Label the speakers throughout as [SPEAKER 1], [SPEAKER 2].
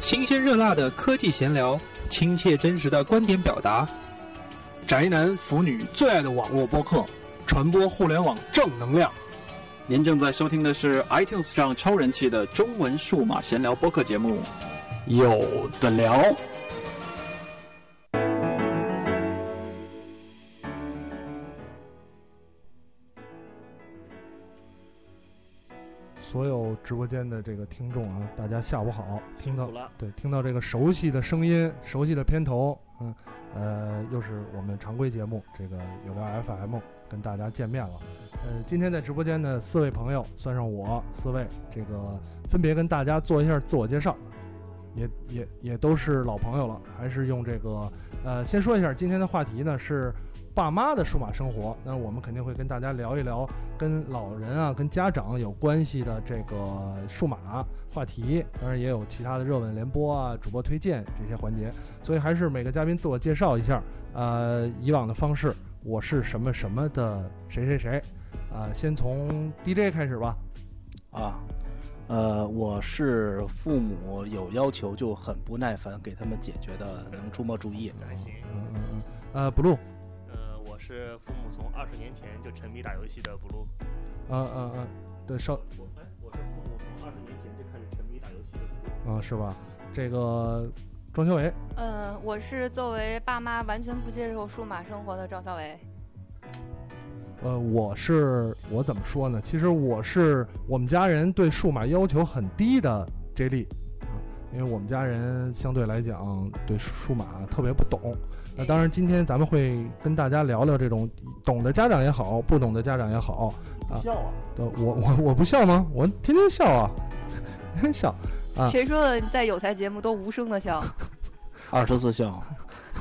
[SPEAKER 1] 新鲜热辣的科技闲聊，亲切真实的观点表达，
[SPEAKER 2] 宅男腐女最爱的网络播客，传播互联网正能量。
[SPEAKER 3] 您正在收听的是 iTunes 上超人气的中文数码闲聊播客节目，有的聊。
[SPEAKER 4] 所有直播间的这个听众啊，大家下午好！听到
[SPEAKER 5] 辛苦了
[SPEAKER 4] 对，听到这个熟悉的声音，熟悉的片头，嗯，呃，又是我们常规节目这个有聊 FM 跟大家见面了。呃，今天在直播间的四位朋友，算上我四位，这个分别跟大家做一下自我介绍，也也也都是老朋友了，还是用这个呃，先说一下今天的话题呢是爸妈的数码生活。那我们肯定会跟大家聊一聊跟老人啊、跟家长有关系的这个数码话题，当然也有其他的热问联播啊、主播推荐这些环节。所以还是每个嘉宾自我介绍一下，呃，以往的方式，我是什么什么的谁谁谁，啊、先从 DJ 开始吧。
[SPEAKER 5] 啊，呃，我是父母有要求就很不耐烦给他们解决的，能出没注意。
[SPEAKER 6] 还行。
[SPEAKER 4] 嗯嗯嗯，呃，blue，
[SPEAKER 6] 呃，我是父母从二十年前就沉迷打游戏的 blue。
[SPEAKER 4] 呃呃呃，对，稍
[SPEAKER 6] 我哎，我是父母从二十年前就开始沉迷打游戏的 blue。
[SPEAKER 4] 啊、是吧？这个庄修为，
[SPEAKER 7] 呃，我是作为爸妈完全不接受数码生活的赵小维。
[SPEAKER 4] 呃，我是我怎么说呢？其实我是我们家人对数码要求很低的 J 莉，啊，因为我们家人相对来讲对数码特别不懂。那啊当然，今天咱们会跟大家聊聊这种懂的家长也好，不懂的家长也好。啊
[SPEAKER 2] 笑啊！
[SPEAKER 4] 呃，我我我不笑吗？我天天笑啊， 天天笑。啊
[SPEAKER 7] 谁说的？你在有台节目都无声的笑？
[SPEAKER 5] 二十四孝，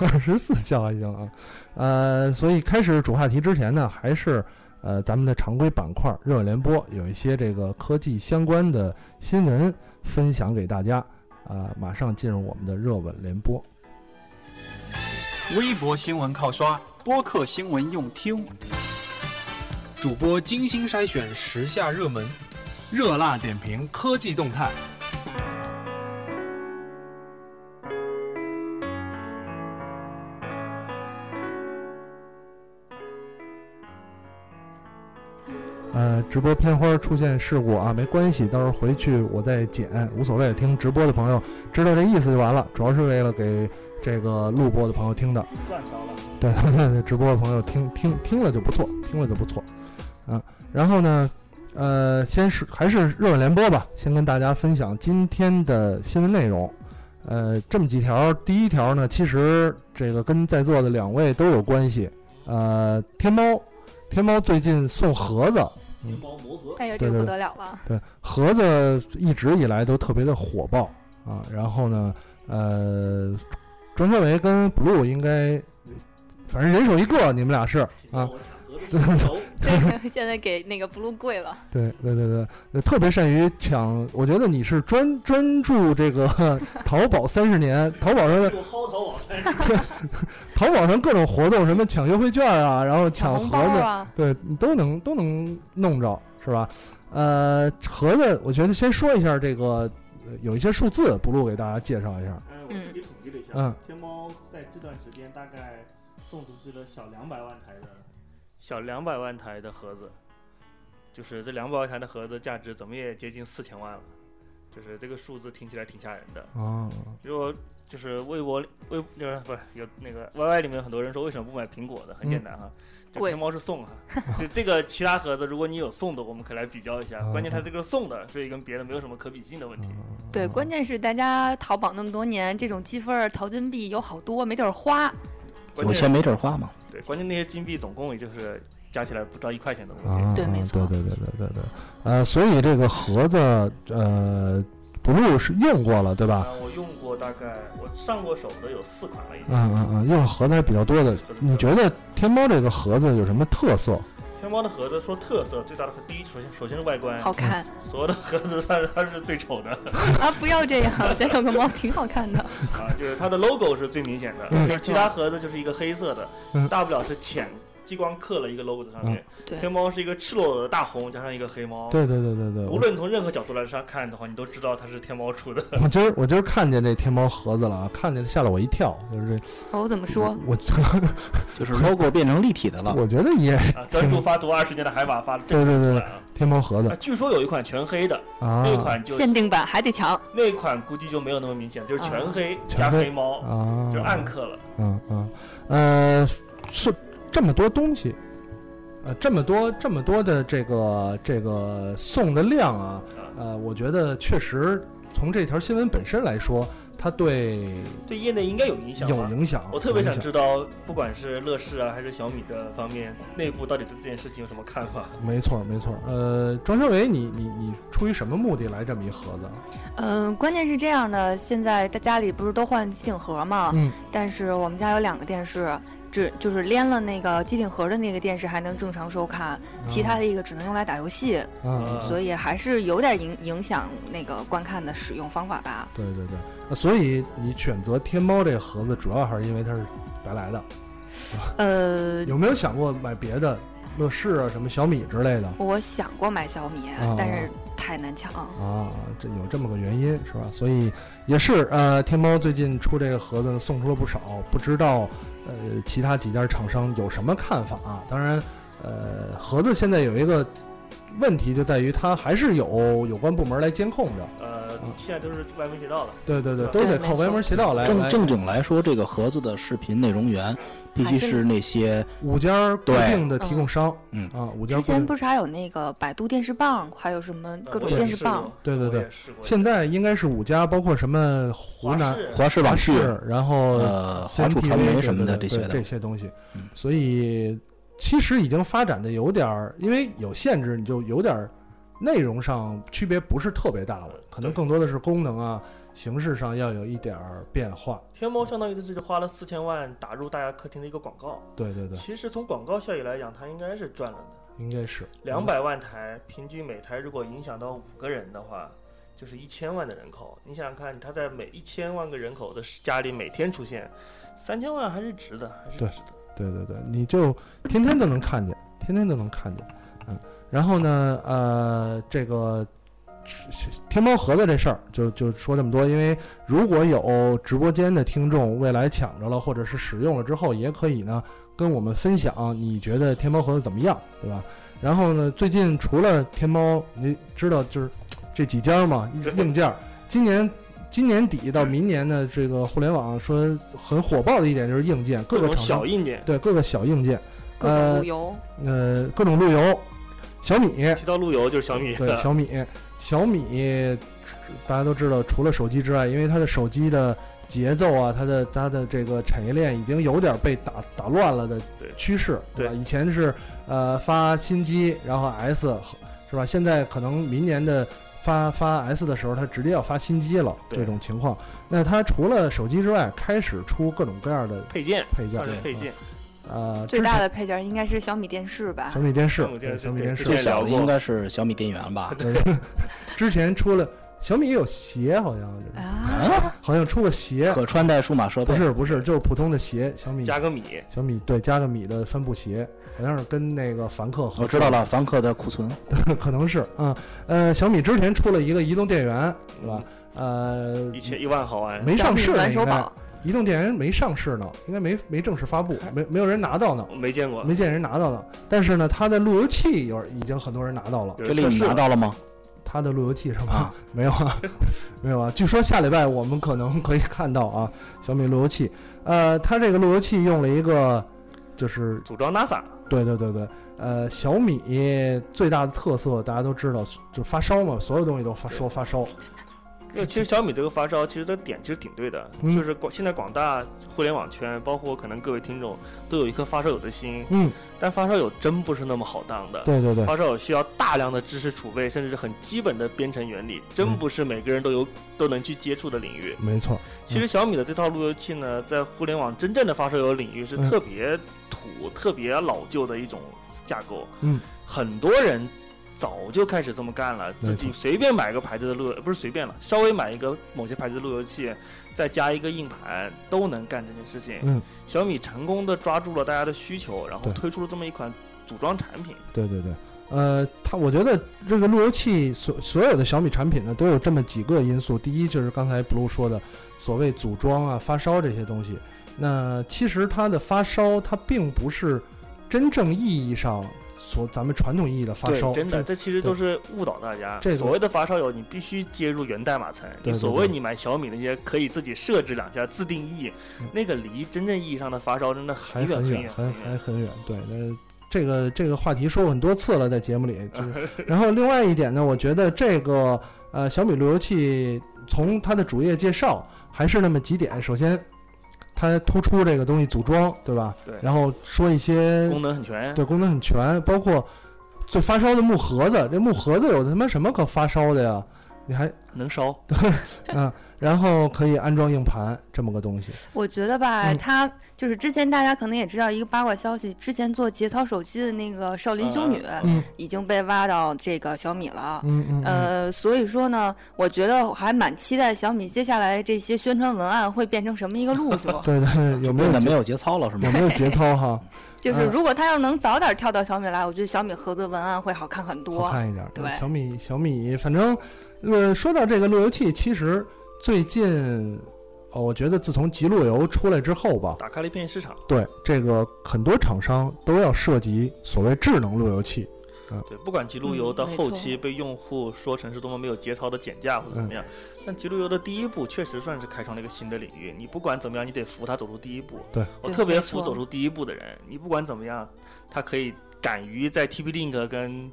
[SPEAKER 4] 二十四 孝已经啊，呃，所以开始主话题之前呢，还是呃咱们的常规板块热点联播有一些这个科技相关的新闻分享给大家啊、马上进入我们的热吻联播。
[SPEAKER 3] 微博新闻靠刷，播客新闻用听。
[SPEAKER 1] 主播精心筛选时下热门，热辣点评科技动态。
[SPEAKER 4] 呃，直播片花出现事故啊，没关系，到时候回去我再剪，无所谓。听直播的朋友知道这意思就完了，主要是为了给这个录播的朋友听的。
[SPEAKER 2] 赚着了，
[SPEAKER 4] 对， 直播的朋友听听听了就不错，听了就不错，啊，然后呢，呃，先是还是热吻联播吧，先跟大家分享今天的新闻内容，呃，这么几条，第一条呢，其实这个跟在座的两位都有关系，呃，天猫，天猫最近送盒子，
[SPEAKER 6] 天猫魔盒，
[SPEAKER 7] 哎呀，
[SPEAKER 4] 对
[SPEAKER 7] 这
[SPEAKER 4] 对
[SPEAKER 7] 个不得了 了！
[SPEAKER 4] 对，盒子一直以来都特别的火爆啊。然后呢，呃，庄小维跟 blue 应该，反正人手一个，你们俩是啊。
[SPEAKER 7] 这个现在给那个 blue 跪了。
[SPEAKER 4] 对对对对呃，特别善于抢。我觉得你是专专注这个 淘宝三十年，淘宝上的
[SPEAKER 6] 薅淘宝，
[SPEAKER 4] 淘宝上各种活动，什么抢优惠券啊，然后 抢
[SPEAKER 7] 红包
[SPEAKER 4] 盒子，
[SPEAKER 7] 啊！
[SPEAKER 4] 对你都能都能弄着，是吧？呃，盒子，我觉得先说一下这个，呃有一些数字，不录给大家介绍一下。
[SPEAKER 8] 哎，我
[SPEAKER 7] 嗯
[SPEAKER 8] 自己统计了一下，
[SPEAKER 4] 嗯
[SPEAKER 8] 天猫在这段时间大概送出去了小两百万台的，
[SPEAKER 6] 小两百万台的盒子，就是这两百万台的盒子价值怎么也接近四千万了，就是这个数字听起来挺吓人的。
[SPEAKER 4] 啊，
[SPEAKER 6] 如果就是微博微就是不是有那个 YY 里面有很多人说为什么不买苹果的？很简单哈，
[SPEAKER 4] 嗯
[SPEAKER 6] 这
[SPEAKER 7] 贵
[SPEAKER 6] 天猫 是送哈，就这个其他盒子，如果你有送的，我们可以来比较一下
[SPEAKER 4] 啊。
[SPEAKER 6] 关键它这个送的，所以跟别的没有什么可比性的问题。
[SPEAKER 4] 嗯
[SPEAKER 7] 对，关键是大家淘宝那么多年，这种积分儿、淘金币有好多没地儿花。
[SPEAKER 6] 关
[SPEAKER 5] 有
[SPEAKER 6] 键
[SPEAKER 5] 钱没地儿花嘛。
[SPEAKER 6] 对，关键那些金币总共也就是加起来不到一块钱的东
[SPEAKER 4] 啊，
[SPEAKER 6] 西。
[SPEAKER 7] 嗯对没错
[SPEAKER 4] 对对对对对对，呃，所以这个盒子，呃，blue 是用过了，对吧？
[SPEAKER 6] 啊，我用过大概我上过手的有四款了已经。
[SPEAKER 4] 嗯嗯嗯，用盒子还比较多的。你觉得天猫这个盒子有什么特色？
[SPEAKER 6] 天猫的盒子说特色最大的第一，首先首先是外观，
[SPEAKER 7] 好看
[SPEAKER 6] 所有的盒子它是它是最丑的
[SPEAKER 7] 啊！不要这样，我家有个猫挺好看的。
[SPEAKER 6] 啊，就是它的 logo 是最明显的，
[SPEAKER 4] 嗯
[SPEAKER 6] 就是其他盒子就是一个黑色的
[SPEAKER 4] 嗯，
[SPEAKER 6] 大不了是浅激光刻了一个 logo 在上面。
[SPEAKER 7] 对
[SPEAKER 6] 黑猫是一个赤裸裸的大红加上一个黑猫。
[SPEAKER 4] 对对对对对，
[SPEAKER 6] 无论从任何角度来上看的话，你都知道它是天猫 出的。
[SPEAKER 4] 我今儿我今儿看见这天猫盒子了啊，看见吓了我一跳，就是这
[SPEAKER 7] 哦我怎么说？
[SPEAKER 4] 我
[SPEAKER 5] 就是 logo 变成立体的了。
[SPEAKER 4] 我觉得也
[SPEAKER 6] 啊，专注发图二十年的海马发了这
[SPEAKER 4] 对
[SPEAKER 6] 个
[SPEAKER 4] 对
[SPEAKER 6] 出
[SPEAKER 4] 对，
[SPEAKER 6] 来啊。
[SPEAKER 4] 天猫盒
[SPEAKER 6] 啊
[SPEAKER 4] 子
[SPEAKER 6] 据说有一款全黑的，
[SPEAKER 4] 啊
[SPEAKER 6] 那款就
[SPEAKER 7] 限定版还得强，
[SPEAKER 6] 那款估计就没有那么明显，就是全黑
[SPEAKER 4] 全
[SPEAKER 6] 加
[SPEAKER 4] 黑
[SPEAKER 6] 黑猫，
[SPEAKER 4] 啊，
[SPEAKER 6] 就是暗刻了。
[SPEAKER 4] 嗯嗯呃，是这么多东西，呃，这么多这么多的这个这个送的量啊，呃，我觉得确实从这条新闻本身来说，它对
[SPEAKER 6] 对业内应该有影响吧。
[SPEAKER 4] 有影响。
[SPEAKER 6] 我特
[SPEAKER 4] 有
[SPEAKER 6] 别想
[SPEAKER 4] 影响
[SPEAKER 6] 知道，不管是乐视啊还是小米的方面，内部到底对这件事情有什么看法？
[SPEAKER 4] 没错，没错。呃，庄小伟，你你你出于什么目的来这么一盒子？
[SPEAKER 7] 嗯、关键是这样的，现在在家里不是都换机顶盒嘛，
[SPEAKER 4] 嗯，
[SPEAKER 7] 但是我们家有两个电视，只就是连了那个机顶盒的那个电视还能正常收看，
[SPEAKER 4] 嗯
[SPEAKER 7] 其他的一个只能用来打游戏，
[SPEAKER 4] 啊，
[SPEAKER 6] 嗯
[SPEAKER 7] 所以还是有点影影响那个观看的使用方法吧。
[SPEAKER 4] 对对对。那所以你选择天猫这个盒子，主要还是因为它是白来的。
[SPEAKER 7] 呃，
[SPEAKER 4] 有没有想过买别的，乐视啊，什么小米之类的？
[SPEAKER 7] 我想过买小米，
[SPEAKER 4] 啊
[SPEAKER 7] 但是太难抢。
[SPEAKER 4] 啊，这有这么个原因是吧？所以也是呃，天猫最近出这个盒子呢送出了不少，不知道呃其他几家厂商有什么看法、啊。当然，呃，盒子现在有一个问题就在于它还是有有关部门来监控着，
[SPEAKER 6] 呃
[SPEAKER 4] 嗯，
[SPEAKER 6] 现在都是歪门邪道了。
[SPEAKER 4] 对对对，
[SPEAKER 6] 对
[SPEAKER 4] 都得
[SPEAKER 7] 没
[SPEAKER 4] 靠歪
[SPEAKER 7] 错
[SPEAKER 4] 门邪道来
[SPEAKER 5] 正
[SPEAKER 4] 来。
[SPEAKER 5] 正经来说，这个盒子的视频内容源必须
[SPEAKER 7] 还是
[SPEAKER 5] 是那些
[SPEAKER 4] 五家固
[SPEAKER 5] 对
[SPEAKER 4] 定的提供商，
[SPEAKER 5] 嗯
[SPEAKER 4] 啊，五家
[SPEAKER 7] 之
[SPEAKER 4] 固
[SPEAKER 7] 前
[SPEAKER 4] 定，
[SPEAKER 7] 不是还有那个百度电视棒，还有什么各种
[SPEAKER 6] 我也
[SPEAKER 7] 电视
[SPEAKER 6] 试过
[SPEAKER 7] 棒？，
[SPEAKER 4] 对对对
[SPEAKER 6] 我也试过
[SPEAKER 4] 现在应该是五家，包括什么湖南。
[SPEAKER 5] 华视网剧、
[SPEAKER 4] 视，然后
[SPEAKER 5] 呃华
[SPEAKER 4] 三
[SPEAKER 5] 楚传媒什么的
[SPEAKER 4] 这
[SPEAKER 5] 这些
[SPEAKER 4] 这
[SPEAKER 5] 的。
[SPEAKER 4] 些东西
[SPEAKER 5] 嗯，
[SPEAKER 4] 所以其实已经发展的有点儿，因为有限制，你就有点儿内容上区别不是特别大了，可能
[SPEAKER 6] 对
[SPEAKER 4] 更多的是功能啊、形式上要有一点儿变化。
[SPEAKER 6] 天猫相当于就是花了四千万打入大家客厅的一个广告。
[SPEAKER 4] 对对嗯对，
[SPEAKER 6] 其实从广告效益来讲，它应该是赚了的。
[SPEAKER 4] 应该是
[SPEAKER 6] 两。百万台，平均每台如果影响到五个人的话，就是一千万的人口。你想想看，它在每一千万个人口的家里每天出现，三千万还是值的，还是
[SPEAKER 4] 对
[SPEAKER 6] 值的。
[SPEAKER 4] 对对对，你就天天都能看见，天天都能看见。嗯，然后呢，呃，这个天猫盒子这事儿就就说这么多，因为如果有直播间的听众未来抢着了，或者是使用了之后，也可以呢跟我们分享你觉得天猫盒子怎么样，对吧？然后呢，最近除了天猫，你知道就是这几家嘛，硬件儿，今年。今年底到明年呢，这个互联网说很火爆的一点就是硬件，各个
[SPEAKER 6] 种
[SPEAKER 4] 厂商
[SPEAKER 6] 小硬件，
[SPEAKER 4] 对各个小硬件，
[SPEAKER 7] 各种路由，
[SPEAKER 4] 呃，各种路由，小米，
[SPEAKER 6] 提到路由就是小米
[SPEAKER 4] 对
[SPEAKER 6] 的，
[SPEAKER 4] 小米，小米大家都知道，除了手机之外，因为它的手机的节奏啊，它的它的这个产业链已经有点被打打乱了的
[SPEAKER 6] 对
[SPEAKER 4] 趋势，
[SPEAKER 6] 对
[SPEAKER 4] 吧？以前是呃发新机，然后 S 是吧？现在可能明年的发发 S 的时候，它直接要发新机了，
[SPEAKER 6] 对
[SPEAKER 4] 这种情况。那它除了手机之外，开始出各种各样的
[SPEAKER 6] 配件
[SPEAKER 4] 配件
[SPEAKER 6] 算是
[SPEAKER 5] 对
[SPEAKER 6] 配件。
[SPEAKER 4] 呃，
[SPEAKER 7] 最
[SPEAKER 4] 之
[SPEAKER 7] 大
[SPEAKER 4] 前
[SPEAKER 7] 的配件应该是小米电视吧
[SPEAKER 4] 小？米电视
[SPEAKER 6] 小米，电
[SPEAKER 4] 对
[SPEAKER 6] 视
[SPEAKER 4] 小米
[SPEAKER 6] 对
[SPEAKER 4] 电
[SPEAKER 6] 之
[SPEAKER 4] 视
[SPEAKER 5] 最
[SPEAKER 6] 前聊
[SPEAKER 5] 小
[SPEAKER 6] 过
[SPEAKER 5] 的应该是小米电源吧？
[SPEAKER 4] 之前出了小米有鞋，好像是
[SPEAKER 7] 啊，
[SPEAKER 4] 好像出过鞋，
[SPEAKER 5] 可穿戴数码设
[SPEAKER 4] 不
[SPEAKER 5] 备。
[SPEAKER 4] 是不是，就是普通的鞋，小米
[SPEAKER 6] 加个米，
[SPEAKER 4] 小米对加个米的帆布鞋，好像是跟那个凡客合
[SPEAKER 5] 我知道了，凡客的库存。
[SPEAKER 4] 作， 可能是啊、呃，小米之前出了一个移动电源，是吧？呃，
[SPEAKER 6] 嗯一千一万毫安，
[SPEAKER 4] 没上市
[SPEAKER 7] 小米
[SPEAKER 4] 呢，
[SPEAKER 7] 暖
[SPEAKER 4] 应
[SPEAKER 7] 手
[SPEAKER 4] 该
[SPEAKER 7] 宝，
[SPEAKER 4] 移动电源没上市呢，应该没没正式发布，
[SPEAKER 6] 哎
[SPEAKER 4] 没没有人拿到呢，
[SPEAKER 6] 我没见过。
[SPEAKER 4] 没见人拿到呢。但是呢，它的路由器有已经很多人拿到了，
[SPEAKER 6] 有
[SPEAKER 5] 这
[SPEAKER 6] 人
[SPEAKER 5] 里
[SPEAKER 6] 测
[SPEAKER 5] 你
[SPEAKER 6] 试
[SPEAKER 5] 拿
[SPEAKER 6] 了，
[SPEAKER 5] 到了吗？
[SPEAKER 4] 它的路由器是吧？
[SPEAKER 5] 啊
[SPEAKER 4] 没有啊，没有啊。据说下礼拜我们可能 可以看到啊，小米路由器。呃，它这个路由器用了一个，就是
[SPEAKER 6] 组装 NASA，
[SPEAKER 4] 对对对对，呃，小米最大的特色大家都知道，就发烧嘛，所有东西都发说发烧。
[SPEAKER 6] 那其实小米这个发烧，其实这个点其实挺对的，
[SPEAKER 4] 嗯
[SPEAKER 6] 就是广现在广大互联网圈，包括可能各位听众，都有一颗发烧友的心，
[SPEAKER 4] 嗯，
[SPEAKER 6] 但发烧友真不是那么好当的。
[SPEAKER 4] 对对对，
[SPEAKER 6] 发烧友需要大量的知识储备，甚至是很基本的编程原理，真
[SPEAKER 4] 嗯
[SPEAKER 6] 不是每个人都有都能去接触的领域。
[SPEAKER 4] 没错，
[SPEAKER 6] 其实小米的这套路由器呢，在互联网真正的发烧友领域是
[SPEAKER 4] 嗯
[SPEAKER 6] 特别土、特别老旧的一种架构。
[SPEAKER 4] 嗯，
[SPEAKER 6] 很多人早就开始这么干了，
[SPEAKER 4] 没
[SPEAKER 6] 自己随便买个牌子的路由，呃不是随便了，稍微买一个某些牌子的路由器，再加一个硬盘，都能干这件事情。
[SPEAKER 4] 嗯，
[SPEAKER 6] 小米成功的抓住了大家的需求，然后
[SPEAKER 4] 对
[SPEAKER 6] 推出了这么一款组装产品。
[SPEAKER 4] 对对对，呃，它我觉得这个路由器所所有的小米产品呢，都有这么几个因素。第一就是刚才 blue 说的所谓组装啊、发烧这些东西。那其实它的发烧，它并不是真正意义上所咱们传统意义的发
[SPEAKER 6] 对
[SPEAKER 4] 烧，，
[SPEAKER 6] 真的，
[SPEAKER 4] 这
[SPEAKER 6] 这其实
[SPEAKER 4] 对
[SPEAKER 6] 都是误导大家。
[SPEAKER 4] 这个
[SPEAKER 6] 所谓的发烧友，你必须接入源代码层。
[SPEAKER 4] 对
[SPEAKER 6] 你
[SPEAKER 4] 对
[SPEAKER 6] 所谓
[SPEAKER 4] 对
[SPEAKER 6] 你买小米那些可以自己设置两下自定义
[SPEAKER 4] 嗯，
[SPEAKER 6] 那个离真正意义上的发烧真的
[SPEAKER 4] 还
[SPEAKER 6] 很远
[SPEAKER 4] 很
[SPEAKER 6] 远
[SPEAKER 4] 还
[SPEAKER 6] 很
[SPEAKER 4] 还。很远。对，那这个这个话题说过很多次了，在节目里。就是、 然后另外一点呢，我觉得这个呃小米路由器从它的主页介绍还是那么几点，首先。它突出这个东西组装，对吧？
[SPEAKER 6] 对
[SPEAKER 4] 然后说一些
[SPEAKER 6] 功能很全，
[SPEAKER 4] 对，功能很全，包括最发烧的木盒子，这木盒子有他妈什么可发烧的呀？你 还
[SPEAKER 6] 能烧。
[SPEAKER 4] 嗯，然后可以安装硬盘这么个东西，
[SPEAKER 7] 我觉得吧，
[SPEAKER 4] 嗯
[SPEAKER 7] 它就是之前大家可能也知道一个八卦消息，之前做节操手机的那个少林修女
[SPEAKER 6] 呃
[SPEAKER 4] 嗯
[SPEAKER 7] 已经被挖到这个小米了。
[SPEAKER 4] 嗯嗯，
[SPEAKER 7] 呃，所以说呢，我觉得我还蛮期待小米接下来这些宣传文案会变成什么一个路
[SPEAKER 4] 。
[SPEAKER 7] 数
[SPEAKER 4] 对对，有没
[SPEAKER 5] 变
[SPEAKER 4] 有
[SPEAKER 5] 得
[SPEAKER 4] 节
[SPEAKER 5] 没有节操了是吗
[SPEAKER 4] 有？没有节操哈？嗯
[SPEAKER 7] 就是如果它要能早点跳到小米来，我觉得小米合作文案会好看很
[SPEAKER 4] 好
[SPEAKER 7] 多。
[SPEAKER 4] 看一点儿。
[SPEAKER 7] 对
[SPEAKER 4] 小米小米，反正呃，说到这个路由器，其实最近哦，我觉得自从极路由出来之后吧，
[SPEAKER 6] 打开了一片市场。
[SPEAKER 4] 对这个很多厂商都要涉及所谓智能路由器。
[SPEAKER 6] 对，不管极
[SPEAKER 7] 嗯
[SPEAKER 6] 路由到后期被用户说成是多么没有节操的减价或者怎么样，
[SPEAKER 7] 嗯
[SPEAKER 6] 但极路由的第一步确实算是开创了一个新的领域。你不管怎么样，你得服他走出第一步。
[SPEAKER 4] 对，
[SPEAKER 6] 我
[SPEAKER 7] 对
[SPEAKER 6] 特别
[SPEAKER 7] 没
[SPEAKER 6] 服
[SPEAKER 7] 错
[SPEAKER 6] 走出第一步的人。你不管怎么样，他可以敢于在 TP Link 跟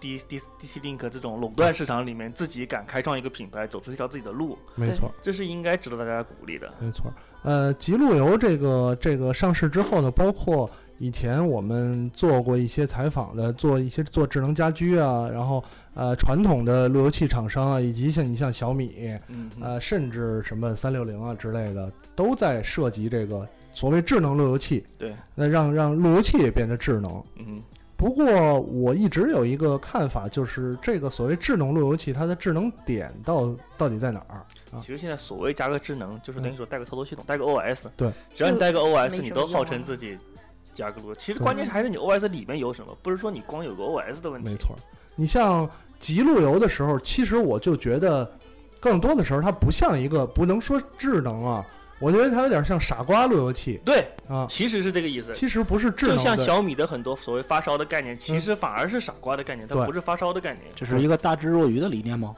[SPEAKER 6] D D D T Link 这种垄断市场里面，自己敢开创一个品牌，走出一条自己的路，
[SPEAKER 4] 没
[SPEAKER 7] 对
[SPEAKER 4] 错，
[SPEAKER 6] 这是应该值得大家鼓励的。
[SPEAKER 4] 没错。呃，极路由这个这个上市之后呢，包括以前我们做过一些采访的，做一些做智能家居啊，然后呃传统的路由器厂商啊，以及像你像小米，
[SPEAKER 6] 嗯，嗯
[SPEAKER 4] 呃，甚至什么三六零啊之类的，都在涉及这个所谓智能路由器。
[SPEAKER 6] 对，
[SPEAKER 4] 那让让路由器也变得智能。
[SPEAKER 6] 嗯，
[SPEAKER 4] 不过我一直有一个看法，就是这个所谓智能路由器，它的智能点到到底在哪儿？啊嗯
[SPEAKER 6] 其实现在所谓加个智能，就是等于说带个操作系统，带个 OS。
[SPEAKER 4] 对，
[SPEAKER 6] 只要你带个
[SPEAKER 7] 没
[SPEAKER 6] OS，
[SPEAKER 7] 什么
[SPEAKER 6] 你都号称
[SPEAKER 7] 用啊
[SPEAKER 6] 自己加个路由。其实
[SPEAKER 4] 对
[SPEAKER 6] 关键还是你 OS 里面有什么，不是说你光有个 OS 的问题。
[SPEAKER 4] 没错，你像极路由的时候，其实我就觉得，更多的时候它不像一个不能说智能啊，我觉得它有点像傻瓜路由器
[SPEAKER 6] 对，
[SPEAKER 4] 啊，
[SPEAKER 6] 其实是这个意思。
[SPEAKER 4] 其实不是智能
[SPEAKER 6] 就
[SPEAKER 4] 的。
[SPEAKER 6] 像小米的很多所谓发烧的概念，其实反而是傻瓜的概念，它
[SPEAKER 4] 嗯对
[SPEAKER 6] 不是发烧的概念。
[SPEAKER 5] 这是一个大智若愚的理念吗？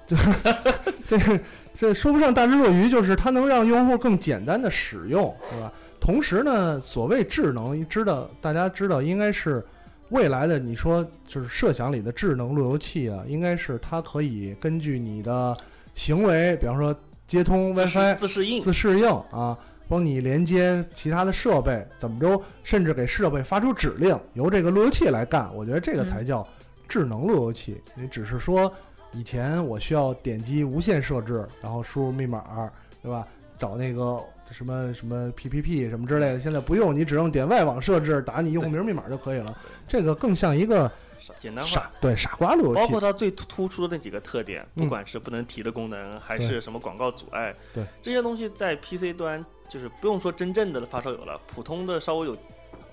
[SPEAKER 4] 这个这说不上大智若愚，就是它能让用户更简单的使用，对吧？同时呢，所谓智能，知道大家知道应该是未来的，你说就是设想里的智能路由器啊，应该是它可以根据你的行为，比方说接通
[SPEAKER 6] 自适
[SPEAKER 4] WiFi
[SPEAKER 6] 自适应，
[SPEAKER 4] 自适应啊，帮你连接其他的设备，怎么着，甚至给设备发出指令，由这个路由器来干。我觉得这个才叫智能路由器。你只是说以前我需要点击无线设置，然后输入密码，对吧？找那个什么什么 PPP 什么之类的，现在不用，你只用点外网设置，打你用户名密码就可以了。这个更像一个
[SPEAKER 6] 傻简单化。
[SPEAKER 4] 傻对傻瓜路由
[SPEAKER 6] 包
[SPEAKER 4] 器
[SPEAKER 6] 括。它最突突出的那几个特点，
[SPEAKER 4] 嗯
[SPEAKER 6] 不管是不能提的功能，还是什么广告阻碍，
[SPEAKER 4] 对
[SPEAKER 6] 这些东西在 PC 端就是不用说真正的发烧友了，普通的稍微有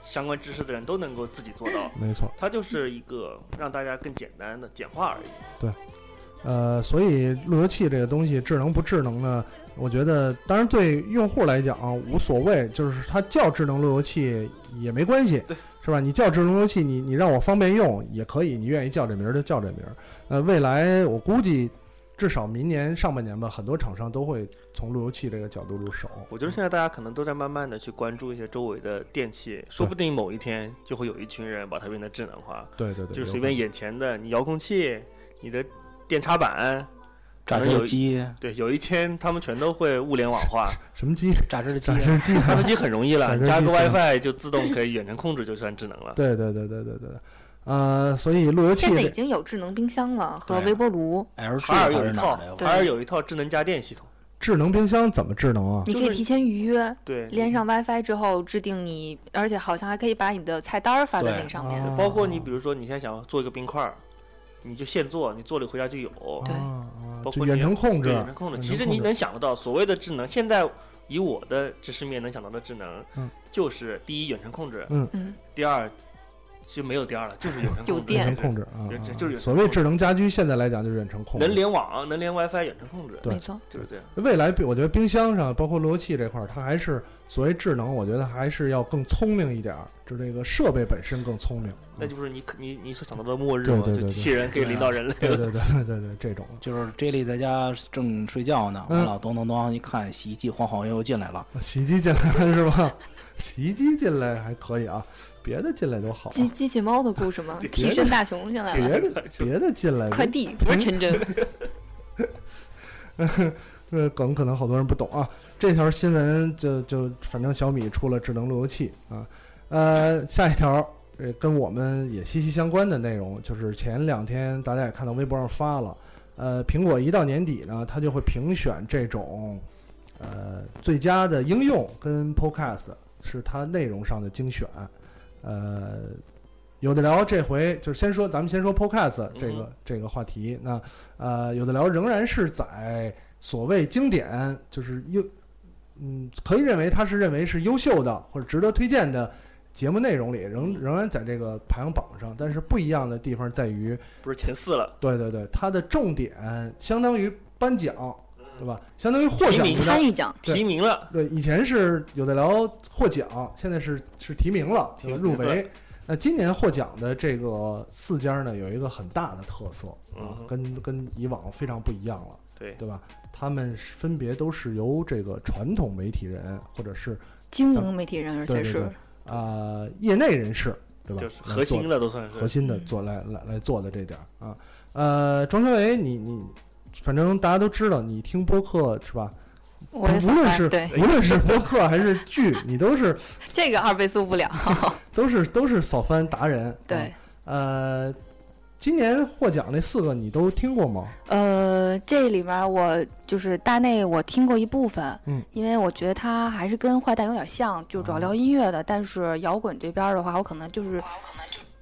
[SPEAKER 6] 相关知识的人都能够自己做到。
[SPEAKER 4] 没错，
[SPEAKER 6] 它就是一个让大家更简单的简化而已。
[SPEAKER 4] 呃，所以路由器这个东西智能不智能呢？我觉得，当然对用户来讲、无所谓，就是它叫智能路由器也没关系，
[SPEAKER 6] 对，
[SPEAKER 4] 是吧？你叫智能路由器，你你让我方便用也可以，你愿意叫这名儿就叫这名儿。呃，未来我估计，至少明年上半年吧，很多厂商都会从路由器这个角度入手。
[SPEAKER 6] 我觉得现在大家可能都在慢慢的去关注一些周围的电器，说不定某一天就会有一群人把它变得智能化，
[SPEAKER 4] 对对对，
[SPEAKER 6] 就是随便眼前的你遥控器、你的电插板，可
[SPEAKER 5] 榨
[SPEAKER 6] 能有
[SPEAKER 5] 汁机，
[SPEAKER 6] 对，有一天他们全都会物联网化。
[SPEAKER 4] 什么机，
[SPEAKER 5] 榨汁 机
[SPEAKER 4] 榨，汁机啊，
[SPEAKER 6] 榨汁机很容易
[SPEAKER 4] 榨
[SPEAKER 6] 了，
[SPEAKER 4] 汁机
[SPEAKER 6] 你加个
[SPEAKER 4] 是吧
[SPEAKER 6] WiFi 就自动可以远程控制，就算智能 了。
[SPEAKER 4] 对对对对对对，呃，所以路由器
[SPEAKER 7] 现在已
[SPEAKER 4] 这
[SPEAKER 7] 经有智能冰箱了和
[SPEAKER 5] 对啊
[SPEAKER 7] 微波炉，
[SPEAKER 5] LG
[SPEAKER 6] 海尔
[SPEAKER 5] 还
[SPEAKER 6] 有一
[SPEAKER 5] 是哪
[SPEAKER 6] 套
[SPEAKER 5] 儿的，
[SPEAKER 7] 对
[SPEAKER 6] 海尔有一套智能家电系统。
[SPEAKER 4] 智能冰箱怎么智能啊？
[SPEAKER 7] 你可
[SPEAKER 6] 就
[SPEAKER 7] 以
[SPEAKER 6] 是
[SPEAKER 7] 提前预约，
[SPEAKER 6] 对，
[SPEAKER 7] 连上 WiFi 之后制定你，而且好像还可以把你的菜单儿发在
[SPEAKER 5] 对
[SPEAKER 7] 那
[SPEAKER 6] 呃
[SPEAKER 7] 个上面。
[SPEAKER 4] 啊
[SPEAKER 6] 包括你比如说你现在想要做一个冰块儿，你就现做，你做了回家就有，
[SPEAKER 7] 对
[SPEAKER 4] 啊啊
[SPEAKER 6] 包
[SPEAKER 4] 就
[SPEAKER 6] 括
[SPEAKER 4] 远
[SPEAKER 6] 你
[SPEAKER 4] 程控制
[SPEAKER 6] 对，嗯远，程控制。啊
[SPEAKER 4] 远
[SPEAKER 6] 其
[SPEAKER 4] 程
[SPEAKER 6] 实
[SPEAKER 4] 控
[SPEAKER 6] 你
[SPEAKER 4] 制
[SPEAKER 6] 能想得到，所谓的智能，现在以我的知识面能想到的智能，
[SPEAKER 4] 嗯
[SPEAKER 6] 就是第一远程控制，
[SPEAKER 7] 嗯，
[SPEAKER 6] 第二就没有第二了，就是远程
[SPEAKER 7] 有
[SPEAKER 6] 控制，
[SPEAKER 4] 远
[SPEAKER 7] 电
[SPEAKER 4] 程控制啊
[SPEAKER 6] 远程
[SPEAKER 4] 啊
[SPEAKER 6] 就是远程控制
[SPEAKER 4] 所谓智能家居，现在来讲就是远程控制。
[SPEAKER 6] 能联网，能连 WiFi，远程控制，
[SPEAKER 4] 对
[SPEAKER 7] 没错，
[SPEAKER 6] 就是这样。
[SPEAKER 4] 未来，我觉得冰箱上包括路由器这块儿，它还是所谓智能，我觉得还是要更聪明一点儿，就这个设备本身更聪明。
[SPEAKER 6] 那就是你你你所想到的末日
[SPEAKER 4] 对
[SPEAKER 6] 嘛，
[SPEAKER 4] 对对
[SPEAKER 6] 就
[SPEAKER 4] 对啊
[SPEAKER 6] 机器人可以领导人类
[SPEAKER 4] 对
[SPEAKER 6] 了。
[SPEAKER 4] 对对对对对，这种
[SPEAKER 5] 就是 J 莉在家正睡觉呢，
[SPEAKER 4] 嗯
[SPEAKER 5] 完了咚咚咚一看洗衣机晃晃悠悠进来了，
[SPEAKER 4] 洗衣机进来了是吧？ 洗衣机进来还可以啊，别的进来都好啊、
[SPEAKER 7] 机机器猫的故事吗？
[SPEAKER 4] 别
[SPEAKER 7] 替
[SPEAKER 4] 的
[SPEAKER 7] 身大熊进来
[SPEAKER 4] 别
[SPEAKER 7] 了，
[SPEAKER 4] 的别的进来，
[SPEAKER 7] 快递不是陈真，
[SPEAKER 4] 呃，梗可能好多人不懂啊。这条新闻就就反正小米出了智能路由器啊，呃，下一条呃跟我们也息息相关的内容，就是前两天大家也看到微博上发了，呃，苹果一到年底呢，它就会评选这种呃最佳的应用跟 Podcast 是它内容上的精选，呃。有的聊，这回就是先说，咱们先说 Podcast 这个、
[SPEAKER 6] 嗯
[SPEAKER 4] 这个话题。那呃，有的聊仍然是在所谓经典，就是优，嗯，可以认为它是认为是优秀的或者值得推荐的节目内容里，仍
[SPEAKER 6] 嗯
[SPEAKER 4] 仍然在这个排行榜上。但是不一样的地方在于，
[SPEAKER 6] 不是前四了，
[SPEAKER 4] 对对对，它的重点相当于颁奖，对吧？相当于获奖
[SPEAKER 6] 嗯提名
[SPEAKER 4] 的。
[SPEAKER 7] 参与奖，
[SPEAKER 4] 对
[SPEAKER 6] 提名了，
[SPEAKER 4] 对，以前是有的聊获奖，现在是是提名了，对吧
[SPEAKER 6] 提
[SPEAKER 4] 入
[SPEAKER 6] 名了
[SPEAKER 4] 围。那今年获奖的这个四家呢，有一个很大的特色
[SPEAKER 6] 嗯
[SPEAKER 4] 啊
[SPEAKER 6] 哼，
[SPEAKER 4] 跟跟以往非常不一样了。
[SPEAKER 6] 对，
[SPEAKER 4] 对吧？他们是分别都是由这个传统媒体人或者是
[SPEAKER 7] 经营媒体人，而且
[SPEAKER 4] 嗯对对
[SPEAKER 7] 是
[SPEAKER 4] 对呃业内人士，对吧？
[SPEAKER 6] 就是
[SPEAKER 4] 来
[SPEAKER 6] 核
[SPEAKER 4] 做
[SPEAKER 6] 心的都算
[SPEAKER 4] 核
[SPEAKER 6] 是。
[SPEAKER 4] 心的
[SPEAKER 7] 嗯
[SPEAKER 4] 做来来来做的这点儿啊。呃，庄小伟，你你反正大家都知道，你听播客是吧？
[SPEAKER 7] 我也
[SPEAKER 4] 无
[SPEAKER 7] 想
[SPEAKER 4] 论
[SPEAKER 7] 看
[SPEAKER 4] 是
[SPEAKER 7] 对
[SPEAKER 4] 无论是播客还是剧，你都是
[SPEAKER 7] 这个二倍速不了，
[SPEAKER 4] 嗯都是都是扫翻达人。啊
[SPEAKER 7] 对，
[SPEAKER 4] 呃，今年获奖那四个你都听过吗？
[SPEAKER 7] 呃，这里面儿我就是大内我听过一部分，
[SPEAKER 4] 嗯，哦
[SPEAKER 7] 因为我觉得它还是跟坏蛋有点像，就主要聊音乐的，但是摇滚这边儿的话，我可能就是，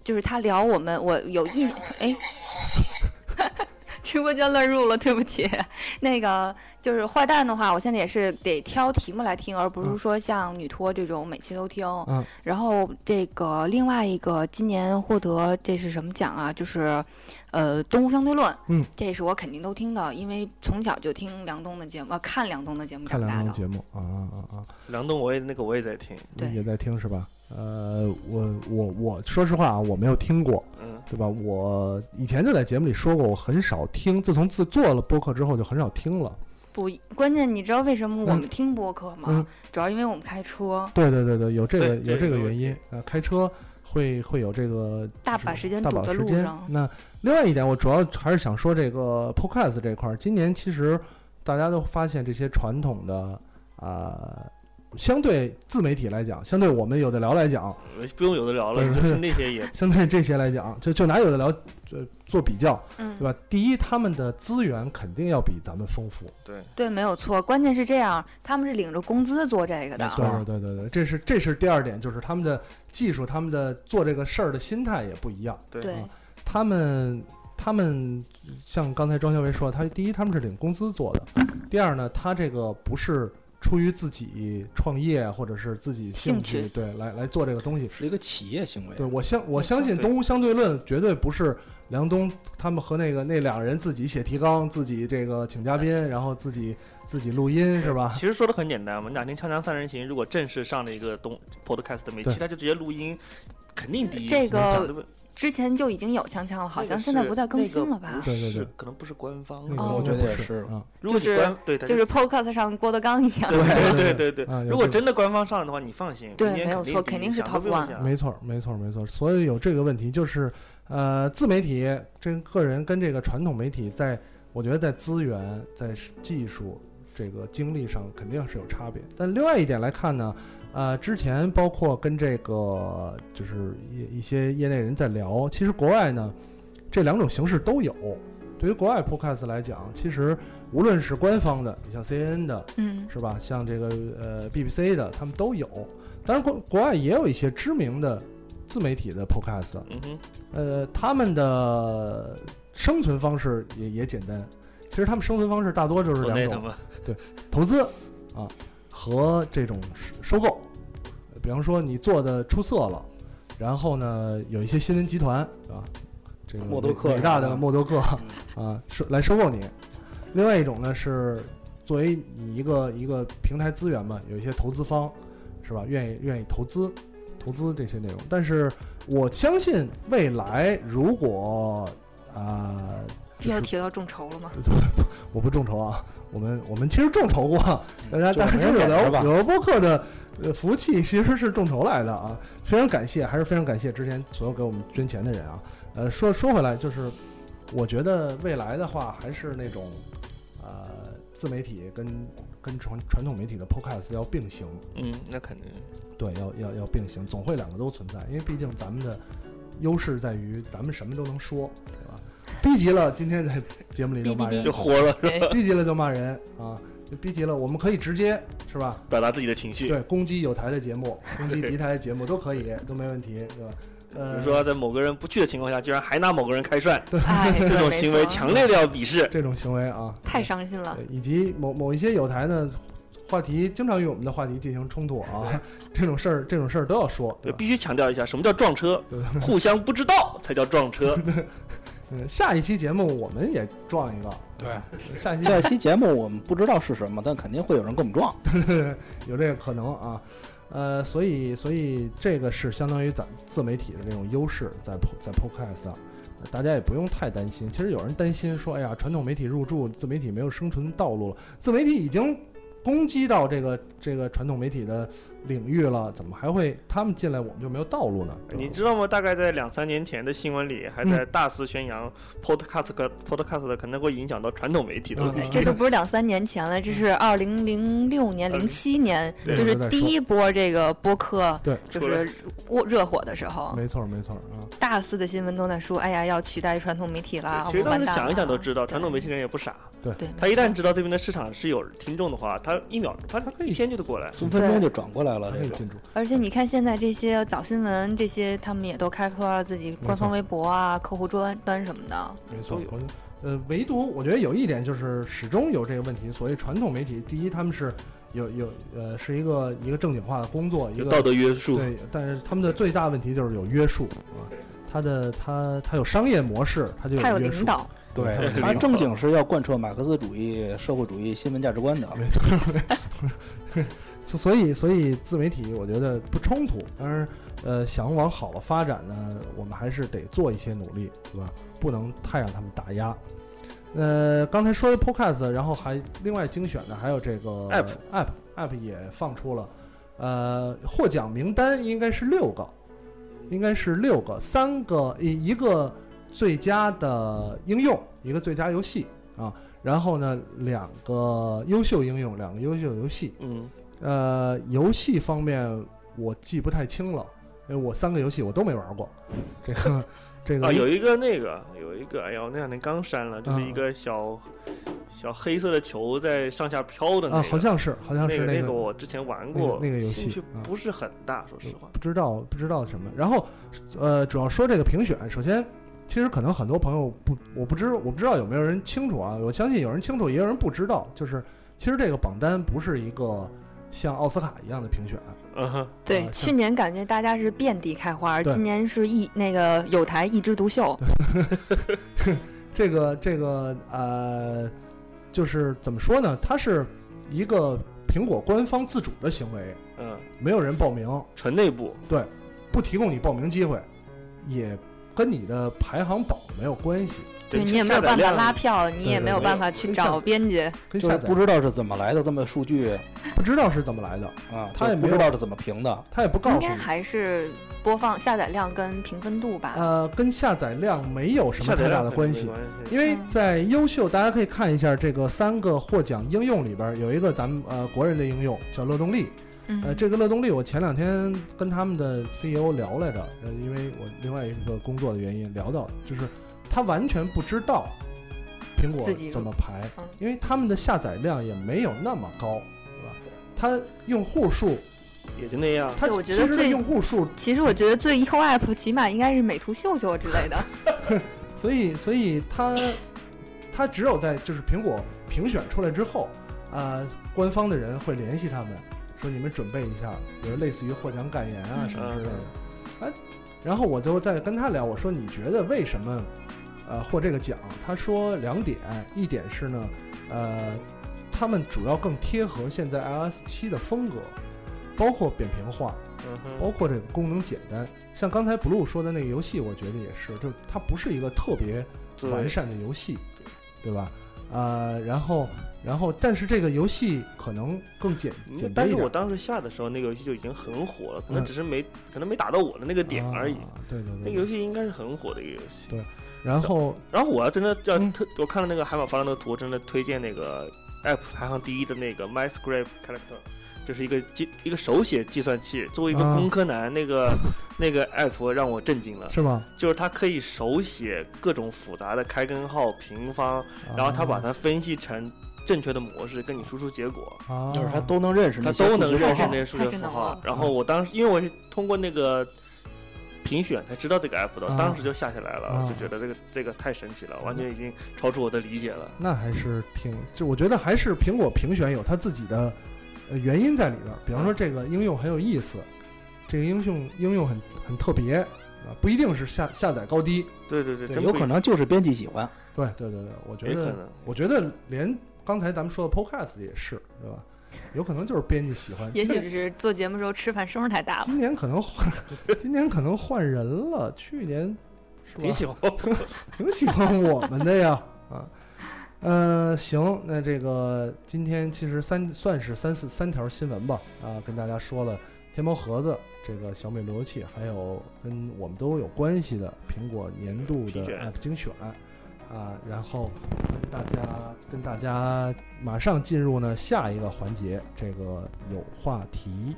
[SPEAKER 7] 就是他聊我们，我有印，哎。 直播间乱入了，对不起。那个就是坏蛋的话，我现在也是得挑题目来听，而不是
[SPEAKER 4] 嗯
[SPEAKER 7] 说像女托这种每期都听。
[SPEAKER 4] 嗯
[SPEAKER 7] 然后这个另外一个今年获得这是什么奖啊？就是呃《东吴相对论》，
[SPEAKER 4] 嗯，
[SPEAKER 7] 这是我肯定都听的，因为从小就听梁冬的节目，呃看梁冬的节目
[SPEAKER 4] 看
[SPEAKER 7] 长大
[SPEAKER 4] 两档
[SPEAKER 7] 的。
[SPEAKER 4] 节目啊啊啊啊！
[SPEAKER 6] 梁栋我也那个我也在听，
[SPEAKER 7] 对
[SPEAKER 4] 也在听是吧？呃，我我我说实话啊，我没有听过，
[SPEAKER 6] 嗯，
[SPEAKER 4] 对吧？我以前就在节目里说过，我很少听。自从自做了播客之后，就很少听了。
[SPEAKER 7] 不，关键你知道为什么我们听播客吗？
[SPEAKER 4] 嗯
[SPEAKER 7] 主要因为我们开车，
[SPEAKER 4] 对对对对，有这个
[SPEAKER 6] 对
[SPEAKER 4] 有这
[SPEAKER 6] 这
[SPEAKER 4] 个
[SPEAKER 6] 个
[SPEAKER 4] 原因。呃，开车会会有这个
[SPEAKER 7] 大
[SPEAKER 4] 就是
[SPEAKER 7] 把时间
[SPEAKER 4] 大
[SPEAKER 7] 堵
[SPEAKER 4] 把
[SPEAKER 7] 在
[SPEAKER 4] 时
[SPEAKER 7] 路
[SPEAKER 4] 间
[SPEAKER 7] 上。
[SPEAKER 4] 那另外一点，我主要还是想说这个 podcast 这块儿，今年其实大家都发现这些传统的啊、呃相对自媒体来讲，相对我们有的聊来讲，
[SPEAKER 6] 不用有的聊了，
[SPEAKER 4] 对
[SPEAKER 6] 就是那 些也
[SPEAKER 4] 相对这些来讲，就就拿有的聊呃做比较。
[SPEAKER 7] 嗯
[SPEAKER 4] 对，吧？第一，他们的资源肯定要比咱们丰富。
[SPEAKER 7] 对，没有错。关键是这样，他们是领着工资做这个的
[SPEAKER 5] 没，错
[SPEAKER 4] 对对对对，这是这是第二点，就是他们的技术，他们的做这个事儿的心态也不一样。
[SPEAKER 7] 对
[SPEAKER 4] 啊他们他们像刚才庄小维说，他第一他们是领工资做的，第二呢，他这个不是出于自己创业或者是自己兴
[SPEAKER 7] 兴趣
[SPEAKER 4] 对来来做这个东西。
[SPEAKER 5] 是一个企业行为
[SPEAKER 4] 对。我相我
[SPEAKER 7] 没错
[SPEAKER 4] 相信《
[SPEAKER 6] 对
[SPEAKER 4] 东吴相对论》绝对不是梁冬他们和那个那两人自己写提纲，自己这个请嘉宾，然后自己自己录音是吧？
[SPEAKER 6] 其实说的很简单嘛，你哪天《锵锵三人行》如果正式上了一个东 podcast 每期，
[SPEAKER 4] 对
[SPEAKER 6] 他就直接录音，肯定第一。
[SPEAKER 7] 这个
[SPEAKER 6] 你想对不对
[SPEAKER 7] 之前就已经有锵锵了，
[SPEAKER 6] 那
[SPEAKER 7] 好
[SPEAKER 6] 个
[SPEAKER 7] 像现在
[SPEAKER 6] 是
[SPEAKER 7] 不再更新了吧？
[SPEAKER 6] 那个不
[SPEAKER 4] 对对
[SPEAKER 6] 是
[SPEAKER 4] 对，
[SPEAKER 6] 可能不是官方
[SPEAKER 4] 那
[SPEAKER 6] 的。
[SPEAKER 4] 个
[SPEAKER 7] 哦
[SPEAKER 4] 我觉
[SPEAKER 5] 我觉
[SPEAKER 4] 得
[SPEAKER 5] 得
[SPEAKER 4] 不
[SPEAKER 5] 也
[SPEAKER 4] 是
[SPEAKER 5] 是
[SPEAKER 4] 啊，
[SPEAKER 6] 如果你
[SPEAKER 7] 就是
[SPEAKER 6] 官对，它
[SPEAKER 7] 就是 Podcast 上郭德纲一 样。
[SPEAKER 6] 对
[SPEAKER 4] 对
[SPEAKER 6] 对对对
[SPEAKER 4] 啊有
[SPEAKER 6] 对。如果
[SPEAKER 4] 这个
[SPEAKER 6] 真的官方上的话，你放心，
[SPEAKER 7] 对
[SPEAKER 6] 明年
[SPEAKER 7] 没有
[SPEAKER 6] 定
[SPEAKER 7] 错
[SPEAKER 6] 第一
[SPEAKER 7] 肯定是
[SPEAKER 6] 想都不
[SPEAKER 7] top
[SPEAKER 6] 用
[SPEAKER 7] one
[SPEAKER 6] 想
[SPEAKER 4] 啊没错没错没错。所以有这个问题就是，呃，自媒体这个个人跟这个传统媒体在，我觉得在资源、在技术、这个精力上肯定是有差别。但另外一点来看呢，呃，之前包括跟这个就是一一些业内人在聊，其实国外呢，这两种形式都有。对于国外 podcast 来讲，其实无论是官方的，你像 CNN 的，
[SPEAKER 7] 嗯，
[SPEAKER 4] 是吧？像这个呃 BBC 的，他们都有。当然国国外也有一些知名的自媒体的 podcast，
[SPEAKER 6] 嗯哼，
[SPEAKER 4] 呃，他们的生存方式也也简单。其实他们生存方式大多就是
[SPEAKER 9] 国内
[SPEAKER 4] 两
[SPEAKER 9] 的
[SPEAKER 4] 种，
[SPEAKER 9] 嘛，
[SPEAKER 4] 投资啊和这种收收购。呃比方说你做的出色了，然后呢有一些新人集团啊，这个
[SPEAKER 5] 默多克
[SPEAKER 4] 伟
[SPEAKER 5] 是吧嗯
[SPEAKER 4] 大的默多克啊收来收购你。另外一种呢是作为你一个一个平台资源嘛，有一些投资方是吧，愿意愿意投资投资这些内容。但是我相信未来如果啊、就
[SPEAKER 7] 又
[SPEAKER 4] 是
[SPEAKER 7] 提到众筹 了吗？
[SPEAKER 4] 我不众筹啊，我们我们其实众筹过，大家
[SPEAKER 5] 嗯就
[SPEAKER 4] 大家
[SPEAKER 5] 没
[SPEAKER 4] 知
[SPEAKER 5] 人
[SPEAKER 4] 道
[SPEAKER 5] 给是吧
[SPEAKER 4] 聊聊播客的呃服务器其实是众筹来的啊，非常感谢，还是非常感谢之前所有给我们捐钱的人啊。呃，说说回来，就是我觉得未来的话，还是那种呃自媒体跟跟传传统媒体的 podcast 要并行，
[SPEAKER 6] 嗯，那肯定。
[SPEAKER 4] 对，要要要并行，总会两个都存在，因为毕竟咱们的优势在于咱们什么都能说，对吧？逼急了，今天在节目里就骂人，
[SPEAKER 7] 就
[SPEAKER 6] 活了，
[SPEAKER 4] 逼急了就骂人啊，就逼急了，我们可以直接是吧？
[SPEAKER 6] 表达自己的情绪。
[SPEAKER 4] 对，攻击有台的节 目，攻击敌台的节目都可以，都没问题，对吧？
[SPEAKER 6] 比
[SPEAKER 4] 呃，
[SPEAKER 6] 如说，在某个人不去的情况下，居然还拿某个人开涮，
[SPEAKER 7] 哎，对
[SPEAKER 6] 这种
[SPEAKER 7] 没
[SPEAKER 6] 行为
[SPEAKER 7] 错
[SPEAKER 6] 强烈的要鄙视。
[SPEAKER 4] 这种行为啊，
[SPEAKER 7] 太伤心了
[SPEAKER 4] 对。以及某某一些有台呢，话题经常与我们的话题进行冲突啊，这种事儿这种事儿都要说，
[SPEAKER 6] 对，
[SPEAKER 4] 对吧？
[SPEAKER 6] 必须强调一下，什么叫撞车
[SPEAKER 4] 对？
[SPEAKER 6] 互相不知道才叫撞车。
[SPEAKER 4] 嗯，下一期节目我们也撞一个，
[SPEAKER 1] 对，
[SPEAKER 4] 下一期
[SPEAKER 5] 这期节目我们不知道是什么，但肯定会有人给我们撞。
[SPEAKER 4] 有这个可能啊。呃，所以所以这个是相当于咱自媒体的这种优势在 po- 在 Podcast 上、呃大家也不用太担心。其实有人担心说，哎呀，传统媒体入驻，自媒体没有生存道路了，自媒体已经攻击到这个这个传统媒体的领域了，怎么还会他们进来我们就没有道路呢？对吧
[SPEAKER 6] 你知道吗？大概在两三年前的新闻里，还在大肆宣扬 podcast 可 podcast 可能会影响到传统媒体的问
[SPEAKER 7] 哎
[SPEAKER 6] 题。
[SPEAKER 7] 这都不是两三年前了，这是二零零六年、零七年，
[SPEAKER 6] 对
[SPEAKER 7] 就是
[SPEAKER 4] 我在
[SPEAKER 7] 第一波这个播客，
[SPEAKER 4] 对
[SPEAKER 7] 就是热热火的时候，
[SPEAKER 4] 没错没错啊，
[SPEAKER 7] 大肆的新闻都在说，哎呀，要取代传统媒体啦，
[SPEAKER 6] 对其实
[SPEAKER 7] 啊我
[SPEAKER 6] 当
[SPEAKER 7] 们
[SPEAKER 6] 时
[SPEAKER 7] 完蛋
[SPEAKER 6] 想一想
[SPEAKER 7] 了
[SPEAKER 6] 都知道，
[SPEAKER 7] 对
[SPEAKER 6] 传统媒体人也不傻，
[SPEAKER 7] 对，
[SPEAKER 6] 他一旦
[SPEAKER 7] 没错
[SPEAKER 6] 知道这边的市场是有听众的话，他一秒他他可以一天就得过来。
[SPEAKER 5] 分分钟就转过来了，
[SPEAKER 4] 可以
[SPEAKER 5] 这种
[SPEAKER 4] 进驻。
[SPEAKER 7] 而且你看现在这些早新闻，这些他们也都开发了自己官方微博啊、客户端端什么的，
[SPEAKER 4] 没错
[SPEAKER 6] 都有，
[SPEAKER 4] 我觉得呃，唯独我觉得有一点就是始终有这个问题，所谓传统媒体，第一他们是有有呃是一个一个正经化的工作，一
[SPEAKER 6] 有
[SPEAKER 4] 个
[SPEAKER 6] 道德约束，
[SPEAKER 4] 对，但是他们的最大问题就是有约束啊，他的他他有商业模式，他就
[SPEAKER 7] 他有
[SPEAKER 4] 约
[SPEAKER 7] 领
[SPEAKER 4] 束，
[SPEAKER 7] 导，
[SPEAKER 4] 对
[SPEAKER 6] 对
[SPEAKER 4] 他
[SPEAKER 5] 他正经是要贯彻马克思主义社会主义新闻价值观的。
[SPEAKER 4] 没错。所以，所以自媒体我觉得不冲突，但是，呃，想往好了发展呢，我们还是得做一些努力，对吧？不能太让他们打压。呃，刚才说的 Podcast，然后还另外精选的还有这个
[SPEAKER 6] App
[SPEAKER 4] App App 也放出了，呃，获奖名单应该是六个，应该是六个，三个一一个最佳的应用，一个最佳游戏啊，然后呢，两个优秀应用，两个优秀游戏。
[SPEAKER 6] 嗯，
[SPEAKER 4] 呃，游戏方面我记不太清了，因为我三个游戏我都没玩过。这个，这个
[SPEAKER 6] 啊，有一个那个有一个，哎呀，我那两天刚删了，
[SPEAKER 4] 啊
[SPEAKER 6] 就是一个小小黑色的球在上下飘的那
[SPEAKER 4] 啊，
[SPEAKER 6] 个，
[SPEAKER 4] 好像是，好像
[SPEAKER 6] 那
[SPEAKER 4] 是
[SPEAKER 6] 个那
[SPEAKER 4] 个，
[SPEAKER 6] 我之前玩
[SPEAKER 4] 那个
[SPEAKER 6] 过，
[SPEAKER 4] 那个游戏
[SPEAKER 6] 兴趣
[SPEAKER 4] 啊
[SPEAKER 6] 不是很大，说实话。
[SPEAKER 4] 不知道不知道什么。然后，呃，主要说这个评选，首先，其实可能很多朋友不，我不知我不知道有没有人清楚啊，我相信有人清楚，也有人不知道。就是其实这个榜单不是一个像奥斯卡一样的评选，
[SPEAKER 6] 嗯哼，
[SPEAKER 7] 对
[SPEAKER 4] 啊，
[SPEAKER 7] 去年感觉大家是遍地开花，
[SPEAKER 4] 对
[SPEAKER 7] 今年是一那个有台一枝 独秀，
[SPEAKER 4] 这个这个呃，就是怎么说呢？它是一个苹果官方自主的行为，
[SPEAKER 6] 嗯，
[SPEAKER 4] 没有人报名，
[SPEAKER 6] 纯内部，
[SPEAKER 4] 不提供你报名机会，也跟你的排行榜没有关系，
[SPEAKER 7] 对你
[SPEAKER 6] 下
[SPEAKER 7] 也没有
[SPEAKER 6] 载
[SPEAKER 7] 办法
[SPEAKER 6] 量
[SPEAKER 7] 拉票，你
[SPEAKER 4] 对
[SPEAKER 7] 也
[SPEAKER 4] 对
[SPEAKER 7] 没有
[SPEAKER 4] 对
[SPEAKER 7] 办法去
[SPEAKER 4] 跟
[SPEAKER 7] 找
[SPEAKER 4] 上
[SPEAKER 7] 编辑，
[SPEAKER 4] 跟
[SPEAKER 5] 就
[SPEAKER 4] 下
[SPEAKER 5] 是
[SPEAKER 4] 载
[SPEAKER 5] 不知道是怎么来的这么数据
[SPEAKER 4] 不知道是怎么来的，
[SPEAKER 5] 啊，
[SPEAKER 4] 他
[SPEAKER 5] 就
[SPEAKER 4] 也
[SPEAKER 5] 不
[SPEAKER 4] 没有
[SPEAKER 5] 知道是怎么评
[SPEAKER 6] 哦
[SPEAKER 5] 的。
[SPEAKER 4] 他也不告
[SPEAKER 7] 应
[SPEAKER 4] 诉你
[SPEAKER 7] 该。还是播放下载量跟评分度吧。
[SPEAKER 4] 呃，跟下载量没有什么
[SPEAKER 6] 下
[SPEAKER 4] 太
[SPEAKER 6] 载
[SPEAKER 4] 大
[SPEAKER 6] 量
[SPEAKER 4] 的
[SPEAKER 6] 可能
[SPEAKER 4] 关
[SPEAKER 6] 没
[SPEAKER 4] 系，
[SPEAKER 6] 系。
[SPEAKER 4] 因为在优秀，大家可以看一下这个三个获奖应用里边儿有一个咱们呃国人的应用叫乐动力，
[SPEAKER 7] 嗯，
[SPEAKER 4] 呃，这个乐动力我前两天跟他们的 CEO 聊来着，呃，因为我另外一个工作的原因聊到，就是他完全不知道苹果
[SPEAKER 7] 自己
[SPEAKER 4] 怎么排
[SPEAKER 7] 嗯，
[SPEAKER 4] 因为他们的下载量也没有那么高，对吧？它用户数，
[SPEAKER 6] 也就那样。
[SPEAKER 4] 它
[SPEAKER 7] 对我
[SPEAKER 4] 其
[SPEAKER 7] 觉得
[SPEAKER 4] 实的
[SPEAKER 7] 最
[SPEAKER 4] 用户数
[SPEAKER 7] 其实我觉得最优 app 起码应该是美图秀秀之类的，
[SPEAKER 4] 所以所以它它只有在就是苹果评选出来之后，啊、官方的人会联系他们，说你们准备一下，比如类似于获奖感言啊什么之类的，啊，然后我就在跟他聊，我说你觉得为什么呃获这个奖？他说两点，一点是呢，呃，他们主要更贴合现在 iOS 七的风格，包括扁平化，
[SPEAKER 6] 嗯
[SPEAKER 4] 包
[SPEAKER 6] 哼，
[SPEAKER 4] 括这个功能简单。像刚才 blue 说的那个游戏，我觉得也是，就是它不是一个特别完
[SPEAKER 6] 对，
[SPEAKER 4] 善的游戏，对吧？呃，然后，然后，但是这个游戏可能更简
[SPEAKER 6] 嗯
[SPEAKER 4] 简单
[SPEAKER 6] 但
[SPEAKER 4] 一
[SPEAKER 6] 是
[SPEAKER 4] 点
[SPEAKER 6] 我当时下的时候，那个游戏就已经很火了，可能
[SPEAKER 4] 嗯
[SPEAKER 6] 只是没，可能没打到我的那个点而已。
[SPEAKER 4] 啊对对
[SPEAKER 6] 那
[SPEAKER 4] 对
[SPEAKER 6] 个游戏应该是很火的一个游戏。
[SPEAKER 4] 然后
[SPEAKER 6] 然后我要真的要
[SPEAKER 4] 嗯
[SPEAKER 6] 特，我看了那个海马发的那个图，我真的推荐那个 App 排行第一的那个 MyScript Collector，就是一个计一个手写计算器。作为一个
[SPEAKER 4] 啊
[SPEAKER 6] 工科男，那个 那个 App 让我震惊了，
[SPEAKER 4] 是吗？
[SPEAKER 6] 就是它可以手写各种复杂的开根号、平方，然后它把它分析成正确的模式，跟你输出结果。
[SPEAKER 4] 啊，
[SPEAKER 5] 就是他都能认识
[SPEAKER 6] 他
[SPEAKER 5] 那些
[SPEAKER 6] 都
[SPEAKER 5] 数
[SPEAKER 6] 能
[SPEAKER 5] 值
[SPEAKER 6] 认
[SPEAKER 5] 符
[SPEAKER 6] 识
[SPEAKER 5] 号
[SPEAKER 6] 那些数学符
[SPEAKER 7] 太智能
[SPEAKER 6] 号
[SPEAKER 7] 了。
[SPEAKER 6] 然后我当时，因为我是通过那个评选才知道这个 app 的，当时就下下来了，
[SPEAKER 4] 啊
[SPEAKER 6] 我就觉得这个这个太神奇了，完全已经超出我的理解了。
[SPEAKER 4] 那还是挺，就我觉得还是苹果评选有它自己的呃原因在里边儿。比方说这个应用很有意思，这个应用应用很很特别啊，不一定是下下载高低。
[SPEAKER 6] 对对对，
[SPEAKER 4] 对
[SPEAKER 6] 真
[SPEAKER 5] 有
[SPEAKER 6] 不
[SPEAKER 5] 可能就是编辑喜欢。
[SPEAKER 4] 对对对对，我觉
[SPEAKER 6] 也可
[SPEAKER 4] 得
[SPEAKER 6] 能。
[SPEAKER 4] 我觉得连刚才咱们说的 Podcast 也是，对吧？有可能就是编辑喜欢，
[SPEAKER 7] 也许
[SPEAKER 4] 今
[SPEAKER 7] 只是做节目时候吃饭声儿太 大了。
[SPEAKER 4] 今年可能换，今年可能换人了，去年是吧
[SPEAKER 6] 挺喜欢我，
[SPEAKER 4] 挺喜欢我们的呀，啊，呃，行，那这个今天其实三算是三四三条新闻吧，啊，跟大家说了天猫盒子这个小米路由器，还有跟我们都有关系的苹果年度的
[SPEAKER 6] 精选
[SPEAKER 4] App 精选，啊，然后跟大家跟大家马上进入呢下一个环节，这个有话题。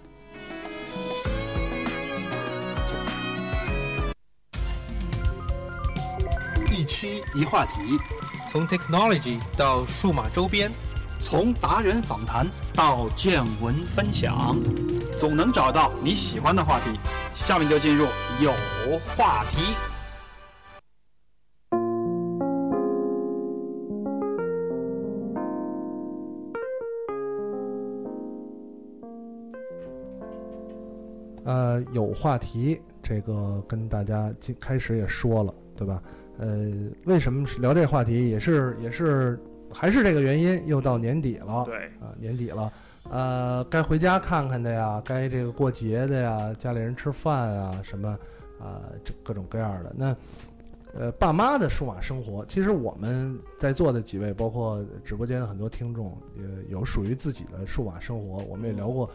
[SPEAKER 1] 一期一话题，从 technology 到数码周边，
[SPEAKER 3] 从达人访谈到见闻分享，总能找到你喜欢的话题。下面就进入有话题。
[SPEAKER 4] 呃，有话题，这个跟大家今开始也说了，对吧？呃，为什么是聊这话题，也是也是还是这个原因，又到年底了，
[SPEAKER 6] 对，
[SPEAKER 4] 啊，年底了，呃，该回家看看的呀，该这个过节的呀，家里人吃饭啊，什么啊、这各种各样的。那呃，爸妈的数码生活，其实我们在座的几位，包括直播间的很多听众，也有属于自己的数码生活，我们也聊过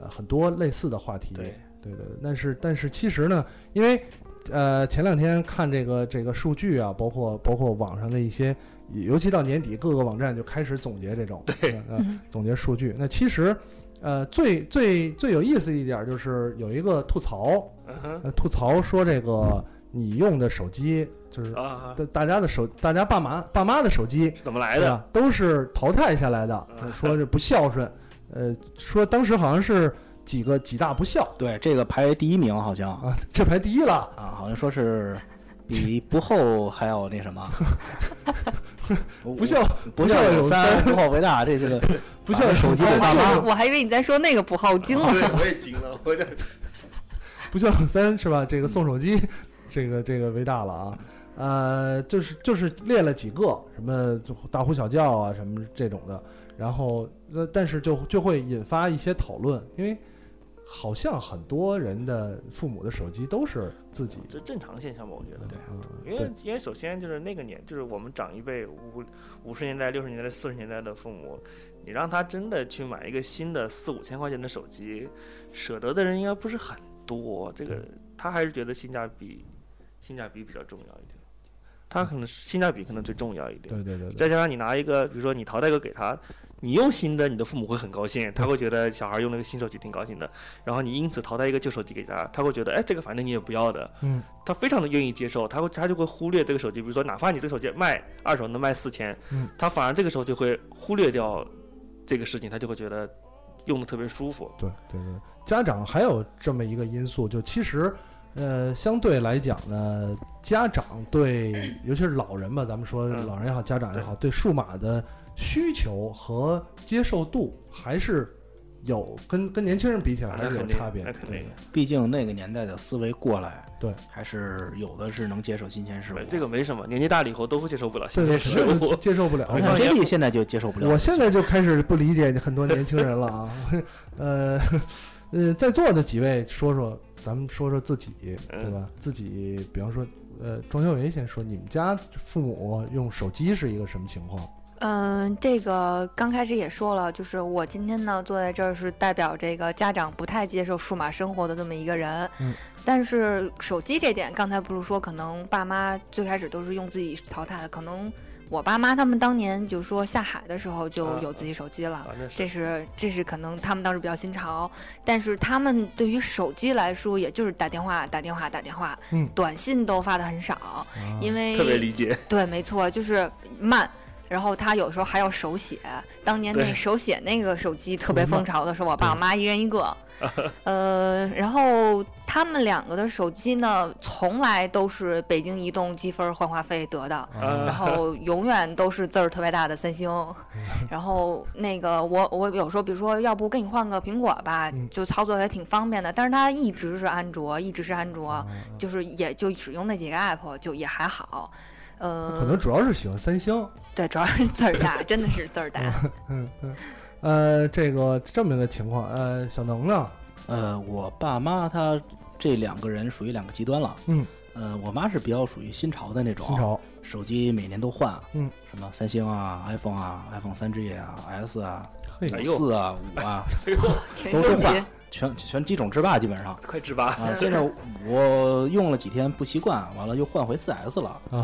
[SPEAKER 4] 呃很多类似的话题。
[SPEAKER 6] 对
[SPEAKER 4] 对对，但是但是其实呢，因为呃前两天看这个这个数据啊，包括包括网上的一些，尤其到年底各个网站就开始总结这种对、呃
[SPEAKER 7] 嗯
[SPEAKER 4] 总结数据。那其实呃最最最有意思一点就是有一个吐槽，
[SPEAKER 6] 嗯哼
[SPEAKER 4] 呃吐槽说这个你用的手机就是
[SPEAKER 6] 啊，
[SPEAKER 4] 大大家的手大家爸妈爸妈的手机
[SPEAKER 6] 是怎么来
[SPEAKER 4] 对
[SPEAKER 6] 的？
[SPEAKER 4] 吧都是啊淘汰下来的，
[SPEAKER 6] 嗯
[SPEAKER 4] 说这不孝顺，呃说当时好像是几个几大不孝。
[SPEAKER 5] 对，这个排第一名好像啊，
[SPEAKER 4] 啊，这排第一了，
[SPEAKER 5] 好像说是比不后还要那 什么。
[SPEAKER 4] 不孝
[SPEAKER 5] 不
[SPEAKER 4] 孝
[SPEAKER 5] 孝
[SPEAKER 4] 有
[SPEAKER 5] 有
[SPEAKER 4] 三
[SPEAKER 5] 三，不后为大，这这个
[SPEAKER 4] 不啊孝
[SPEAKER 5] 手机给爸妈。
[SPEAKER 7] 我还以为你在说那个不好惊了。
[SPEAKER 6] 对， 我也惊了，我这
[SPEAKER 4] 不孝有三是吧？这个送手机，这个这个为大了啊。呃，就是就是列了几个什么大呼小叫啊，什么这种的，然后呃，但是就就会引发一些讨论，因为好像很多人的父母的手机都是自己
[SPEAKER 6] 这正常现象吧，我觉得。
[SPEAKER 4] 嗯
[SPEAKER 6] 因为因为首先就是那个年，就是我们长一辈五五十年代、六十年代、四十年代的父母，你让他真的去买一个新的四五千块钱的手机，舍得的人应该不是很多。这个他还是觉得性价比性价比比较重要一点，他可能性价比可能最重要一点。
[SPEAKER 4] 对对对对，
[SPEAKER 6] 再加上你拿一个，比如说你淘汰一个给他，你用新的，你的父母会很高兴，他会觉得小孩用那个新手机挺高兴的。然后你因此淘汰一个旧手机给他，他会觉得，哎，这个反正你也不要的，
[SPEAKER 4] 嗯，
[SPEAKER 6] 他非常的愿意接受，他会他就会忽略这个手机，比如说哪怕你这个手机卖二手能卖四千，
[SPEAKER 4] 嗯，
[SPEAKER 6] 他反而这个时候就会忽略掉这个事情，他就会觉得用的特别舒服。
[SPEAKER 4] 对对对，家长还有这么一个因素，就其实，呃，相对来讲呢，家长对，尤其是老人吧，咱们说
[SPEAKER 6] 嗯
[SPEAKER 4] 老人也好，家长也好，对数码的需求和接受度还是有跟跟年轻人比起来
[SPEAKER 6] 啊
[SPEAKER 4] 还
[SPEAKER 6] 那
[SPEAKER 4] 是有
[SPEAKER 6] 肯定
[SPEAKER 4] 差别的。
[SPEAKER 6] 那肯定
[SPEAKER 5] 毕竟那个年代的思维过来，
[SPEAKER 4] 对，
[SPEAKER 5] 还是有的是能接受新鲜事物
[SPEAKER 6] 哎。这个没什么，年纪大了以后都会接受不了
[SPEAKER 4] 嗯对
[SPEAKER 6] 新
[SPEAKER 4] 对
[SPEAKER 6] 鲜事
[SPEAKER 4] 对，
[SPEAKER 6] 物。
[SPEAKER 4] 接受不了。
[SPEAKER 6] 没
[SPEAKER 5] 我
[SPEAKER 6] 放
[SPEAKER 5] 这
[SPEAKER 6] 烟
[SPEAKER 5] 里
[SPEAKER 6] 火
[SPEAKER 5] 现在就接受不了。
[SPEAKER 4] 我现在就开始不理解很多年轻人了啊。呃，呃，在座的几位说说，咱们说说自己，
[SPEAKER 6] 嗯
[SPEAKER 4] 对吧？自己，比方说，呃，庄小维先说，你们家父母用手机是一个什么情况？
[SPEAKER 7] 嗯，这个刚开始也说了，就是我今天呢坐在这儿是代表这个家长不太接受数码生活的这么一个人。
[SPEAKER 4] 嗯。
[SPEAKER 7] 但是手机这点，刚才不是说可能爸妈最开始都是用自己淘汰的，可能我爸妈他们当年就说下海的时候就
[SPEAKER 4] 嗯
[SPEAKER 6] 啊
[SPEAKER 7] 有自己手机了。
[SPEAKER 6] 啊，那是
[SPEAKER 7] 这是这是可能他们当时比较新潮，但是他们对于手机来说，也就是打电话、打电话、打电话，
[SPEAKER 4] 嗯
[SPEAKER 7] 短信都发的很少，因为
[SPEAKER 6] 特别理解。
[SPEAKER 7] 对，没错，就是慢。然后他有时候还要手写，当年那
[SPEAKER 6] 对
[SPEAKER 7] 手写那个手机特别
[SPEAKER 4] 多慢
[SPEAKER 7] 风潮的时候，我爸我妈一人一个。呃，然后他们两个的手机呢，从来都是北京移动积分换话费得的。然
[SPEAKER 6] 啊，
[SPEAKER 7] 后永远都是字儿特别大的三星，然后那个我我有时候比如说，要不给你换个苹果吧
[SPEAKER 4] 嗯，
[SPEAKER 7] 就操作也挺方便的。但是它一直是安卓，一直是安
[SPEAKER 4] 哦
[SPEAKER 7] 卓，就是也就只用那几个 app，就也还好。呃，
[SPEAKER 4] 啊可能主要是喜欢三星。
[SPEAKER 7] 对，主要是字儿大，真的是字儿大。
[SPEAKER 4] 嗯嗯，呃，这个这么一个情况，呃，小能呢？
[SPEAKER 5] 呃，我爸妈他这两个人属于两个极端了。
[SPEAKER 4] 嗯，
[SPEAKER 5] 呃，我妈是比较属于新潮的那种，
[SPEAKER 4] 新潮，
[SPEAKER 5] 手机每年都换，
[SPEAKER 4] 嗯，
[SPEAKER 5] 什么三星啊、iPhone 啊、iPhone 三 G 啊、S 啊、
[SPEAKER 4] 嘿，
[SPEAKER 6] 哎
[SPEAKER 5] 五
[SPEAKER 6] 呦
[SPEAKER 5] 四啊、五啊，
[SPEAKER 7] 情
[SPEAKER 5] 都
[SPEAKER 7] 人
[SPEAKER 5] 是吧
[SPEAKER 7] 节，
[SPEAKER 5] 全全几种制霸基本上。
[SPEAKER 6] 快值吧！
[SPEAKER 5] 啊，所以呢，我用了几天不习惯，完了又换回 4S 了，完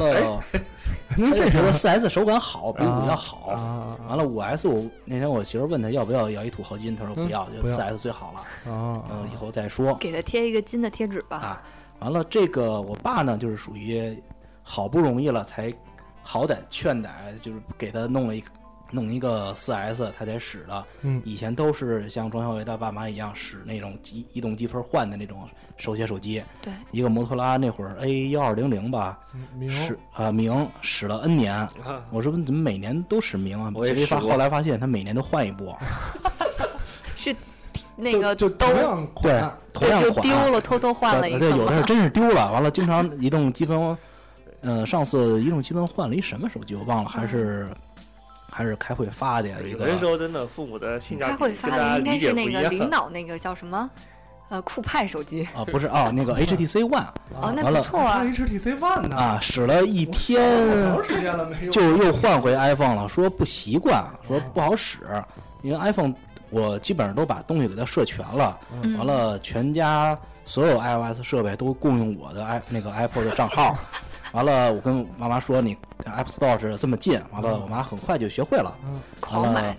[SPEAKER 5] 了哎
[SPEAKER 4] 您
[SPEAKER 5] 这
[SPEAKER 4] 这
[SPEAKER 5] 觉
[SPEAKER 4] 是
[SPEAKER 5] 得 4S 手感好，比五要好。
[SPEAKER 4] 啊
[SPEAKER 5] 完了，五 S 我那天我媳妇儿问他要不要要一土豪金，他说不要，
[SPEAKER 4] 嗯
[SPEAKER 5] 就
[SPEAKER 4] 不要
[SPEAKER 5] 4S 最好了，
[SPEAKER 4] 啊
[SPEAKER 5] 嗯、
[SPEAKER 4] 啊
[SPEAKER 5] 以后再说。
[SPEAKER 7] 给他贴一个金的贴纸吧。
[SPEAKER 5] 啊完了，这个我爸呢，就是属于好不容易了才好歹劝歹，就是给他弄了一弄一个 4S，他才使的。
[SPEAKER 4] 嗯
[SPEAKER 5] 以前都是像庄小伟他爸妈一样使那种机移动积分换的那种手写手机，
[SPEAKER 7] 对，
[SPEAKER 5] 一个摩托罗拉那会儿 A 幺二零零吧，
[SPEAKER 4] 嗯，明
[SPEAKER 5] 使啊、明使了 N 年。
[SPEAKER 6] 啊
[SPEAKER 5] 我说怎么每年都使明啊？
[SPEAKER 6] 我也
[SPEAKER 5] 其实发
[SPEAKER 6] 使过
[SPEAKER 5] 后来发现他每年都换一部，
[SPEAKER 7] 那个
[SPEAKER 4] 就
[SPEAKER 7] 都
[SPEAKER 4] 就同样
[SPEAKER 5] 对
[SPEAKER 4] 款，，
[SPEAKER 5] 同样
[SPEAKER 7] 就
[SPEAKER 5] 款
[SPEAKER 7] 丢了，偷偷换了一
[SPEAKER 5] 呃对，
[SPEAKER 7] 个
[SPEAKER 5] 有
[SPEAKER 7] 嘛。
[SPEAKER 5] 的是真是丢了，完了经常移动积分，呃，上次移动积分换了一哎什么手机我忘了，还是还是开会发的呀一
[SPEAKER 6] 有
[SPEAKER 5] 个
[SPEAKER 6] 的时候真的父母的性价
[SPEAKER 7] 他
[SPEAKER 6] 比
[SPEAKER 7] 会
[SPEAKER 6] 跟
[SPEAKER 7] 发
[SPEAKER 6] 大
[SPEAKER 7] 的
[SPEAKER 6] 家
[SPEAKER 7] 应该
[SPEAKER 6] 理
[SPEAKER 7] 是
[SPEAKER 6] 解不
[SPEAKER 7] 那
[SPEAKER 6] 一
[SPEAKER 7] 个
[SPEAKER 6] 样。
[SPEAKER 7] 领导那个叫什么，呃，酷派手机。
[SPEAKER 5] 啊，不是啊，那个 HTC One
[SPEAKER 7] 哦，那
[SPEAKER 5] 完
[SPEAKER 7] 不
[SPEAKER 5] 了
[SPEAKER 7] 错啊。
[SPEAKER 4] HTC One 呢？
[SPEAKER 5] 啊，使了 一
[SPEAKER 4] 啊好
[SPEAKER 5] 天
[SPEAKER 4] 长时间了没用。
[SPEAKER 5] 就又换回 iPhone 了，说不习惯，说不好使，因为 iPhone 我基本上都把东西给它设全了，
[SPEAKER 7] 嗯
[SPEAKER 5] 完，了全家所有 iOS 设备都共用我的 i 那个 Apple 的账号。完了，我跟妈妈说你 App Store 是这么进，完了我妈很快就学会了，
[SPEAKER 7] 狂
[SPEAKER 5] 完
[SPEAKER 7] 买
[SPEAKER 5] 了。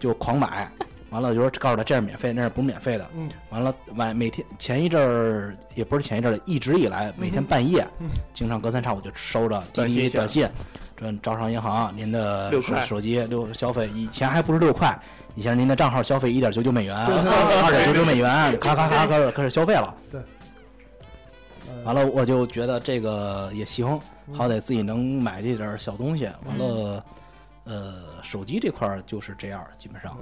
[SPEAKER 5] 就狂买。完了，就说告诉他这是免费，那是不是免费的。
[SPEAKER 4] 嗯，
[SPEAKER 5] 完了买每天前一阵儿也不是前一阵儿，一直以来每天半夜，经常隔三差五就收着滴
[SPEAKER 6] 短
[SPEAKER 5] 滴
[SPEAKER 6] 信
[SPEAKER 5] 短信，这招商银行您的
[SPEAKER 6] 六
[SPEAKER 5] 手
[SPEAKER 6] 块
[SPEAKER 5] 手机六消费，以前还不是六块，以前您的账号消费一点九九美元，二点九九美元，咔咔咔开始开始消费了。完
[SPEAKER 4] 了，
[SPEAKER 5] 了，我就觉得这个也行，好歹自己能买这点儿小东西。完了，呃，手机这块儿就是这样，基本上。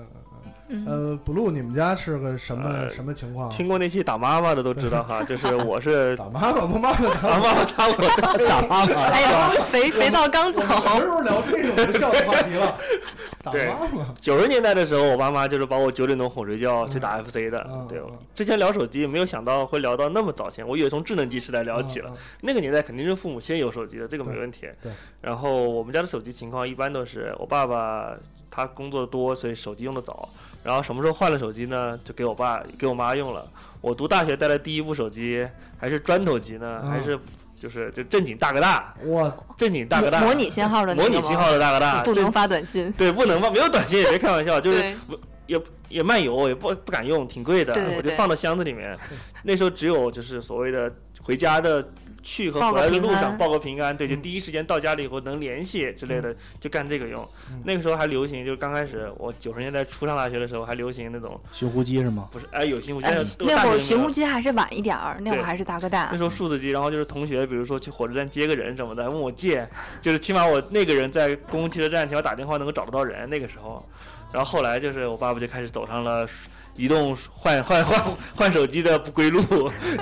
[SPEAKER 7] 嗯，
[SPEAKER 4] 呃，blue，你们家是个什么
[SPEAKER 6] 呃
[SPEAKER 4] 什么情况？
[SPEAKER 6] 听过那期打妈妈的都知道哈， 就是我是
[SPEAKER 4] 打妈妈不妈妈打
[SPEAKER 6] 打妈妈 打我，
[SPEAKER 5] 打妈妈，
[SPEAKER 7] 哎呀，肥肥皂刚走，
[SPEAKER 4] 什么时候聊这种不孝的话题了？ 打
[SPEAKER 6] 对
[SPEAKER 4] 妈妈，
[SPEAKER 6] 九十年代的时候，我爸妈就是把我九点钟哄睡觉去打 FC 的
[SPEAKER 4] 嗯。
[SPEAKER 6] 对
[SPEAKER 4] 嗯，
[SPEAKER 6] 之前聊手机，没有想到会聊到那么早前，我以为从智能机时代聊起了。
[SPEAKER 4] 嗯。
[SPEAKER 6] 那个年代肯定是父母先有手机的，这个没问题。
[SPEAKER 4] 对对
[SPEAKER 6] 然后我们家的手机情况一般都是我爸爸他工作的多，所以手机用的早。然后什么时候换了手机呢？就给我爸给我妈用了。我读大学带来第一部手机还是砖头机呢，
[SPEAKER 4] 嗯
[SPEAKER 6] 还是就是就正经大哥大，
[SPEAKER 4] 嗯我
[SPEAKER 6] 正经大哥大
[SPEAKER 7] 模模拟信号的那
[SPEAKER 6] 模
[SPEAKER 7] 个
[SPEAKER 6] 拟
[SPEAKER 7] 吗
[SPEAKER 6] 信号的大哥大，
[SPEAKER 7] 不
[SPEAKER 6] 正
[SPEAKER 7] 能发短信。
[SPEAKER 6] 对不能吧？没有短信也别开玩 笑，就是
[SPEAKER 7] 对，
[SPEAKER 6] 也漫游，也不不敢用，挺贵的，
[SPEAKER 7] 对对
[SPEAKER 6] 我就
[SPEAKER 7] 对
[SPEAKER 6] 放到箱子里面。那时候只有就是所谓的回家的去和
[SPEAKER 7] 报
[SPEAKER 6] 回
[SPEAKER 7] 个
[SPEAKER 6] 来的
[SPEAKER 7] 平
[SPEAKER 6] 路上
[SPEAKER 7] 安嗯
[SPEAKER 6] 报个平安，对，就
[SPEAKER 4] 嗯
[SPEAKER 6] 第一时间到家了以后能联系之类的，就干这个用
[SPEAKER 4] 嗯。
[SPEAKER 6] 那个时候还流行，就是刚开始我九十年代初上大学的时候还流行那种
[SPEAKER 5] 寻呼机是吗？
[SPEAKER 6] 不是哎有寻呼机，
[SPEAKER 7] 呃
[SPEAKER 6] 现在都
[SPEAKER 7] 那
[SPEAKER 6] 大
[SPEAKER 7] 会儿
[SPEAKER 6] 学
[SPEAKER 7] 寻
[SPEAKER 6] 没有
[SPEAKER 7] 呼机还是晚一点儿，那会儿
[SPEAKER 6] 对
[SPEAKER 7] 还是大哥
[SPEAKER 4] 啊
[SPEAKER 6] 那
[SPEAKER 7] 大
[SPEAKER 6] 时。候数字机，然后就是同学，比如说去火车站接个人什么的，还问我借，就是起码我那个人在公共汽车站起码打电话能够找得到人。那个时候，然后后来就是我爸爸就开始走上了移动换换换换手机的不归路，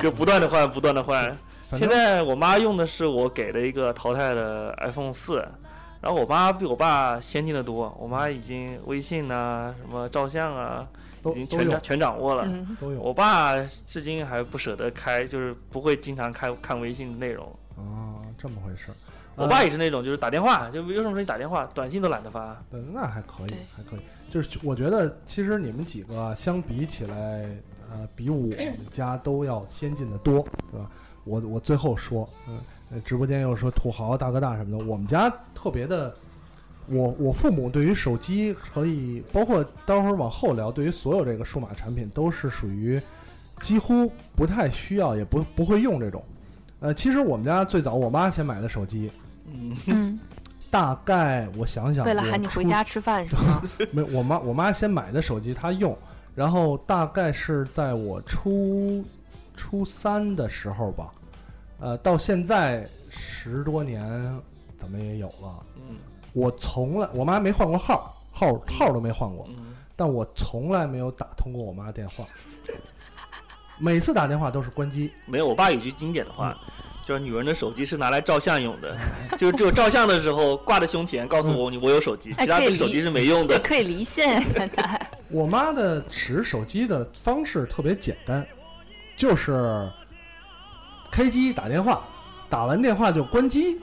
[SPEAKER 6] 就不断的换，不断的换。
[SPEAKER 4] 反
[SPEAKER 6] 现
[SPEAKER 4] 正
[SPEAKER 6] 在我妈用的是我给的一个淘汰的 iPhone 四，然后我妈比我爸先进的多，我妈已经微信呐、什么照相啊，
[SPEAKER 4] 都
[SPEAKER 6] 已经
[SPEAKER 4] 都
[SPEAKER 6] 全掌
[SPEAKER 4] 有
[SPEAKER 6] 全掌握了。
[SPEAKER 7] 嗯，
[SPEAKER 4] 都有
[SPEAKER 6] 我爸至今还不舍得开，就是不会经常开看微信的内容。
[SPEAKER 4] 啊，这么回事。
[SPEAKER 6] 我爸也是那种，就是打电话，就有什么事情打电话，短信都懒得发。
[SPEAKER 4] 对，嗯那还可以
[SPEAKER 7] 对，
[SPEAKER 4] 还可以。就是我觉得，其实你们几个啊相比起来，呃，比我们家都要先进的多，对吧？我我最后说，嗯、呃，直播间又说土豪大哥大什么的，我们家特别的，我我父母对于手机可以，包括待会儿往后聊，对于所有这个数码产品都是属于几乎不太需要，也不不会用这种。呃，其实我们家最早我妈先买的手机，
[SPEAKER 6] 嗯，
[SPEAKER 7] 嗯，
[SPEAKER 4] 大概我想想，
[SPEAKER 7] 为了喊你回家吃饭是吗？
[SPEAKER 4] 没，我妈我妈先买的手机她用，然后大概是在我初初三的时候吧，呃，到现在十多年，怎么也有了。
[SPEAKER 6] 嗯
[SPEAKER 4] 我从来我妈没换过号，号号都没换过，
[SPEAKER 6] 嗯，
[SPEAKER 4] 但我从来没有打通过我妈电话，每次打电话都是关机。
[SPEAKER 6] 没有，我爸有句经典的话，就是女人的手机是拿来照相用的， 就是只有照相的时候挂在胸前，告诉我你我有手机，
[SPEAKER 7] 哎
[SPEAKER 6] 其他
[SPEAKER 7] 可以
[SPEAKER 6] 的
[SPEAKER 7] 理
[SPEAKER 6] 手机是没用的。
[SPEAKER 7] 可以离线呀，现在。
[SPEAKER 4] 我妈的使手机的方式特别简单，就是开机打电话，打完电话就关机，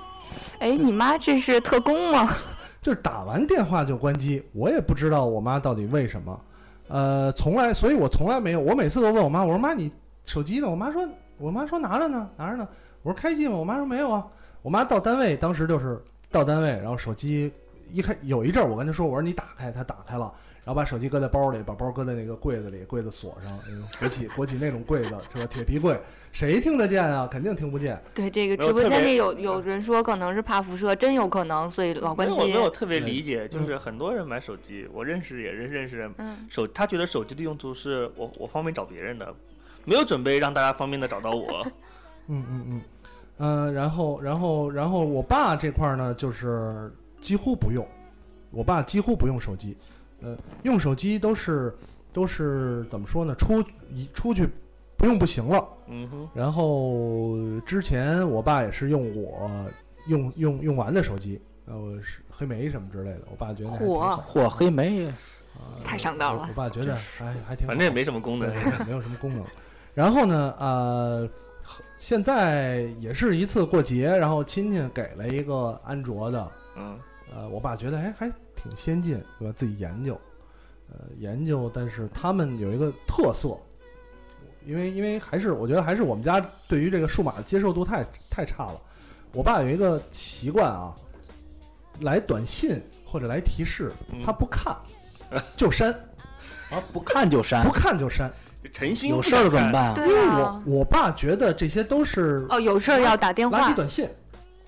[SPEAKER 7] 哎，你妈这是特工吗？
[SPEAKER 4] 就是打完电话就关机，我也不知道我妈到底为什么，呃，从来，所以我从来没有，我每次都问我妈，我说妈你手机呢？我妈说，我妈说拿着呢，拿着呢。我说开机吗？我妈说没有啊。我妈到单位，当时就是到单位，然后手机一开，有一阵儿我跟她说，我说你打开，她打开了。然后把手机搁在包里，把包搁在那个柜子里，柜子锁上，那种国企国企那种柜子是吧？铁皮柜，谁听得见啊？肯定听不见。
[SPEAKER 7] 对，这个
[SPEAKER 6] 没有
[SPEAKER 7] 直播
[SPEAKER 6] 特
[SPEAKER 7] 间
[SPEAKER 6] 别
[SPEAKER 7] 里有有人说可能是怕辐射，真有可能，所以老
[SPEAKER 6] 没
[SPEAKER 7] 关
[SPEAKER 6] 有，我没
[SPEAKER 7] 机。
[SPEAKER 6] 有特别理解，就是很多人买手机，我认识也认认识人
[SPEAKER 7] 嗯，
[SPEAKER 6] 手，他觉得手机的用途是我我方便找别人的，没有准备让大家方便的找到我。
[SPEAKER 4] 嗯嗯嗯，呃，然后然后然后我爸这块儿呢，就是几乎不用，我爸几乎不用手机，呃，用手机都是都是怎么说呢？出一出去不用不行了。
[SPEAKER 6] 嗯哼，
[SPEAKER 4] 然后之前我爸也是用我用用用完的手机，呃，我是黑莓什么之类的，我爸觉得那还挺好
[SPEAKER 7] 嚯
[SPEAKER 5] 嚯，黑莓
[SPEAKER 7] 太上道
[SPEAKER 4] 我
[SPEAKER 7] 了
[SPEAKER 4] 我爸觉得还还挺好，
[SPEAKER 6] 反正也没什么功能。
[SPEAKER 4] 对，没有什么功能。然后呢，呃，现在也是一次过节，然后亲戚给了一个安卓的，
[SPEAKER 6] 嗯，
[SPEAKER 4] 呃，我爸觉得哎还挺先进，对吧？自己研究，呃，研究，但是他们有一个特色，因为因为还是我觉得还是我们家对于这个数码的接受度太太差了。我爸有一个习惯啊，来短信或者来提示，嗯
[SPEAKER 6] 嗯
[SPEAKER 4] 他不 看就删，
[SPEAKER 5] 啊，不看就删
[SPEAKER 4] 不，看就删。
[SPEAKER 6] 诚心
[SPEAKER 5] 有事儿怎么？办啊？
[SPEAKER 4] 因
[SPEAKER 7] 对
[SPEAKER 4] 为
[SPEAKER 7] 啊
[SPEAKER 4] 我。我爸觉得这些都是
[SPEAKER 7] 哦，有事儿要打电
[SPEAKER 4] 垃
[SPEAKER 7] 话
[SPEAKER 4] 圾。短哦信，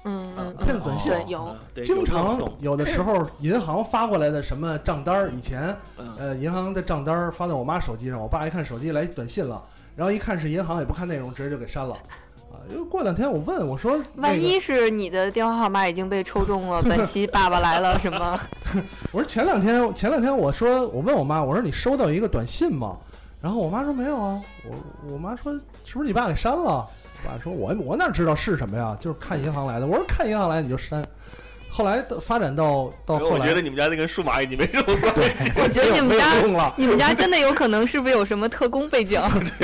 [SPEAKER 7] 嗯嗯
[SPEAKER 4] 骗子短信，
[SPEAKER 7] 对，有。
[SPEAKER 4] 经常有的时候银行发过来的什么账单儿，以前
[SPEAKER 6] 嗯
[SPEAKER 4] 呃银行的账单儿发到我妈手机上，我爸一看手机来短信了，然后一看是银行也不看内容，直接就给删了。啊，因为过两天我问我说，
[SPEAKER 7] 万
[SPEAKER 4] 那个
[SPEAKER 7] 一是你的电话号码已经被抽中了，本期爸爸来了什么？
[SPEAKER 4] 我说前两天前两天我说我问我妈，我说你收到一个短信吗？然后我妈说没有啊，我我妈说是不是你爸给删了？我爸说我我哪知道是什么呀，就是看银行来的。我说看银行来你就删。后来到发展到到后
[SPEAKER 6] 我
[SPEAKER 4] 来，
[SPEAKER 6] 觉得你们家那跟数码已经没什么关系。
[SPEAKER 7] 我觉得你 们
[SPEAKER 5] 没有
[SPEAKER 7] 家
[SPEAKER 5] 用了，
[SPEAKER 7] 你们家真的有可能是不是有什么特工背景？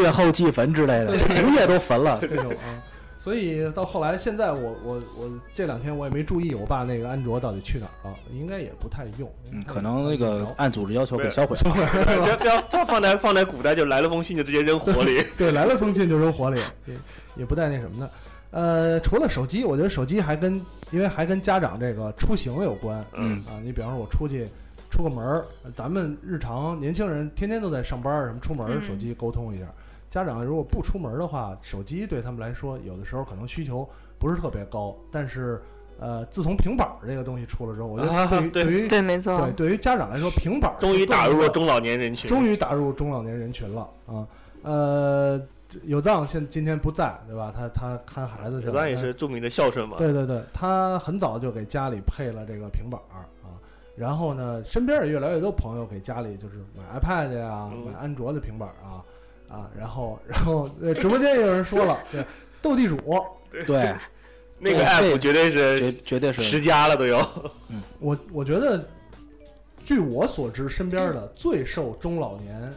[SPEAKER 5] 月后祭坟之类的，逐月都坟了。
[SPEAKER 4] 这种啊。所以到后来，现在我我我这两天我也没注意我爸那个安卓到底去哪儿了，应该也不太用。
[SPEAKER 5] 嗯，可能那个按组织要求给销毁了。
[SPEAKER 6] 这要这要这要放在放在古代，就来了封信就直接扔火里。
[SPEAKER 4] 对来了封信就扔火 里，也也不带那什么的。呃，除了手机，我觉得手机还跟因为还跟家长这个出行有关
[SPEAKER 5] 嗯，
[SPEAKER 4] 啊。你比方说我出去出个门儿，咱们日常年轻人天天都在上班儿，什么出门儿
[SPEAKER 7] 嗯
[SPEAKER 4] 手机沟通一下。家长如果不出门的话，手机对他们来说有的时候可能需求不是特别高，但是呃，自从平板儿这个东西出了之后，我觉
[SPEAKER 3] 啊
[SPEAKER 4] 得对
[SPEAKER 3] 对
[SPEAKER 4] 于、于
[SPEAKER 7] 对，没
[SPEAKER 4] 对
[SPEAKER 7] 错，
[SPEAKER 4] 对于家长来说，平板儿
[SPEAKER 6] 终于
[SPEAKER 4] 是更
[SPEAKER 6] 打入
[SPEAKER 4] 重
[SPEAKER 6] 了
[SPEAKER 4] 要
[SPEAKER 6] 中老年人群，
[SPEAKER 4] 终于打入中老年人群了啊。呃，有藏现今天不在，对吧？他他看孩子去
[SPEAKER 6] 子
[SPEAKER 4] 了。
[SPEAKER 6] 弹也
[SPEAKER 4] 但
[SPEAKER 6] 是著名的孝顺嘛，
[SPEAKER 4] 对对对，他很早就给家里配了这个平板儿啊，然后呢，身边也越来越多朋友给家里就是买 iPad 呀、
[SPEAKER 6] 嗯
[SPEAKER 4] 买安卓的平板儿啊啊，然后 然后呃，直播间也有人说 了，对，斗地主，
[SPEAKER 5] 对，
[SPEAKER 6] 那个
[SPEAKER 5] 对这
[SPEAKER 6] app 绝对
[SPEAKER 5] 绝
[SPEAKER 6] 是
[SPEAKER 5] 绝对
[SPEAKER 6] 十
[SPEAKER 5] 是
[SPEAKER 6] 加了都有，
[SPEAKER 4] 我我觉得，据我所知，身边的最受中老年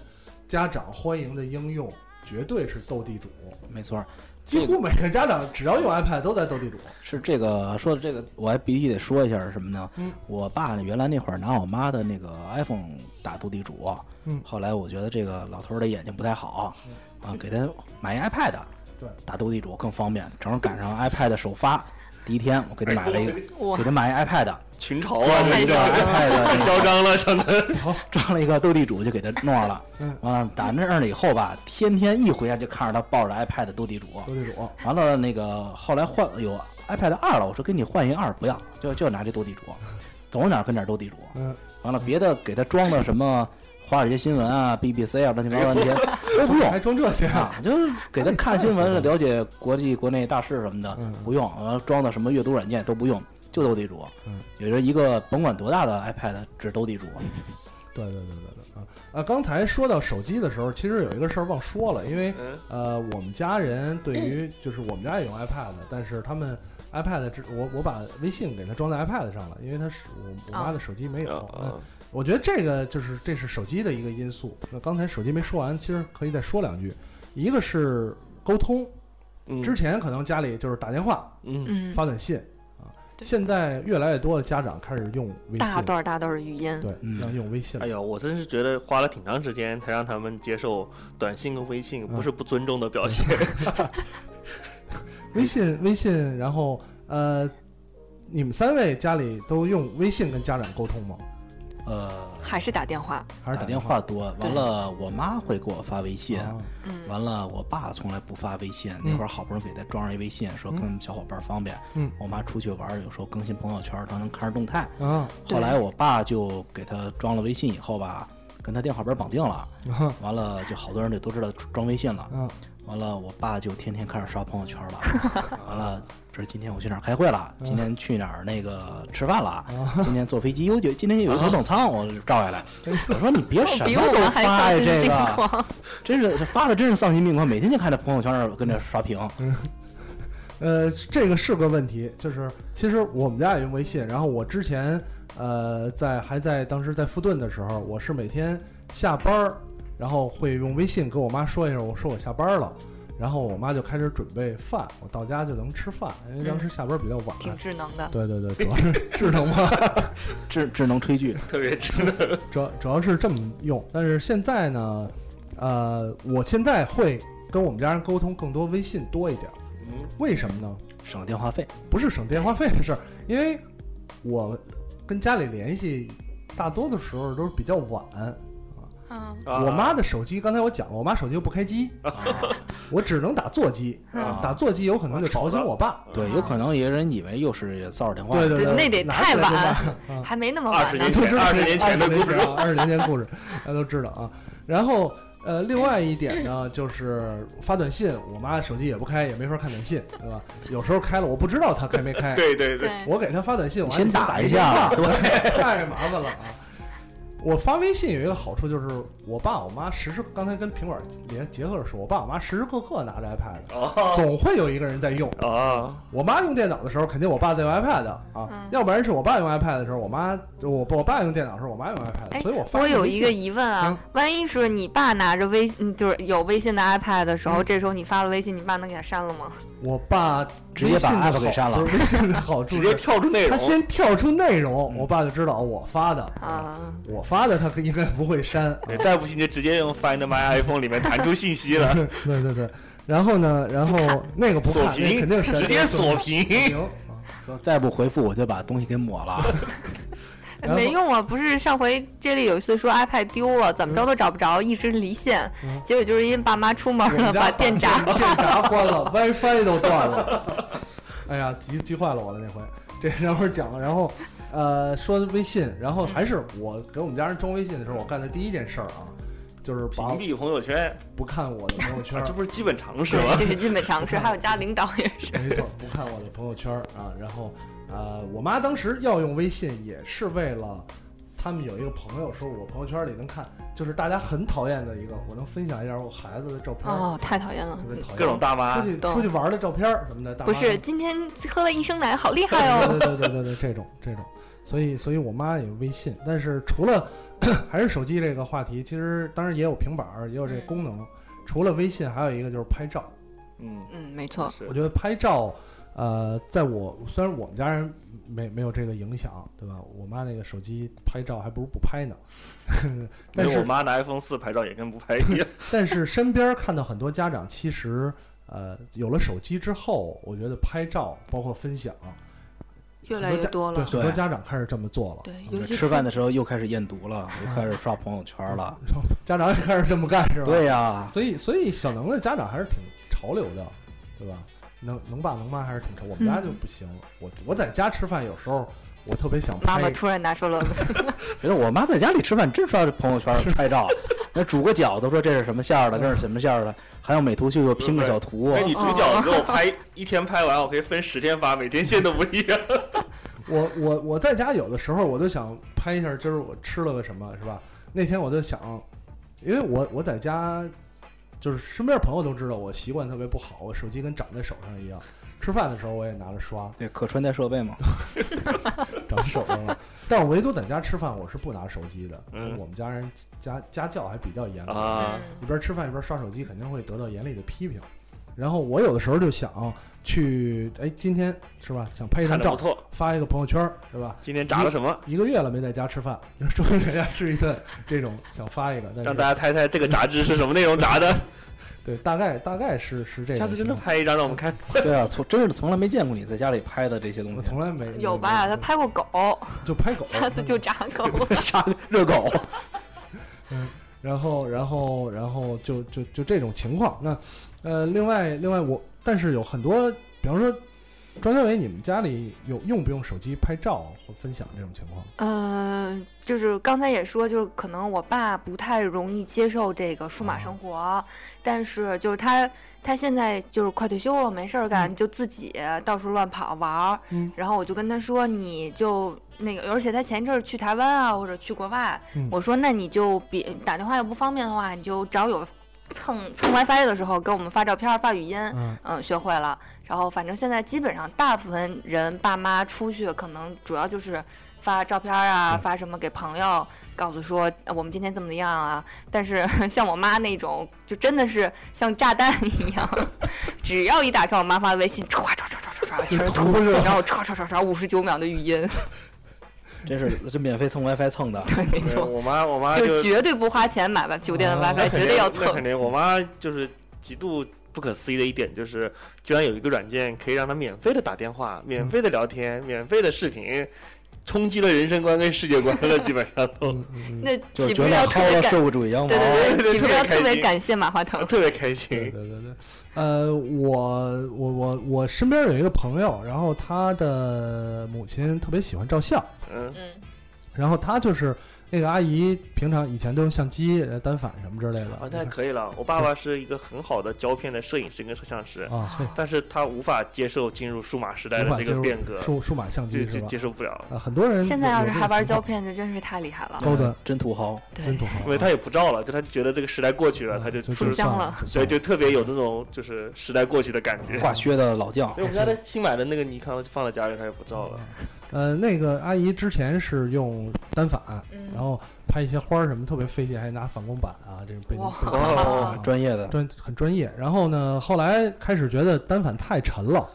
[SPEAKER 4] 家长欢迎的应用，绝对是斗地主。
[SPEAKER 5] 没错儿。
[SPEAKER 4] 几乎每个家长只要用 iPad 都在斗地主。
[SPEAKER 5] 是这个说的这个，我还必须得说一下是什么呢？
[SPEAKER 4] 嗯
[SPEAKER 5] 我爸呢原来那会儿拿我妈的那个 iPhone 打斗地主，
[SPEAKER 4] 嗯
[SPEAKER 5] 后来我觉得这个老头儿的眼睛不太好，啊，给他买一 iPad，
[SPEAKER 4] 对，
[SPEAKER 5] 打斗地主更方便。正好赶上 iPad 首发第一天，我给他买了一
[SPEAKER 4] 哎
[SPEAKER 5] 个，
[SPEAKER 7] 哇
[SPEAKER 5] 给他买一 iPad，
[SPEAKER 6] 群嘲啊，
[SPEAKER 5] 装
[SPEAKER 6] 这
[SPEAKER 5] 了
[SPEAKER 7] 太
[SPEAKER 5] 一个
[SPEAKER 6] 一
[SPEAKER 7] 吓人
[SPEAKER 5] iPad，
[SPEAKER 7] 了
[SPEAKER 6] 太嚣张了，真的。
[SPEAKER 5] 装了一个斗地主就给他弄上了
[SPEAKER 4] 嗯。
[SPEAKER 5] 完了，打那儿了以后吧，天天一回家就看着他抱着 iPad 斗地主，
[SPEAKER 4] 斗地主，
[SPEAKER 5] 完了那个后来换有 iPad 二了，我说给你换一二，不要，就就拿这斗地主，走哪儿跟哪儿斗地主。
[SPEAKER 4] 嗯，
[SPEAKER 5] 完了别的给他装的什么华尔街新闻啊、BBC 啊乱七八糟 那些都不
[SPEAKER 4] 还
[SPEAKER 5] 用
[SPEAKER 4] 装这些啊？
[SPEAKER 5] 啊，就是给他看新
[SPEAKER 4] 哎
[SPEAKER 5] 闻、
[SPEAKER 4] 太好
[SPEAKER 5] 了解国际国内大事什么的
[SPEAKER 4] 嗯
[SPEAKER 5] 不用，完了装的什么阅读软件都不用，就斗地主
[SPEAKER 4] 嗯。
[SPEAKER 5] 也就是一个甭管多大的 iPad 只斗地主。
[SPEAKER 4] 对对对对对啊！呃，刚才说到手机的时候，其实有一个事儿忘说了，因为
[SPEAKER 6] 嗯，
[SPEAKER 4] 呃，我们家人对于就是我们家也用 iPad，但是他们 iPad 只我我把微信给它装在 iPad 上了，因为它是我我妈的手机没有。
[SPEAKER 5] 哦
[SPEAKER 4] 嗯
[SPEAKER 6] 啊
[SPEAKER 4] 我觉得这个就是这是手机的一个因素。那刚才手机没说完，其实可以再说两句。一个是沟通，
[SPEAKER 6] 嗯
[SPEAKER 4] 之前可能家里就是打电话、
[SPEAKER 6] 嗯，
[SPEAKER 7] 嗯，
[SPEAKER 4] 发短信啊，
[SPEAKER 7] 对
[SPEAKER 4] 现在越来越多的家长开始用微信，
[SPEAKER 7] 大段大段的语音，
[SPEAKER 4] 对，
[SPEAKER 5] 嗯
[SPEAKER 4] 要用微信
[SPEAKER 6] 哎。呦，我真是觉得花了挺长时间才让他们接受短信跟微
[SPEAKER 4] 嗯
[SPEAKER 6] 信，不是不尊重的表现。
[SPEAKER 4] 微信，微信，然后呃，你们三位家里都用微信跟家长沟通吗？
[SPEAKER 5] 呃，
[SPEAKER 7] 还是打电话，
[SPEAKER 4] 还是
[SPEAKER 5] 打
[SPEAKER 4] 电
[SPEAKER 5] 电
[SPEAKER 4] 话？
[SPEAKER 5] 话多，完了我妈会给我发微信。
[SPEAKER 4] 啊
[SPEAKER 7] 嗯，
[SPEAKER 5] 完了，我爸从来不发微信，那会儿好不容易给他装上一微信，
[SPEAKER 7] 嗯
[SPEAKER 5] 说跟小伙伴儿方便。
[SPEAKER 4] 嗯
[SPEAKER 5] 我妈出去玩儿，有时候更新朋友圈儿，她能看着动态。
[SPEAKER 4] 啊
[SPEAKER 7] 对
[SPEAKER 5] 后来我爸就给他装了微信以后吧，跟他电话本儿绑定了，
[SPEAKER 4] 啊
[SPEAKER 5] 完了就好多人就都知道装微信
[SPEAKER 7] 嗯
[SPEAKER 5] 了。
[SPEAKER 4] 啊！
[SPEAKER 5] 完了，我爸就天天开始刷朋友圈了。 完了，这今天我去哪儿开会
[SPEAKER 7] 嗯
[SPEAKER 5] 了？今天去哪儿那个吃饭了？今天坐飞机，有酒，今天有头等舱，我照下来。我说你别什
[SPEAKER 7] 嗯 比
[SPEAKER 5] 么
[SPEAKER 7] 我
[SPEAKER 5] 都
[SPEAKER 7] 们
[SPEAKER 5] 发
[SPEAKER 7] 还丧
[SPEAKER 5] 呀，
[SPEAKER 7] 心
[SPEAKER 5] 这
[SPEAKER 7] 病
[SPEAKER 5] 个。
[SPEAKER 7] 狂，
[SPEAKER 5] 真是发的真是丧心病狂，每天就看着朋友圈儿跟着刷屏。
[SPEAKER 4] 嗯呃，这个是个问题，就是其实我们家也用微信，然后我之前呃在还在当时在富顿的时候，我是每天下班儿，然后会用微信跟我妈说一声，我说我下班儿了。然后我妈就开始准备饭，我到家就能吃饭，因为当时下班儿比较晚。
[SPEAKER 7] 挺智能的，
[SPEAKER 4] 对对对，主要是智能嘛，
[SPEAKER 5] 智智能炊具，
[SPEAKER 6] 特 别真的，
[SPEAKER 4] 主要主要是这么用。但是现在呢，呃，我现在会跟我们家人沟通更多微信多一点儿，
[SPEAKER 6] 嗯
[SPEAKER 4] 为什么呢？
[SPEAKER 5] 省电话费。
[SPEAKER 4] 不是省电话费的事儿，因为我跟家里联系大多的时候都是比较晚。
[SPEAKER 7] 嗯
[SPEAKER 6] 啊
[SPEAKER 4] 我妈的手机，刚才我讲了，我妈手机又不开机，我只能打座机，
[SPEAKER 5] 啊
[SPEAKER 4] 打座机有可能就吵醒我
[SPEAKER 6] 啊
[SPEAKER 4] 爸。
[SPEAKER 5] 对，有可能有人以为又是骚扰电话。
[SPEAKER 4] 对
[SPEAKER 7] 对
[SPEAKER 4] 对，
[SPEAKER 7] 那得
[SPEAKER 4] 拿 嗯
[SPEAKER 7] 太
[SPEAKER 4] 起来就
[SPEAKER 7] 晚
[SPEAKER 4] 骂
[SPEAKER 7] 还没那么
[SPEAKER 6] 二
[SPEAKER 7] 晚
[SPEAKER 6] 十
[SPEAKER 7] 呢
[SPEAKER 6] 年，前，二十年前的故
[SPEAKER 4] 事
[SPEAKER 6] 事，
[SPEAKER 4] 啊，二十年前故事，大家都知道啊。然后呃，另外一点呢，就是发短信，我妈手机也不开，也没法看短信，对吧？有时候开了，我不知道她开没开。
[SPEAKER 6] 对对对，
[SPEAKER 7] 对，
[SPEAKER 4] 我给她发短信，我
[SPEAKER 5] 你
[SPEAKER 4] 还
[SPEAKER 5] 先
[SPEAKER 4] 得
[SPEAKER 5] 打
[SPEAKER 4] 打
[SPEAKER 5] 一
[SPEAKER 4] 电
[SPEAKER 5] 下
[SPEAKER 4] 话， 太麻烦了啊。我发微信有一个好处就是，我爸我妈时时刚才跟平板结结合着说，我爸我妈时时刻刻拿着 iPad，
[SPEAKER 6] 哦
[SPEAKER 4] 总会有一个人在用。
[SPEAKER 6] 哦，
[SPEAKER 4] 我妈用电脑的时候，肯定我爸在用 iPad 啊
[SPEAKER 7] 嗯，
[SPEAKER 4] 要不然是我爸用 iPad 的时候，我妈我我爸用电脑的时候，我妈用 iPad，
[SPEAKER 7] 哎
[SPEAKER 4] 所以我发
[SPEAKER 7] 我
[SPEAKER 4] 微信
[SPEAKER 7] 有一个疑问啊，万一是你爸拿着微，嗯就是有微信的 iPad 的时
[SPEAKER 4] 嗯
[SPEAKER 7] 候，这时候你发了微信，你爸能给他删了吗？
[SPEAKER 4] 我爸
[SPEAKER 5] 直接把
[SPEAKER 4] 微信的
[SPEAKER 5] app 给删了
[SPEAKER 4] 好不是微信的好
[SPEAKER 6] 直
[SPEAKER 4] 处
[SPEAKER 6] 接
[SPEAKER 4] 是，
[SPEAKER 6] 跳出内
[SPEAKER 4] 他
[SPEAKER 6] 容，
[SPEAKER 4] 先跳出内
[SPEAKER 5] 嗯
[SPEAKER 4] 容，我爸就知道我发的，
[SPEAKER 7] 啊，
[SPEAKER 4] 我发的他应该不会删。
[SPEAKER 6] 对再不行就直接用 Find My iPhone 里面弹出信息了，
[SPEAKER 4] 对对对，然后呢，然后那 个不
[SPEAKER 6] 锁
[SPEAKER 4] 看，那
[SPEAKER 6] 屏
[SPEAKER 4] 肯定是
[SPEAKER 6] 直接锁
[SPEAKER 4] 屏。
[SPEAKER 6] 屏，
[SPEAKER 4] 行，
[SPEAKER 5] 说再不回复我就把东西给抹了。
[SPEAKER 4] 然后
[SPEAKER 7] 没用啊！不是上回 J 里有一次说 iPad 丢了，怎么着都找不着，一直离线，
[SPEAKER 4] 嗯
[SPEAKER 7] 结果就是因为爸妈出门
[SPEAKER 4] 我
[SPEAKER 7] 了，
[SPEAKER 4] 们家
[SPEAKER 7] 把电闸
[SPEAKER 4] 哎把电闸关了，WiFi 都断了。哎呀，急急坏了我了那回。这 然后讲了，然后呃说微信，然后还是我给我们家人装微信的时候，我干的第一件事儿啊，就是
[SPEAKER 6] 屏
[SPEAKER 4] 把
[SPEAKER 6] 蔽朋友圈，
[SPEAKER 4] 不看我的朋友圈
[SPEAKER 6] 啊
[SPEAKER 4] 儿
[SPEAKER 6] 这，不是基本常识
[SPEAKER 7] 对，
[SPEAKER 4] 啊
[SPEAKER 6] 吗？
[SPEAKER 7] 这是基本常识。还有家领导也是，
[SPEAKER 4] 没错，不看我的朋友圈儿啊。然后呃，我妈当时要用微信也是为了。他们有一个朋友说，我朋友圈里能看，就是大家很讨厌的一个，我能分享一下我孩子的照片儿，
[SPEAKER 7] 哦，太讨厌了
[SPEAKER 4] 特。别讨厌。
[SPEAKER 6] 各种大
[SPEAKER 4] 出
[SPEAKER 6] 妈，
[SPEAKER 4] 去
[SPEAKER 7] 懂
[SPEAKER 4] 出去玩儿的照片儿什么的，大
[SPEAKER 7] 不
[SPEAKER 4] 妈
[SPEAKER 7] 是，今天喝了一升奶，好厉害哦！
[SPEAKER 4] 对对对对对，这种这种，所以所以我妈也有微信，但是除了 还是手机这个话题，其实当然也有平板儿，也有这
[SPEAKER 7] 嗯
[SPEAKER 4] 个功能。除了微信，还有一个就是拍照。
[SPEAKER 6] 嗯，
[SPEAKER 7] 嗯，没错，
[SPEAKER 6] 是
[SPEAKER 4] 哦我觉得拍照，呃，在我虽然我们家人没没有这个影响，对吧？我妈那个手机拍照还不如不拍呢。但
[SPEAKER 6] 因为
[SPEAKER 4] 是
[SPEAKER 6] 我妈拿 iPhone 四拍照也跟不拍 一样。
[SPEAKER 4] 但是身边看到很多家长，其实呃，有了手机之后，我觉得拍照包括分享，
[SPEAKER 7] 越来越多
[SPEAKER 4] 对
[SPEAKER 7] 了。
[SPEAKER 4] 很多家长开始这么做了。
[SPEAKER 7] 对，
[SPEAKER 5] 就
[SPEAKER 7] 尤其
[SPEAKER 5] 吃饭
[SPEAKER 7] 的
[SPEAKER 5] 的时候又开始验毒了，又开始刷朋友圈了。
[SPEAKER 4] 家长也开始这么干是吧？
[SPEAKER 5] 对呀、
[SPEAKER 4] 所以，所以小能的家长还是挺潮流的，对吧？能能爸能妈还是挺潮，我们家就不行。我我在家吃饭，有时候我特别想
[SPEAKER 7] 妈
[SPEAKER 4] 拍
[SPEAKER 7] 妈突然拿出了，
[SPEAKER 5] 觉得我妈在家里吃饭真刷朋友圈 拍照，那煮个饺子说这是什么馅儿的，这是什么馅儿的，还要美图秀秀拼个小图。
[SPEAKER 6] 哎，你煮饺子，我拍一天拍完，我可以分十天发，每天线都不一 样。
[SPEAKER 4] 我我我在家有的时候我就想拍一下今儿我吃了个什么，是吧？那天我就想，因为我我在家就是身边朋友都知道我习惯特别不好，我手机跟长在手上一样。吃饭的时候我也拿着刷，
[SPEAKER 5] 对，可穿戴设备嘛，
[SPEAKER 4] 长手上 了。但我唯独在家吃饭，我是不拿手机的。
[SPEAKER 6] 嗯
[SPEAKER 4] 我们家人家家教还比较严格，
[SPEAKER 6] 啊，
[SPEAKER 4] 一边吃饭一边刷手机，肯定会得到严厉的批评。然后我有的时候就想去，哎，今天是吧？想拍一
[SPEAKER 6] 看
[SPEAKER 4] 张照，
[SPEAKER 6] 着不错。
[SPEAKER 4] 发一个朋友圈，是吧？
[SPEAKER 6] 今天炸了什么？
[SPEAKER 4] 一个月了没在家吃饭， 终于在家吃一顿，这种想发一个，但
[SPEAKER 6] 让
[SPEAKER 4] 是
[SPEAKER 6] 大家猜猜这个炸汁是什么内容炸的？
[SPEAKER 4] 对，大概大概是是这个情
[SPEAKER 6] 下
[SPEAKER 4] 况。
[SPEAKER 6] 次真的拍一张让我们看。
[SPEAKER 5] 对啊，从真是从来没见过你在家里拍的这些东
[SPEAKER 4] 我
[SPEAKER 5] 西，
[SPEAKER 4] 从来没
[SPEAKER 7] 有吧？
[SPEAKER 4] 没
[SPEAKER 7] 他拍过狗，
[SPEAKER 4] 就拍嗯狗，啊
[SPEAKER 7] 下次就炸狗。
[SPEAKER 5] 杀 热狗，
[SPEAKER 4] 然后，然后，然后就就就这种情况。那，呃，另外，另外我，但是有很多，比方说，庄小伟，你们家里有用不用手机拍照或分享这种情况？嗯
[SPEAKER 7] 呃，就是刚才也说，就是可能我爸不太容易接受这个数码生活，
[SPEAKER 4] 哦
[SPEAKER 7] 但是就是他他现在就是快退休了，没事儿干、就自己到处乱跑玩儿。
[SPEAKER 4] 嗯
[SPEAKER 7] 然后我就跟他说，你就那个，而且他前一阵儿去台湾啊，或者去国外，
[SPEAKER 4] 嗯
[SPEAKER 7] 我说那你就别打电话又不方便的话，你就找有蹭蹭 WiFi 的时候给我们发照片儿、发语音，
[SPEAKER 4] 嗯
[SPEAKER 7] 嗯，学会了。然后反正现在基本上大部分人爸妈出去，可能主要就是发照片儿啊，
[SPEAKER 6] 嗯
[SPEAKER 7] 发什么给朋友，告诉说呃我们今天怎么样啊。但是 像我妈那种，就真的是像炸弹一样， 只要一打开我妈发的微信，唰唰唰唰唰唰，全是图，然后唰唰唰唰五十九秒的语音，
[SPEAKER 5] 真是这免费蹭 WiFi 蹭的。
[SPEAKER 7] 对，没
[SPEAKER 6] 对
[SPEAKER 7] 错，
[SPEAKER 6] 我妈，我妈
[SPEAKER 7] 就
[SPEAKER 6] 就
[SPEAKER 7] 绝对不花钱买吧酒店的
[SPEAKER 4] 哦那
[SPEAKER 7] WiFi，绝对要蹭
[SPEAKER 6] 那。肯定，我妈就是极度不可思议的一点，就是居然有一个软件可以让她免费的打电话、免
[SPEAKER 4] 嗯
[SPEAKER 6] 费的聊天、免费的视频，冲击了人生观跟世界观了，基本 上都
[SPEAKER 4] 嗯嗯，
[SPEAKER 7] 那
[SPEAKER 5] 就是
[SPEAKER 7] 岂
[SPEAKER 5] 觉
[SPEAKER 7] 不
[SPEAKER 5] 得
[SPEAKER 7] 是要特
[SPEAKER 5] 薅
[SPEAKER 7] 别
[SPEAKER 5] 了
[SPEAKER 7] 感
[SPEAKER 5] 社会主义羊毛
[SPEAKER 7] 对，对
[SPEAKER 6] 对对
[SPEAKER 7] 对，岂 不
[SPEAKER 6] 特
[SPEAKER 7] 是
[SPEAKER 6] 别
[SPEAKER 7] 要
[SPEAKER 6] 开
[SPEAKER 7] 特别
[SPEAKER 6] 心
[SPEAKER 7] 感谢马化腾？
[SPEAKER 6] 特别开
[SPEAKER 4] 对
[SPEAKER 6] 心。
[SPEAKER 4] 对对对。呃，我我我我身边有一个朋友，然后他的母亲特别喜欢照相，
[SPEAKER 6] 嗯，
[SPEAKER 7] 嗯，
[SPEAKER 4] 然后他就是那个阿姨，平常以前都用相机、呃单反什么之类的。
[SPEAKER 6] 啊，那可以了。我爸爸是一个很好的胶片的摄影师跟摄像师，
[SPEAKER 4] 啊，嘿
[SPEAKER 6] 但是他无法接受进入数码时代
[SPEAKER 4] 无
[SPEAKER 6] 的
[SPEAKER 4] 法
[SPEAKER 6] 这
[SPEAKER 4] 接
[SPEAKER 6] 个
[SPEAKER 4] 受
[SPEAKER 6] 变革，
[SPEAKER 4] 数数码相
[SPEAKER 6] 就
[SPEAKER 4] 机是
[SPEAKER 6] 就
[SPEAKER 4] 吧
[SPEAKER 6] 接？受不了，
[SPEAKER 4] 啊，很多人
[SPEAKER 7] 现在
[SPEAKER 4] 有
[SPEAKER 7] 要是还玩胶，
[SPEAKER 4] 有
[SPEAKER 7] 片，就真是太厉害了。
[SPEAKER 4] 高端
[SPEAKER 5] 真土豪，
[SPEAKER 4] 这种情况真
[SPEAKER 7] 对
[SPEAKER 4] 土，豪啊，
[SPEAKER 6] 因为他也不照了，就他就觉得这个时代过去了，他就
[SPEAKER 4] 啊就
[SPEAKER 6] 出
[SPEAKER 7] 就
[SPEAKER 4] 就
[SPEAKER 7] 香
[SPEAKER 4] 算
[SPEAKER 7] 了，
[SPEAKER 4] 算
[SPEAKER 6] 对，就特别有那种就是时代过去的感觉。
[SPEAKER 5] 挂靴的老将
[SPEAKER 6] 因为我们家的新买的那个尼康放在家里，他也不照了。
[SPEAKER 4] 呃，那个阿姨之前是用单反，
[SPEAKER 7] 嗯
[SPEAKER 4] 然后拍一些花儿什么特别费劲，还拿反光板啊，这种背景
[SPEAKER 7] 哇
[SPEAKER 4] 背景
[SPEAKER 6] 哦
[SPEAKER 4] 啊
[SPEAKER 5] 专业的，
[SPEAKER 4] 专很专业。然后呢，后来开始觉得单反太沉了，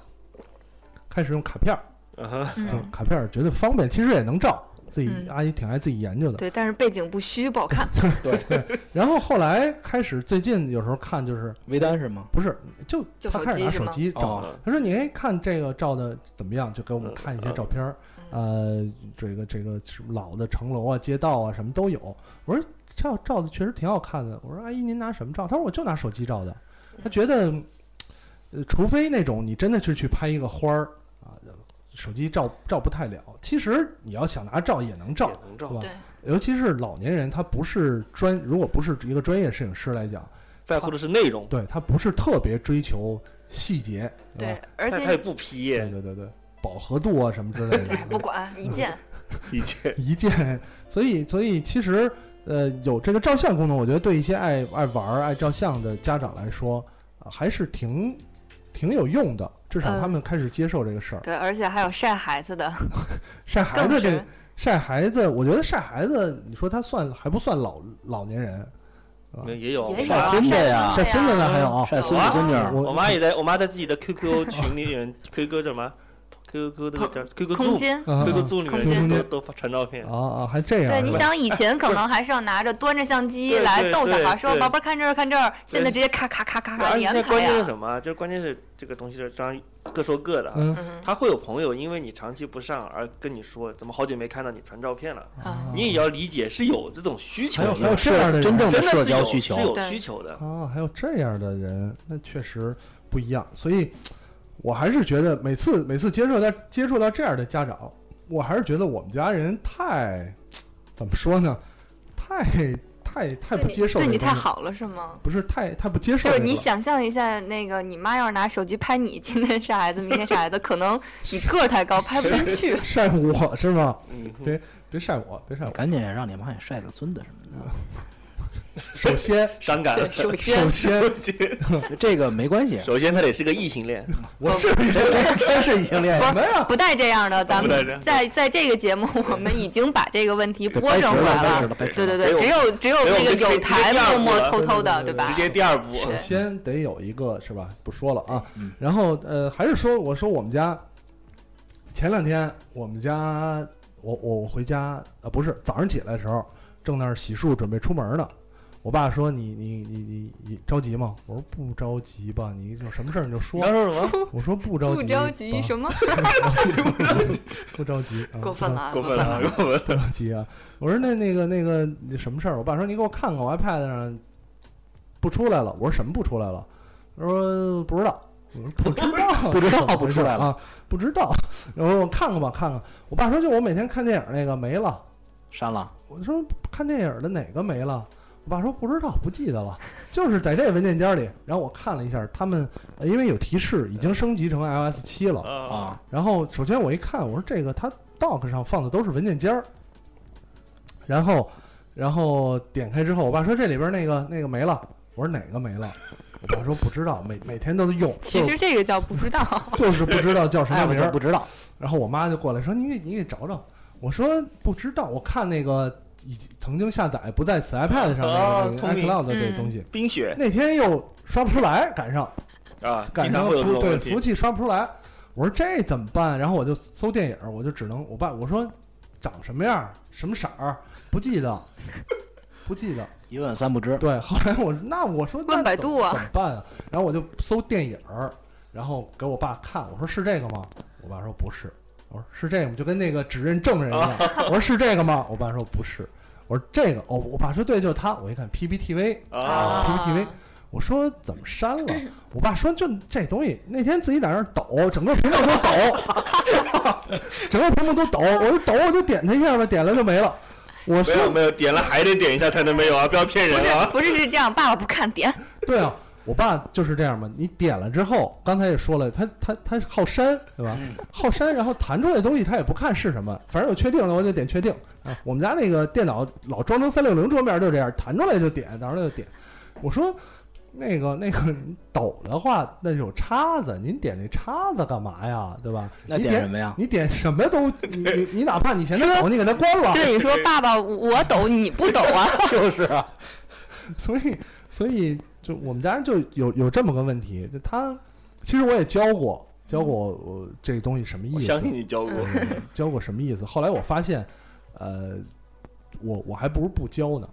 [SPEAKER 4] 开始用卡片儿，
[SPEAKER 6] 嗯哼，
[SPEAKER 4] 嗯
[SPEAKER 7] 嗯，
[SPEAKER 4] 卡片儿觉得方便，其实也能照。自己、
[SPEAKER 7] 嗯
[SPEAKER 4] 阿姨挺爱自己研究的，
[SPEAKER 7] 对，但是背景不虚不好看。
[SPEAKER 4] 嗯然后后来开始最近有时候看就是
[SPEAKER 5] 微单是吗？
[SPEAKER 4] 不是就
[SPEAKER 7] 就
[SPEAKER 4] 他
[SPEAKER 7] 手
[SPEAKER 4] 开始
[SPEAKER 7] 机
[SPEAKER 4] 拿
[SPEAKER 7] 是
[SPEAKER 4] 手
[SPEAKER 7] 吗
[SPEAKER 4] 机照，
[SPEAKER 5] 哦
[SPEAKER 4] 他说你哎看这个照的怎么样，就给我们
[SPEAKER 6] 嗯
[SPEAKER 4] 看一些
[SPEAKER 6] 嗯
[SPEAKER 4] 照片儿，
[SPEAKER 7] 嗯
[SPEAKER 4] 呃，这个这个老的城楼啊、街道啊什么都有。我说照照的确实挺好看的。我说阿姨您拿什么照？她说我就拿手机照的。她觉得，呃，除非那种你真的是去拍一个花儿啊，手机照照不太了。其实你要想拿照也能照，
[SPEAKER 6] 能
[SPEAKER 4] 是
[SPEAKER 6] 照
[SPEAKER 4] 吧
[SPEAKER 7] 对？
[SPEAKER 4] 尤其是老年人，他不是专，如果不是一个专业摄影师来讲，
[SPEAKER 6] 在乎的是内容，
[SPEAKER 4] 对他不是特别追求细节，是吧
[SPEAKER 7] 对，而
[SPEAKER 6] 但他也
[SPEAKER 7] 且
[SPEAKER 6] 不批
[SPEAKER 4] 对对对对，饱和度啊什么之类的，
[SPEAKER 7] 不管
[SPEAKER 6] 嗯
[SPEAKER 7] 一键，
[SPEAKER 6] 意见，
[SPEAKER 4] 一键，所以所以其实呃有这个照相功能，我觉得对一些爱爱玩儿、爱照相的家长来说，啊还是挺挺有用的。至少
[SPEAKER 7] 嗯
[SPEAKER 4] 他们开始接受这个事儿。
[SPEAKER 7] 对，而且还有晒孩子的，
[SPEAKER 4] 晒孩
[SPEAKER 7] 更
[SPEAKER 4] 子这
[SPEAKER 7] 是
[SPEAKER 4] 晒孩子，我觉得晒孩子，你说他算还不算老老年人？
[SPEAKER 6] 没有也有
[SPEAKER 7] 也有
[SPEAKER 5] 晒
[SPEAKER 7] 啊
[SPEAKER 5] 孙子呀
[SPEAKER 4] 晒孙子呢还有啊，
[SPEAKER 5] 晒孙子孙女儿，
[SPEAKER 4] 我
[SPEAKER 6] 我妈也在，我妈在自己的 QQ 群里面，QQ 叫什么？QQ 那个叫 QQ
[SPEAKER 7] 空
[SPEAKER 6] Zoom。
[SPEAKER 7] 间。
[SPEAKER 4] 啊
[SPEAKER 5] 嗯
[SPEAKER 6] QQ Zoom 里
[SPEAKER 7] 空
[SPEAKER 4] 间
[SPEAKER 6] 面都都发传照
[SPEAKER 5] 哦
[SPEAKER 6] 片，
[SPEAKER 4] 啊啊，还这样
[SPEAKER 7] 对，
[SPEAKER 4] 是吧？
[SPEAKER 7] 你 想以前可能还是要拿着端着相机
[SPEAKER 6] 对
[SPEAKER 7] 来
[SPEAKER 6] 对
[SPEAKER 7] 逗小
[SPEAKER 6] 对
[SPEAKER 7] 孩，说
[SPEAKER 6] 对
[SPEAKER 7] 宝贝儿看这儿看这儿，现在直接咔咔咔咔咔
[SPEAKER 6] 而且
[SPEAKER 7] 连
[SPEAKER 6] 现在
[SPEAKER 7] 拍
[SPEAKER 6] 关键是
[SPEAKER 7] 呀，
[SPEAKER 6] 什么？就是关键是这个东西是让各说各的啊。
[SPEAKER 4] 嗯
[SPEAKER 7] 嗯
[SPEAKER 6] 他会有朋友因为你长期不上而跟你说，怎么好久没看到你传照片了？
[SPEAKER 7] 啊，
[SPEAKER 6] 你也要理解是有这种需求
[SPEAKER 5] 哦
[SPEAKER 4] 还
[SPEAKER 5] 还有
[SPEAKER 4] 有
[SPEAKER 6] 的，
[SPEAKER 4] 这样的
[SPEAKER 5] 社
[SPEAKER 4] 人
[SPEAKER 5] 真正
[SPEAKER 6] 真
[SPEAKER 5] 的
[SPEAKER 6] 的
[SPEAKER 5] 社
[SPEAKER 6] 是有
[SPEAKER 5] 交需求
[SPEAKER 6] 是。有
[SPEAKER 7] 对
[SPEAKER 6] 需求的。
[SPEAKER 4] 啊，还有这样的人，那确实不一样。所以，我还是觉得每次每次接触到接触到这样的家长，我还是觉得我们家人太怎么说呢？太太太
[SPEAKER 7] 对
[SPEAKER 4] 不
[SPEAKER 7] 你
[SPEAKER 4] 接受
[SPEAKER 7] 对
[SPEAKER 4] 这
[SPEAKER 7] 你
[SPEAKER 4] 个
[SPEAKER 7] 太
[SPEAKER 4] 东西，
[SPEAKER 7] 好了是吗？
[SPEAKER 4] 不是太太不接受
[SPEAKER 7] 就
[SPEAKER 4] 这
[SPEAKER 7] 是
[SPEAKER 4] 个了。。
[SPEAKER 7] 你想象一下，那个你妈要是拿手机拍你，今天晒孩子，明天晒孩子，可能你个儿太高，拍不 进去
[SPEAKER 4] 晒我是吗？
[SPEAKER 6] 嗯哼，
[SPEAKER 4] 别晒我，别晒我。
[SPEAKER 5] 赶紧让你妈也晒个孙子什么
[SPEAKER 4] 首先，
[SPEAKER 6] 伤感。
[SPEAKER 7] 对，首
[SPEAKER 4] 首
[SPEAKER 7] 先，
[SPEAKER 4] 先，
[SPEAKER 5] 的， 就这个没关系。
[SPEAKER 6] 首先，他得是个异性恋，
[SPEAKER 4] 我是不是
[SPEAKER 5] 真是 异性恋，
[SPEAKER 4] 什么呀？
[SPEAKER 7] 不带这样的，咱
[SPEAKER 6] 不带这
[SPEAKER 7] 们
[SPEAKER 6] 样
[SPEAKER 7] 在在这个节目，我们已经把这个问题拨
[SPEAKER 5] 掰直
[SPEAKER 7] 正回
[SPEAKER 5] 了，
[SPEAKER 7] 来
[SPEAKER 5] 掰直
[SPEAKER 7] 了。
[SPEAKER 5] 了，掰直
[SPEAKER 7] 对
[SPEAKER 5] 了。
[SPEAKER 7] 对对，只有只有
[SPEAKER 6] 没有
[SPEAKER 7] 那个
[SPEAKER 6] 这个
[SPEAKER 7] 有台
[SPEAKER 6] 这个
[SPEAKER 7] 默默
[SPEAKER 6] 第二步
[SPEAKER 7] 偷
[SPEAKER 4] 了
[SPEAKER 7] 偷
[SPEAKER 4] 对对对
[SPEAKER 7] 的，对
[SPEAKER 4] 对
[SPEAKER 7] 吧
[SPEAKER 6] 直？接第二步。
[SPEAKER 4] 首先得有一个是吧？不说了啊
[SPEAKER 5] 嗯。
[SPEAKER 4] 然后呃，还是说我说我们家前两天我们家我我我回家呃不是早上起来的时候正那儿洗漱准备出门呢，我爸说你你你你你着急吗？我说不着急吧，你有什么事儿你就说
[SPEAKER 6] 你。刚说什 么？
[SPEAKER 4] 我说不着
[SPEAKER 7] 嗯不
[SPEAKER 4] 急，
[SPEAKER 7] 着急，什么？
[SPEAKER 4] 么不着急，啊
[SPEAKER 7] 过分了，啊，
[SPEAKER 6] 过分
[SPEAKER 7] 分
[SPEAKER 6] 了，
[SPEAKER 7] 了。
[SPEAKER 6] 过分了。
[SPEAKER 4] 不着急啊。我说那那个那个那什么事儿？我爸说你给我看看我 iPad 上不出来了。我说什么不出来了？他说不知道。我说不知道，
[SPEAKER 5] 不知道
[SPEAKER 4] 怎么
[SPEAKER 5] 不
[SPEAKER 4] 回
[SPEAKER 5] 出
[SPEAKER 4] 事
[SPEAKER 5] 来了
[SPEAKER 4] 啊，不知道。然后我看看吧，看看。我爸说就我每天看电影那个没了。
[SPEAKER 5] 删了，
[SPEAKER 4] 我说看电影的哪个没了？我爸说不知道，不记得了，就是在这文件夹里。然后我看了一下，他们、呃因为有提示，已经升级成 iOS 七了。
[SPEAKER 6] 啊
[SPEAKER 5] 啊，
[SPEAKER 4] 然后首先我一看，我说这个它 dock 上放的都是文件夹儿，然后然后点开之后，我爸说这里边那个那个没了，我说哪个没了？我爸说不知道，每每天都用，
[SPEAKER 7] 其实这个叫不知道。
[SPEAKER 4] 就就是不知道叫什
[SPEAKER 5] 哎，
[SPEAKER 4] 么
[SPEAKER 5] 我
[SPEAKER 4] 名
[SPEAKER 5] 就
[SPEAKER 4] 儿
[SPEAKER 5] 不。知道。
[SPEAKER 4] 然后我妈就过来说：“你给你给找找。”我说：“不知道，我看那个已经曾经下载不在此 iPad 上
[SPEAKER 5] 哦
[SPEAKER 6] 啊
[SPEAKER 4] 那个那个
[SPEAKER 6] 聪明
[SPEAKER 4] iCloud 的这
[SPEAKER 7] 嗯
[SPEAKER 4] 东西，
[SPEAKER 6] 冰雪
[SPEAKER 4] 那天又刷不出来，赶上。”
[SPEAKER 6] 啊，
[SPEAKER 4] 赶
[SPEAKER 6] 经常
[SPEAKER 4] 上
[SPEAKER 6] 会有这
[SPEAKER 4] 服
[SPEAKER 6] 种
[SPEAKER 4] 对
[SPEAKER 6] 问
[SPEAKER 4] 服务
[SPEAKER 6] 题。
[SPEAKER 4] 器刷不出来，我说这怎么办？然后我就搜电影，我就只能我爸我说长什么样儿，什么色儿，不记得，不记得。
[SPEAKER 5] 一问三不知，
[SPEAKER 4] 对，后来我那我说那
[SPEAKER 7] 问百
[SPEAKER 4] 怎
[SPEAKER 7] 度啊
[SPEAKER 4] 怎么办啊？然后我就搜电影儿，然后给我爸看，我说是这个吗？我爸说不是，我说是这个吗？就跟那个指认证人一样，
[SPEAKER 7] 哦
[SPEAKER 4] 我说是这个吗？我爸说不是，我说这个哦，我爸说对，就是他。我一看 PPTV，
[SPEAKER 7] 哦
[SPEAKER 6] 啊，
[SPEAKER 4] PPTV 我说怎么删了？我爸说就这东西，那天自己在那儿抖，整个屏幕都抖， 整个屏幕都抖。我说抖我就点它一下吧，点了就没了。我
[SPEAKER 6] 没有
[SPEAKER 4] 说
[SPEAKER 6] 没有，点了还得点一下才能没有啊！不要骗
[SPEAKER 7] 不
[SPEAKER 6] 人
[SPEAKER 7] 是
[SPEAKER 6] 啊！
[SPEAKER 7] 不是是这样，爸爸不看点，
[SPEAKER 4] 对啊，我爸就是这样嘛。你点了之后，刚才也说了，他他他好删，对吧？
[SPEAKER 5] 嗯
[SPEAKER 4] 好删，然后弹出来的东西他也不看是什么，反正有确定的我就点确定。
[SPEAKER 5] 嗯
[SPEAKER 4] 啊，我们家那个电脑老装成三六零桌面就这样，弹出来就点，弹出来就点。我说那个那个你抖的话，那有叉子，您点那叉子干嘛呀？对吧？
[SPEAKER 5] 那
[SPEAKER 4] 你
[SPEAKER 5] 点什么啊呀？
[SPEAKER 4] 你点什么都，你你你哪怕你嫌它抖，你给它关了。
[SPEAKER 7] 对你说爸爸我抖你不抖啊？
[SPEAKER 5] 就是啊，
[SPEAKER 4] 所以，所以就我们家人就有有这么个问题，就他其实我也教过，教过我我这个东西什么
[SPEAKER 6] 我
[SPEAKER 4] 意
[SPEAKER 6] 相
[SPEAKER 4] 思嗯
[SPEAKER 6] 信，你教过，
[SPEAKER 4] 教过什么意思。后来我发现，呃，我我还不如不教呢，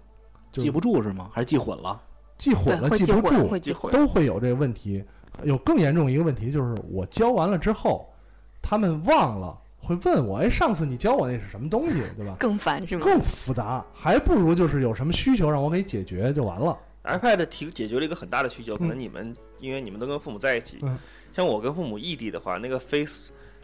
[SPEAKER 4] 就
[SPEAKER 5] 记不住是吗？还是记混了？
[SPEAKER 4] 记
[SPEAKER 7] 对
[SPEAKER 4] 混了，
[SPEAKER 7] 会
[SPEAKER 4] 记
[SPEAKER 7] 记
[SPEAKER 4] 不
[SPEAKER 7] 混
[SPEAKER 4] 住
[SPEAKER 7] 会，记混。
[SPEAKER 4] 都会有这个问题。有更严重一个问题就是，我教完了之后，他们忘了会问我，哎，上次你教我那是什么东西， 对吧？
[SPEAKER 7] 更烦是吗？
[SPEAKER 4] 更复杂，还不如就是有什么需求让我给解决就完了。
[SPEAKER 6] iPad 提解决了一个很大的需求，可能
[SPEAKER 4] 嗯
[SPEAKER 6] 你们因为你们都跟父母在一起，
[SPEAKER 4] 嗯
[SPEAKER 6] 像我跟父母异地的话，那个 Face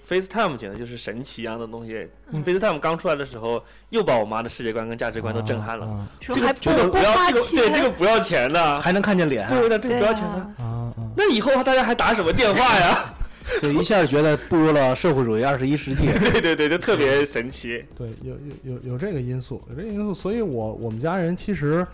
[SPEAKER 6] FaceTime 简直就是神奇一样的东西。
[SPEAKER 7] 嗯
[SPEAKER 6] FaceTime 刚出来的时候，又把我妈的世界观跟价值观都震撼了。
[SPEAKER 4] 啊
[SPEAKER 7] 说
[SPEAKER 6] 这个
[SPEAKER 7] 还
[SPEAKER 6] 这个
[SPEAKER 7] 不
[SPEAKER 6] 不要
[SPEAKER 7] 花
[SPEAKER 6] 这个对这
[SPEAKER 7] 钱，
[SPEAKER 6] 个不要钱的，
[SPEAKER 5] 啊还能看见脸，
[SPEAKER 6] 对的这个
[SPEAKER 7] 对
[SPEAKER 6] 不要钱的。
[SPEAKER 7] 啊，
[SPEAKER 4] 啊啊！
[SPEAKER 6] 那以后大家还打什么电话呀？
[SPEAKER 5] 就一下觉得步入了社会主义二十一世 纪。
[SPEAKER 6] 对对对，就特别神奇。
[SPEAKER 4] 对，有有有有这个因素，有这个因素，所以我我们家人其实，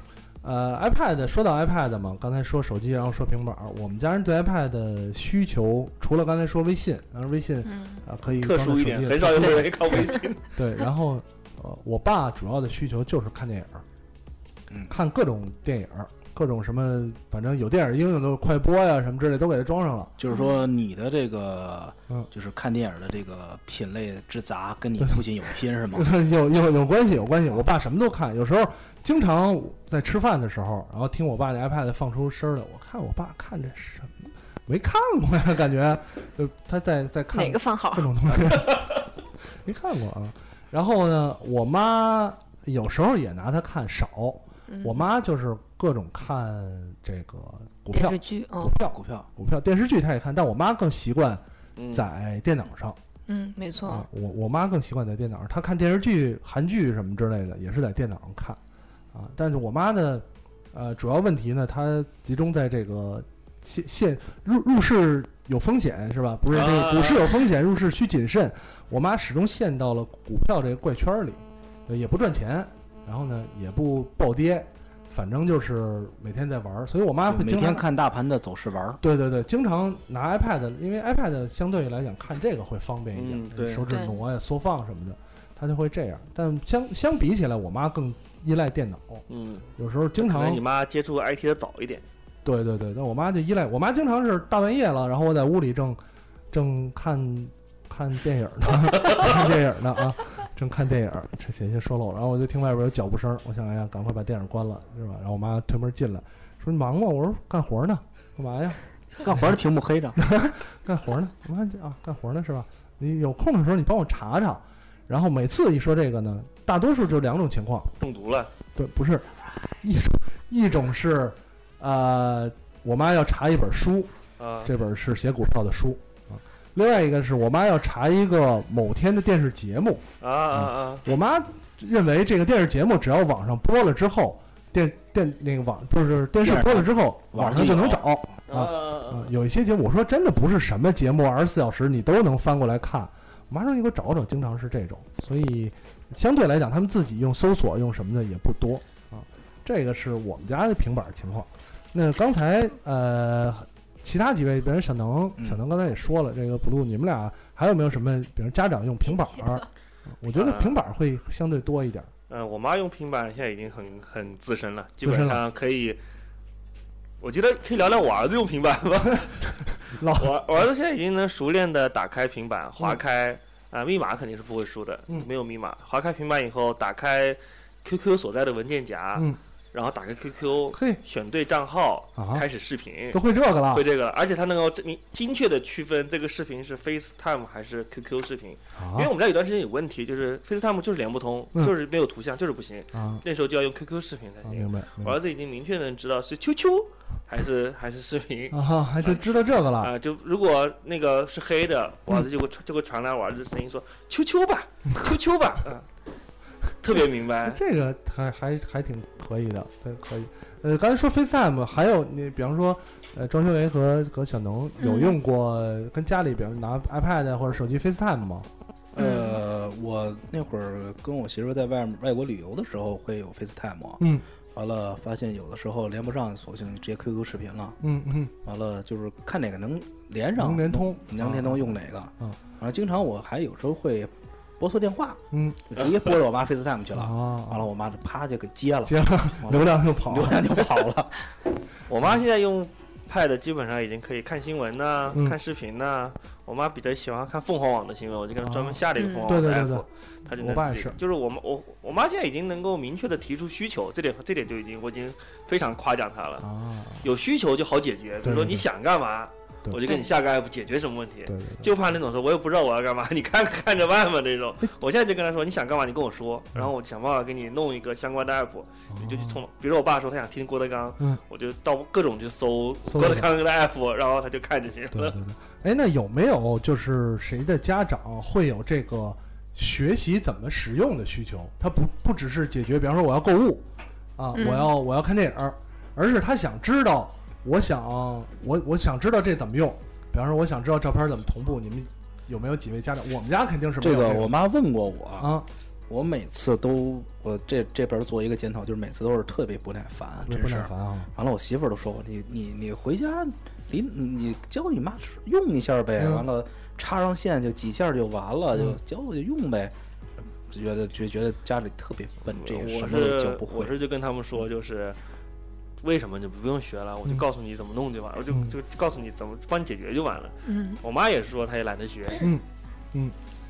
[SPEAKER 4] 呃，iPad 说到 iPad 嘛，刚才说手机，然后说平板儿，我们家人对 iPad 的需求，除了刚才说微信，然后微信
[SPEAKER 7] 嗯，
[SPEAKER 4] 啊、可以
[SPEAKER 6] 特
[SPEAKER 4] 装在
[SPEAKER 6] 殊一
[SPEAKER 4] 手
[SPEAKER 6] 点，
[SPEAKER 4] 机里
[SPEAKER 6] 很少有人靠微信。
[SPEAKER 4] 对，然后呃，我爸主要的需求就是看电影儿，
[SPEAKER 5] 嗯
[SPEAKER 4] 看各种电影儿，各种什么，反正有电影应用的快播呀什么之类都给他装上了。
[SPEAKER 5] 就是说，你的这个
[SPEAKER 4] 嗯，
[SPEAKER 5] 就是看电影的这个品类之杂，跟你父亲有拼是吗？
[SPEAKER 4] 有有有关系，有关系。我爸什么都看，有时候经常在吃饭的时候，然后听我爸的 iPad 放出声儿来，我看我爸看这什么，没看过呀，感觉就他在在看
[SPEAKER 7] 哪个饭号
[SPEAKER 4] 各？种东西， 没看过啊。然后呢，我妈有时候也拿它看少，
[SPEAKER 7] 嗯
[SPEAKER 4] 我妈就是各种看这个股
[SPEAKER 7] 电
[SPEAKER 4] 票
[SPEAKER 7] 视、剧
[SPEAKER 4] 股
[SPEAKER 7] 哦，
[SPEAKER 4] 票、
[SPEAKER 5] 股票
[SPEAKER 4] 股票、电视剧她也看，但我妈更习惯
[SPEAKER 6] 嗯
[SPEAKER 4] 在电脑上。
[SPEAKER 7] 嗯，没错
[SPEAKER 4] 啊，，我我妈更习惯在电脑上，她看电视剧、韩剧什么之类的，也是在电脑上看啊。但是我妈呢，呃，主要问题呢，她集中在这个现现入入市有风险是吧？不是这个
[SPEAKER 5] 啊
[SPEAKER 4] 股市有风险，入市需谨慎。我妈始终陷到了股票这个怪圈儿里，呃也不赚钱，然后呢也不暴跌，反正就是每天在玩儿。所以我妈会
[SPEAKER 5] 每
[SPEAKER 4] 经常
[SPEAKER 5] 天看大盘的走势玩儿。
[SPEAKER 4] 对对对，经常拿 iPad，因为 iPad 相对来讲看这个会方便一点，
[SPEAKER 6] 嗯对
[SPEAKER 4] 手指
[SPEAKER 7] 对
[SPEAKER 4] 挪呀、缩放什么的，他就会这样。但相相比起来，我妈更依赖电脑，
[SPEAKER 6] 嗯，
[SPEAKER 4] 有时候经
[SPEAKER 6] 可能
[SPEAKER 4] 常
[SPEAKER 6] 你妈接触 IT 的早一点。
[SPEAKER 4] 对对对，但我妈就依赖，我妈经常是大半夜了，然后我在屋里正正看看电影呢， 看电影呢啊，正看电影，这险些说漏了，然后我就听外边有脚步声，我想哎呀，赶快把电影关了是吧？然后我妈推门进来，说你忙吗？我说干活呢，干嘛呀？
[SPEAKER 5] 干活的屏幕黑着，
[SPEAKER 4] 干活呢，我看这啊，干活呢是吧？你有空的时候你帮我查查。然后每次一说这个呢，大多数就两种情况，
[SPEAKER 6] 中毒了，
[SPEAKER 4] 对，不是一种一种是，呃，我妈要查一本书，
[SPEAKER 6] 啊，
[SPEAKER 4] 这本是写股票的书啊；另外一个是我妈要查一个某天的电视节目，
[SPEAKER 6] 啊啊啊！
[SPEAKER 4] 我妈认为这个电视节目只要网上播了之后，电电那个网不是电视播了之后，
[SPEAKER 5] 网
[SPEAKER 4] 网上
[SPEAKER 5] 上
[SPEAKER 4] 就能
[SPEAKER 5] 就
[SPEAKER 4] 找
[SPEAKER 5] 有
[SPEAKER 4] 啊
[SPEAKER 6] 啊
[SPEAKER 4] 嗯，有一些节目，我说真的不是什么节目，二十四小时你都能翻过来看。我妈说你给我找找，经常是这种，所以相对来讲，他们自己用搜索用什么的也不多啊。这个是我们家的平板情况。那刚才呃，其他几位，比如小能、
[SPEAKER 5] 嗯
[SPEAKER 4] 小能刚才也说了，这个 blue，你们俩还有没有什么，比如家长用平板儿？我觉得平板儿会相对多一点儿。
[SPEAKER 6] 呃，我妈用平板现在已经很很资深了，基
[SPEAKER 4] 资深
[SPEAKER 6] 本
[SPEAKER 4] 了
[SPEAKER 6] 上可以。我觉得可以聊聊我儿子用平板 吧。
[SPEAKER 4] 老
[SPEAKER 6] 我我儿子现在已经能熟练的打开平板，划开啊、密码肯定是不会输的，
[SPEAKER 4] 嗯
[SPEAKER 6] 没有密码。划开平板以后，打开 QQ 所在的文件夹，
[SPEAKER 4] 嗯
[SPEAKER 6] 然后打开 QQ，
[SPEAKER 4] 嘿
[SPEAKER 6] 选对账号，
[SPEAKER 4] 啊，
[SPEAKER 6] 开始视频。
[SPEAKER 4] 都啊会这个了
[SPEAKER 6] 会，这个了，而且它能够精精确的区分这个视频是 FaceTime 还是 QQ 视频，因为
[SPEAKER 4] 啊
[SPEAKER 6] 我们家有段时间有问题，就是 FaceTime 就是连不通，
[SPEAKER 4] 嗯
[SPEAKER 6] 就是没有图像，就是不行。
[SPEAKER 4] 啊
[SPEAKER 6] 那时候就要用 QQ 视频才
[SPEAKER 4] 啊，
[SPEAKER 6] 行。
[SPEAKER 4] 明白，明
[SPEAKER 6] 我
[SPEAKER 4] 白
[SPEAKER 6] 儿子已经明确能知道是啾啾还是还是视频
[SPEAKER 4] 啊，还就知道这个了
[SPEAKER 6] 啊、。就如果那个是黑的，我儿子就会就会传来我儿子的声音说啾啾吧，啾啾吧，嗯、特别明白。
[SPEAKER 4] 这个还还还挺可以的，对，可以。呃，刚才说 FaceTime，还有你比方说，呃，庄修为和和小能有
[SPEAKER 7] 嗯
[SPEAKER 4] 用过跟家里，比方拿 iPad 或者手机 FaceTime 吗？
[SPEAKER 5] 呃，我那会儿跟我媳妇儿在外面外国旅游的时候会有 FaceTime，
[SPEAKER 4] 嗯，
[SPEAKER 5] 完了发现有的时候连不上，索性直接 QQ 视频了。
[SPEAKER 4] 嗯嗯，
[SPEAKER 5] 完了就是看哪个能连上，
[SPEAKER 4] 能联通，
[SPEAKER 5] 能联通用哪个。
[SPEAKER 4] 嗯
[SPEAKER 5] 然后经常我还有时候会拨错电话，
[SPEAKER 4] 嗯，
[SPEAKER 5] 直接拨到我妈 FaceTime 去
[SPEAKER 4] 啊
[SPEAKER 5] 了。完了，
[SPEAKER 4] 啊，
[SPEAKER 5] 我妈就啪就给接了，
[SPEAKER 4] 接了
[SPEAKER 5] 完
[SPEAKER 4] 流
[SPEAKER 5] 了
[SPEAKER 4] 量就跑
[SPEAKER 5] 流
[SPEAKER 4] 了。
[SPEAKER 5] 量就跑了。
[SPEAKER 6] 我妈现在用 Pad 基本上已经可以看新闻呐、
[SPEAKER 4] 嗯
[SPEAKER 6] 看视频呐、我妈比较喜欢看凤凰网的新闻，我就给她专门下了一个凤
[SPEAKER 4] 嗯
[SPEAKER 6] 凰网的
[SPEAKER 4] 对对对
[SPEAKER 6] app，她就
[SPEAKER 4] 我爸
[SPEAKER 6] 能
[SPEAKER 4] 也
[SPEAKER 6] 自己
[SPEAKER 4] 是。
[SPEAKER 6] 就是我妈我我妈现在已经能够明确的提出需求，这点这点就已经我已经非常夸奖她了。
[SPEAKER 4] 啊，
[SPEAKER 6] 有需求就好解决，比
[SPEAKER 4] 对对
[SPEAKER 6] 如说
[SPEAKER 4] 对
[SPEAKER 6] 你想干嘛，
[SPEAKER 4] 对
[SPEAKER 6] 我就给你下个 app 解决什么问题。
[SPEAKER 4] 对对对，
[SPEAKER 6] 就怕那种说我也不知道我要干嘛，你看看着办吧这种。
[SPEAKER 4] 哎
[SPEAKER 6] 我现在就跟他说你想干嘛你跟我说，
[SPEAKER 4] 嗯
[SPEAKER 6] 然后我想办法给你弄一个相关的 app，你
[SPEAKER 4] 哦
[SPEAKER 6] 就去冲。比如我爸说他想听郭德纲
[SPEAKER 4] 嗯，
[SPEAKER 6] 我就到各种去搜
[SPEAKER 4] 搜
[SPEAKER 6] 郭
[SPEAKER 4] 一
[SPEAKER 6] 德
[SPEAKER 4] 下
[SPEAKER 6] 纲的 app，然后他就看就 行
[SPEAKER 4] 对对
[SPEAKER 6] 了。
[SPEAKER 4] 对。哎，那有没有就是谁的家长会有这个学习怎么使用的需求？他不不只是解决，比方说我要购物啊，
[SPEAKER 7] 嗯
[SPEAKER 4] 我要我要看电影儿，而是他想知道，我想我我想知道这怎么用。比方说，我想知道照片怎么同步，你们有没有几位家长？我们家肯 定是没
[SPEAKER 5] 这
[SPEAKER 4] 有
[SPEAKER 5] 个
[SPEAKER 4] 种
[SPEAKER 5] 我妈问过我，
[SPEAKER 4] 啊，
[SPEAKER 5] 我每次都我这这边做一个检讨，就是每次都是特别不耐烦
[SPEAKER 4] 不
[SPEAKER 5] 这
[SPEAKER 4] 不
[SPEAKER 5] 事
[SPEAKER 4] 耐
[SPEAKER 5] 儿。
[SPEAKER 4] 烦啊。
[SPEAKER 5] 完了，我媳妇儿都说我你你你回家，你你教你妈用一下呗。
[SPEAKER 4] 嗯
[SPEAKER 5] 完了，插上线就几下就完了，
[SPEAKER 4] 嗯
[SPEAKER 5] 就教我就用呗。就觉得就觉得家里特别笨，这个
[SPEAKER 6] 我
[SPEAKER 5] 什么都教
[SPEAKER 6] 是
[SPEAKER 5] 不
[SPEAKER 6] 我
[SPEAKER 5] 会。
[SPEAKER 6] 是就跟他们说就是。为什么就不用学了？我就
[SPEAKER 4] 嗯
[SPEAKER 6] 告诉你怎么弄就完了，我就
[SPEAKER 4] 嗯
[SPEAKER 6] 就告诉你怎么帮你解决就完了。
[SPEAKER 7] 嗯，
[SPEAKER 6] 我妈也是说，她也懒得学，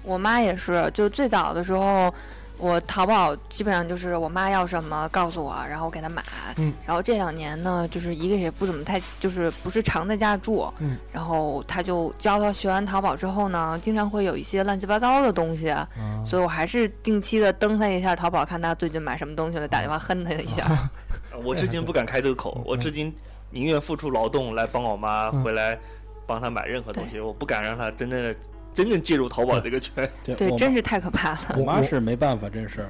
[SPEAKER 7] 我妈也是，就最早的时候，我淘宝基本上就是我妈要什么告诉我，然后我给她买。
[SPEAKER 4] 嗯。
[SPEAKER 7] 然后这两年呢，就是一个也不怎么太，就是不是常在家住。
[SPEAKER 4] 嗯。
[SPEAKER 7] 然后她就教她学完淘宝之后呢，经常会有一些乱七八糟的东西，
[SPEAKER 4] 啊
[SPEAKER 7] 所以我还是定期的登她一下淘宝，看她最近买什么东西了，打
[SPEAKER 4] 哦
[SPEAKER 7] 电话哼她一 下。
[SPEAKER 6] 呃我至今不敢开这个口，我至今宁愿付出劳动来帮我妈
[SPEAKER 4] 嗯
[SPEAKER 6] 回来帮她买任何东西，我不敢让她真正的真正介入淘宝这个 圈。
[SPEAKER 5] 对
[SPEAKER 7] 对，
[SPEAKER 5] 我
[SPEAKER 7] 真是太可怕了。
[SPEAKER 5] 妈我妈是没办法，真是，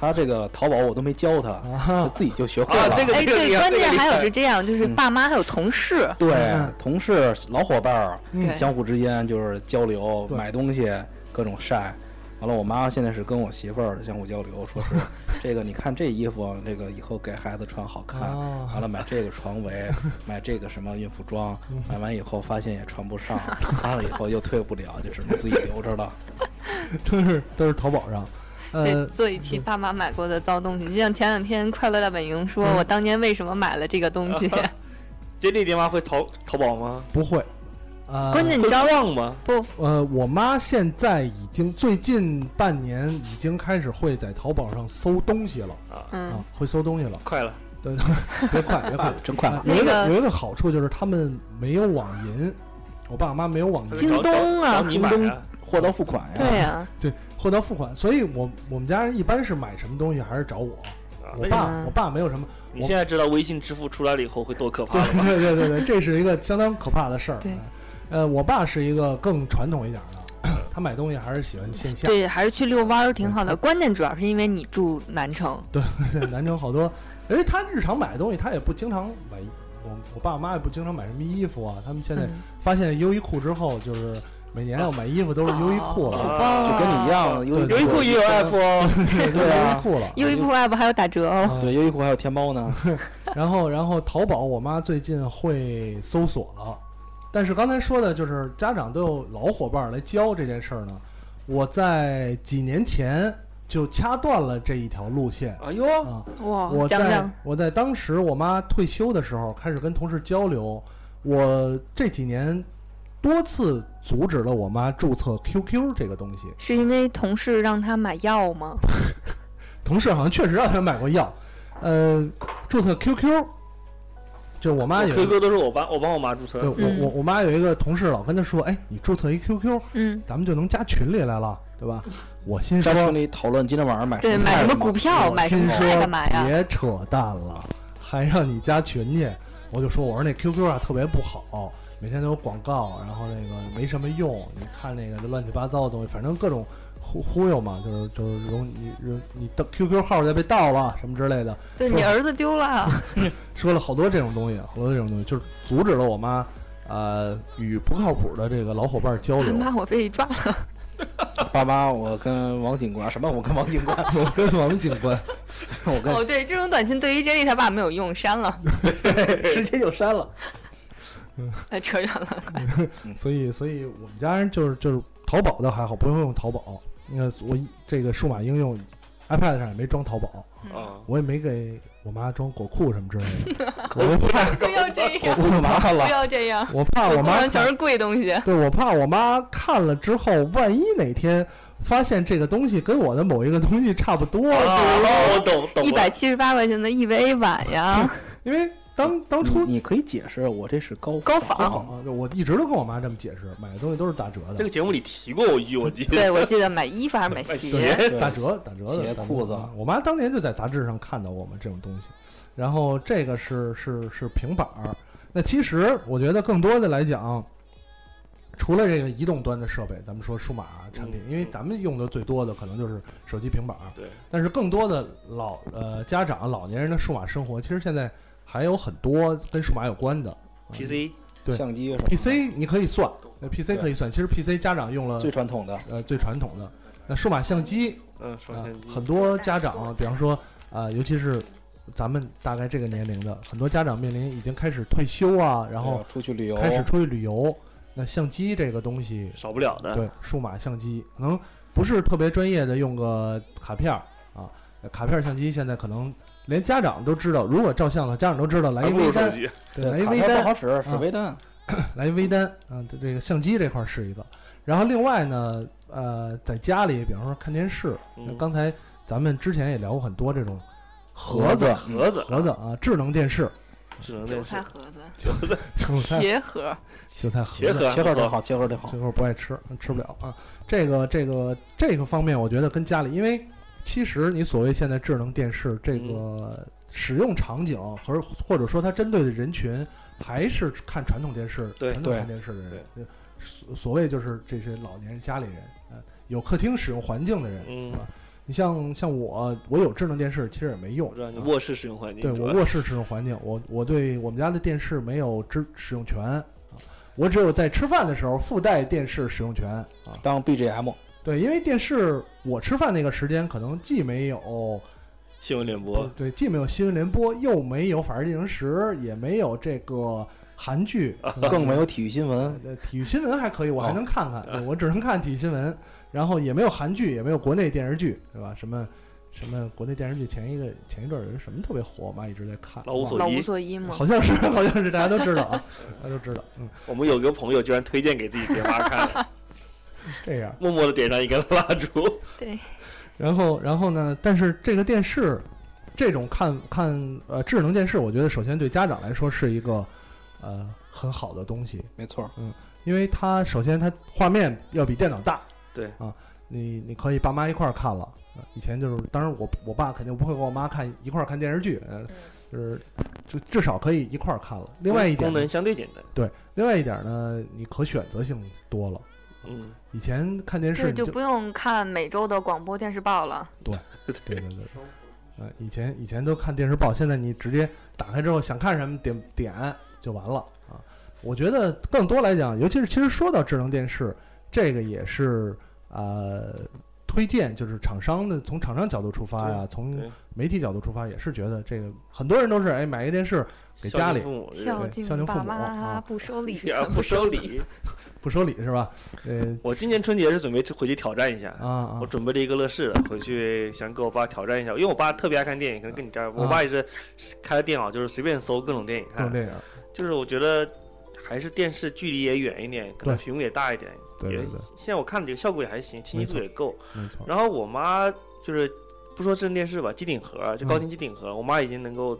[SPEAKER 5] 她这个淘宝我都没教她，
[SPEAKER 4] 啊
[SPEAKER 5] 她自己就学会
[SPEAKER 6] 啊
[SPEAKER 5] 了。
[SPEAKER 6] 这个
[SPEAKER 7] 哎，
[SPEAKER 6] 这个厉
[SPEAKER 7] 对，
[SPEAKER 6] 害
[SPEAKER 7] 关
[SPEAKER 6] 这个
[SPEAKER 7] 键
[SPEAKER 6] 厉
[SPEAKER 7] 还有
[SPEAKER 6] 害
[SPEAKER 7] 是这样，就是
[SPEAKER 5] 嗯
[SPEAKER 7] 爸妈还有同事。
[SPEAKER 5] 对
[SPEAKER 4] 嗯
[SPEAKER 5] 同事、老伙伴儿，
[SPEAKER 4] 嗯
[SPEAKER 7] 对
[SPEAKER 5] 相互之间就是交流，
[SPEAKER 4] 对
[SPEAKER 5] 买东西各种晒。完了，我妈现在是跟我媳妇儿相互交流，说 是这个，你看这衣服，这个以后给孩子穿 好看。
[SPEAKER 4] 啊
[SPEAKER 5] 完了，买这个床围，买这个什么孕妇装，
[SPEAKER 4] 嗯
[SPEAKER 5] 买完以后发现也穿 不上，穿了以后又退不了，就只能自己留着了。
[SPEAKER 4] 都是都是淘宝上，
[SPEAKER 7] 对，
[SPEAKER 4] 呃，
[SPEAKER 7] 做一期爸妈买过的糟东西，就像前两天《快乐大本营》说，
[SPEAKER 4] 嗯
[SPEAKER 7] 我当年为什么买了这个东西？
[SPEAKER 6] 杰弟爹妈会淘淘宝吗？
[SPEAKER 4] 不会，呃，
[SPEAKER 7] 关键你
[SPEAKER 6] 会
[SPEAKER 7] 知道
[SPEAKER 6] 忘吗？
[SPEAKER 4] 呃，我妈现在已经最近半年已经开始会在淘宝上搜东西了
[SPEAKER 7] 嗯
[SPEAKER 4] 啊，，会搜东西 了。
[SPEAKER 6] 快了，
[SPEAKER 4] 对，别快，别快
[SPEAKER 5] 啊。，真快
[SPEAKER 4] 啊
[SPEAKER 5] 了！
[SPEAKER 4] 有一
[SPEAKER 7] 那
[SPEAKER 4] 个
[SPEAKER 7] 个
[SPEAKER 4] 有一个好处就是他们没有网银，我爸我妈没有网
[SPEAKER 6] 她
[SPEAKER 4] 银，
[SPEAKER 6] 就找
[SPEAKER 7] 京东啊
[SPEAKER 6] 找找你买
[SPEAKER 5] 京
[SPEAKER 6] 啊，
[SPEAKER 5] 货到付款呀，
[SPEAKER 7] 对啊呀，
[SPEAKER 4] 对，货到付款，所以我我们家人一般是买什么东西还是找我，
[SPEAKER 6] 啊
[SPEAKER 4] 我
[SPEAKER 6] 那
[SPEAKER 4] 爸
[SPEAKER 7] 嗯
[SPEAKER 4] 我爸没有什么，
[SPEAKER 6] 你你现在知道微信支付出来了以后会多可怕了吧？
[SPEAKER 4] 对对对对，这是一个相当可怕的事儿
[SPEAKER 7] 对。
[SPEAKER 4] 呃，我爸是一个更传统一点的， 他买东西还是喜欢线下。
[SPEAKER 7] 对，还是去遛弯儿挺
[SPEAKER 4] 嗯
[SPEAKER 7] 好的。关键主要是因为你住南城，
[SPEAKER 4] 对，南城好多，因为他日常买的东西，他也不经常买。我我爸我妈也不经常买什么衣服啊，他们现在
[SPEAKER 7] 嗯
[SPEAKER 4] 发现优衣库之后，就是每年要买衣服都是哦优衣库
[SPEAKER 7] 好
[SPEAKER 4] 了，
[SPEAKER 7] 棒
[SPEAKER 5] 就
[SPEAKER 7] 啊
[SPEAKER 5] 跟你一样，优
[SPEAKER 4] 对
[SPEAKER 6] 优衣库也有 app 哦，
[SPEAKER 4] 都是
[SPEAKER 5] 对
[SPEAKER 4] 优衣
[SPEAKER 5] 啊，
[SPEAKER 4] 库了。
[SPEAKER 7] 优衣库 app 还有打折
[SPEAKER 4] 啊
[SPEAKER 7] 哦。
[SPEAKER 5] 对优衣库还有天 猫呢。
[SPEAKER 4] 然后然后淘宝，我妈最近会搜索了，但是刚才说的就是家长都有老伙伴来教这件事儿呢，我在几年前就掐断了这一条路线
[SPEAKER 6] 哎呦，
[SPEAKER 4] 啊。
[SPEAKER 7] 哇，
[SPEAKER 4] 我
[SPEAKER 7] 哦讲
[SPEAKER 4] 在
[SPEAKER 7] 讲，
[SPEAKER 4] 我在当时我妈退休的时候开始跟同事交流，我这几年多次阻止了我妈注册 QQ 这个东西。
[SPEAKER 7] 是因为同事让他买药吗？
[SPEAKER 4] 同事好像确实让她买过药，呃，注册 QQ，就我妈有一个
[SPEAKER 6] QQ 都是我帮我帮我妈注册
[SPEAKER 4] 对
[SPEAKER 6] 的，
[SPEAKER 4] 我我我妈有一个同事老跟她说，哎，你注册一 QQ，
[SPEAKER 7] 嗯，
[SPEAKER 4] 咱们就能加群里来了，对吧？我心说
[SPEAKER 5] 在群里讨论今天晚上买
[SPEAKER 7] 对，买
[SPEAKER 5] 菜
[SPEAKER 7] 什么
[SPEAKER 5] 了吗
[SPEAKER 7] 股票，
[SPEAKER 4] 我
[SPEAKER 7] 哦买什
[SPEAKER 4] 心
[SPEAKER 7] 么菜
[SPEAKER 4] 说
[SPEAKER 7] 干嘛呀？
[SPEAKER 4] 别扯淡了，还让你加群去。我就说，我说那 QQ 啊特别不好，每天都有广告，然后那个没什么用，你看那个就乱七八糟的东西，反正各种忽忽悠嘛，就是就是容你你你的 QQ 号再被盗了什么之类的，
[SPEAKER 7] 对
[SPEAKER 4] 说
[SPEAKER 7] 你儿子 丢了，
[SPEAKER 4] 说了好多这种东西，好多这种东西，就是阻止了我妈呃与不靠谱的这个老伙伴交流。
[SPEAKER 7] 妈，我被抓了。
[SPEAKER 5] 爸妈，我跟王警官什么？我跟王警官，
[SPEAKER 4] 我跟王警官，
[SPEAKER 5] 我跟
[SPEAKER 7] 哦，对，这种短信对于 Jenny 他爸没有用，删了。
[SPEAKER 5] 直接就删了。
[SPEAKER 7] 哎，扯远了。
[SPEAKER 4] 所以所以我们家人就是就是淘宝倒还好，不会用淘宝。那我一这个数码应用 iPad 上也没装淘宝，
[SPEAKER 6] 啊，
[SPEAKER 4] 我也没给我妈装果库什么之类的。我
[SPEAKER 6] 我
[SPEAKER 4] 怕
[SPEAKER 7] 不要这样，
[SPEAKER 5] 我麻烦
[SPEAKER 7] 不
[SPEAKER 5] 了，
[SPEAKER 7] 要这样。
[SPEAKER 4] 我怕我妈
[SPEAKER 7] 上全
[SPEAKER 4] 看，
[SPEAKER 7] 是贵东西。
[SPEAKER 4] 对我怕我妈看了之后，万一哪天发现这个东西跟我的某一个
[SPEAKER 6] 啊
[SPEAKER 4] 东西差不多，
[SPEAKER 6] 啊我懂 懂了，
[SPEAKER 7] 一百七十八块钱的 EVA 碗呀，
[SPEAKER 4] 因为当当初
[SPEAKER 5] 你你可以解释我这是高
[SPEAKER 7] 高
[SPEAKER 5] 仿
[SPEAKER 7] 仿
[SPEAKER 4] 啊，我一直都跟我妈这么解释，买的东西都是打折的，
[SPEAKER 6] 这个节目里提过我一句，我记得
[SPEAKER 7] 对，我记得买衣服还是买鞋，
[SPEAKER 5] 对
[SPEAKER 4] 打折打折的
[SPEAKER 5] 鞋
[SPEAKER 4] 打折
[SPEAKER 5] 裤子
[SPEAKER 4] 嗯我妈当年就在杂志上看到我们这种东西，然后这个是是是平板儿。那其实我觉得更多的来讲，除了这个移动端的设备，咱们说数码产品，
[SPEAKER 6] 嗯
[SPEAKER 4] 因为咱们用的最多的可能就是手机、平板儿。
[SPEAKER 6] 对，
[SPEAKER 4] 但是更多的老呃家长、老年人的数码生活，其实现在还有很多跟数码有关的。
[SPEAKER 5] 嗯
[SPEAKER 6] PC
[SPEAKER 4] 对
[SPEAKER 5] 相机什么的
[SPEAKER 4] PC 你可以算，那 PC
[SPEAKER 5] 对
[SPEAKER 4] 可以算。其实 PC 家长用了
[SPEAKER 5] 最传统的，
[SPEAKER 4] 呃最传统的，那数码相机
[SPEAKER 6] 嗯双
[SPEAKER 4] 啊
[SPEAKER 6] 相机，
[SPEAKER 4] 很多家长，比方说啊、呃尤其是咱们大概这个年龄的，很多家长面临已经开始退休啊，然后
[SPEAKER 5] 对出去旅游
[SPEAKER 4] 开始出去旅游。那相机这个东西，
[SPEAKER 6] 少不了
[SPEAKER 5] 嗯
[SPEAKER 6] 的。
[SPEAKER 4] 对，数码相机可能不是特别专业的，用个卡片儿啊，卡片儿相机现在可能连家长都知道，如果照相的家长都知道，来
[SPEAKER 5] 啊
[SPEAKER 6] 还
[SPEAKER 4] 一
[SPEAKER 6] 不如
[SPEAKER 4] 微
[SPEAKER 6] 手
[SPEAKER 4] 单，
[SPEAKER 6] 机，
[SPEAKER 4] 对，来一
[SPEAKER 5] 卡
[SPEAKER 4] 微
[SPEAKER 5] 片
[SPEAKER 4] 单嗯
[SPEAKER 5] 不，好使，是微单，
[SPEAKER 4] 来微单啊，这这个相机这块儿是一个。然后另外呢，呃，在家里，比方说看电视，那
[SPEAKER 6] 嗯
[SPEAKER 4] 刚才咱们之前也聊过很多这种盒子、
[SPEAKER 6] 盒子，啊
[SPEAKER 4] 盒子啊，智能电视、
[SPEAKER 6] 只能
[SPEAKER 7] 韭
[SPEAKER 6] 那
[SPEAKER 7] 菜盒子、
[SPEAKER 4] 韭菜、
[SPEAKER 7] 鞋盒，
[SPEAKER 4] 韭菜盒
[SPEAKER 6] 鞋
[SPEAKER 4] 子，
[SPEAKER 6] 盒
[SPEAKER 5] 切块儿就好，切块儿就好
[SPEAKER 4] 这。会儿不爱吃，吃不了啊。这个这个这个方面，我觉得跟家里，因为其实你所谓现在智能电视这
[SPEAKER 6] 嗯
[SPEAKER 4] 个使用场景和或者说它针对的人群，还是看传统电视、
[SPEAKER 6] 对
[SPEAKER 4] 传统
[SPEAKER 5] 对
[SPEAKER 4] 看电视的人，所所谓就是这些老年人、家里人，呃，有客厅使用环境的人。
[SPEAKER 6] 嗯
[SPEAKER 4] 是，吧你像像我，我有智能电视，其实也没用
[SPEAKER 6] 我知道你
[SPEAKER 4] 啊
[SPEAKER 6] 卧室使用环境，
[SPEAKER 4] 对我
[SPEAKER 6] 是吧
[SPEAKER 4] 卧室使用环境，我我对我们家的电视没有知使用权啊，我只有在吃饭的时候附带电视使用权啊。
[SPEAKER 5] 当 BGM，
[SPEAKER 4] 对，因为电视我吃饭那个时间可能既没有
[SPEAKER 6] 新闻联播，
[SPEAKER 4] 对，既没有新闻联播，又没有法制进行时，也没有这个韩 剧，
[SPEAKER 5] 更没有哦体育新闻，
[SPEAKER 4] 呃体育新闻还可以，我还能看 看，对我只能看体育新闻，然后也没有韩剧，也没有国内电视剧，对吧？什么什么国内电视剧前一个前一阵儿有一个什么特别火，我妈一直在看，
[SPEAKER 6] 老无
[SPEAKER 4] 忘了
[SPEAKER 6] 所
[SPEAKER 7] 老
[SPEAKER 6] 依
[SPEAKER 7] 无所依嘛。
[SPEAKER 4] 好像是， 好像是，大家都知道啊，大家都知道，嗯，
[SPEAKER 6] 我们有个朋友居然推荐给自己爹妈看，
[SPEAKER 4] 这样。
[SPEAKER 6] 默默的点上一根蜡烛，
[SPEAKER 7] 对，
[SPEAKER 4] 然后，然后呢？但是这个电视，这种看看呃智能电视，我觉得首先对家长来说是一个呃很好的东西，
[SPEAKER 5] 没错儿，
[SPEAKER 4] 因为它首先它画面要比电脑大，
[SPEAKER 6] 对
[SPEAKER 4] 啊，你你可以爸妈一块儿看了。呃以前就是，当然我我爸肯定不会跟我妈看一块儿看电视剧，
[SPEAKER 7] 嗯
[SPEAKER 4] 呃，就是就至少可以一块儿看了。另外一点
[SPEAKER 6] 功
[SPEAKER 4] 呢，
[SPEAKER 6] 能相对简单，
[SPEAKER 4] 另外一点呢，你可选择性多了。
[SPEAKER 6] 嗯，
[SPEAKER 4] 以前看电视
[SPEAKER 7] 对，
[SPEAKER 4] 你
[SPEAKER 7] 就不用看每周的广播电视报了。
[SPEAKER 4] 对对对，呃，以前以前都看电视报，现在你直接打开之后想看什么点点就完了啊。我觉得更多来讲，尤其是其实说到智能电视，这个也是呃推荐，就是厂商的从厂商角度出发呀、从
[SPEAKER 6] 对
[SPEAKER 4] 媒体角度出发，也是觉得这个很多人都是哎买一个电视给
[SPEAKER 6] 孝
[SPEAKER 4] 家
[SPEAKER 6] 敬
[SPEAKER 4] 里
[SPEAKER 6] 父母这个
[SPEAKER 7] 孝
[SPEAKER 4] 对孝
[SPEAKER 7] 敬
[SPEAKER 4] 敬父
[SPEAKER 7] 爸
[SPEAKER 4] 母
[SPEAKER 7] 妈
[SPEAKER 4] 啊
[SPEAKER 7] 不 收礼
[SPEAKER 6] 一， 点儿不收礼。
[SPEAKER 4] 不收礼是吧？呃
[SPEAKER 6] 我今年春节是准备回去挑战一下，
[SPEAKER 4] 啊啊
[SPEAKER 6] 我准备了一个乐视的，回去想跟我爸挑战一下，因为我爸特别爱看电影，可能跟你家，我爸也是开了电脑就是随便搜各种电影
[SPEAKER 4] 啊各
[SPEAKER 6] 看
[SPEAKER 4] 种，电影，
[SPEAKER 6] 就是我觉得还是电视距离也远一点，可能
[SPEAKER 4] 对
[SPEAKER 6] 屏幕也大一点，
[SPEAKER 4] 对
[SPEAKER 6] 也
[SPEAKER 4] 对对，
[SPEAKER 6] 现在我看这个效果也还行，清晰度也够。
[SPEAKER 4] 没错，
[SPEAKER 6] 然后我妈就是不说智能电视吧，机顶盒啊
[SPEAKER 4] 嗯
[SPEAKER 6] 就高清机顶盒，我妈已经能够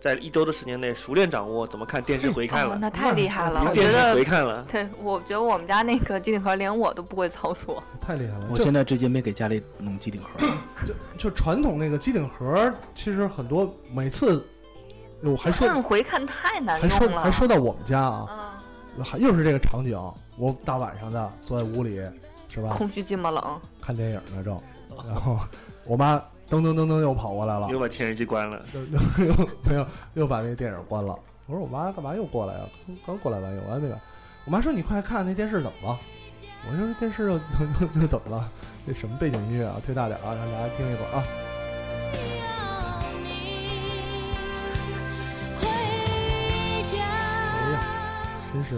[SPEAKER 6] 在一周的时间内熟练掌握怎么看电视回看
[SPEAKER 7] 哦，
[SPEAKER 6] 了，
[SPEAKER 7] 那太厉害了！我
[SPEAKER 6] 电视
[SPEAKER 7] 觉得
[SPEAKER 6] 回，看
[SPEAKER 4] 啊
[SPEAKER 6] 了，
[SPEAKER 7] 对我觉得我们家那个机顶盒连我都不会操作。
[SPEAKER 4] 太厉害了。
[SPEAKER 5] 我
[SPEAKER 4] 就
[SPEAKER 5] 现在至今没给家里弄机顶盒，
[SPEAKER 4] 就传统那个机顶盒，其实很多每次我还说
[SPEAKER 7] 摁回看太难
[SPEAKER 4] 还说
[SPEAKER 7] 用了。
[SPEAKER 4] 还说到我们家啊，
[SPEAKER 7] 嗯，
[SPEAKER 4] 还又是这个场景，我大晚上的坐在屋里，是吧？
[SPEAKER 7] 空虚寂寞冷，
[SPEAKER 4] 看电影呢正，然后我妈噔噔噔噔又跑过来了，
[SPEAKER 6] 又把电视机关了，
[SPEAKER 4] 又又又没有又把那个电影关了。我说我妈干嘛又过来啊？刚刚过来完有完没完？我妈说你快看那电视怎么了？我说这电视又 又又又怎么了？那什么背景音乐啊？推大点啊，让大家听一会儿啊。哎呀，真是，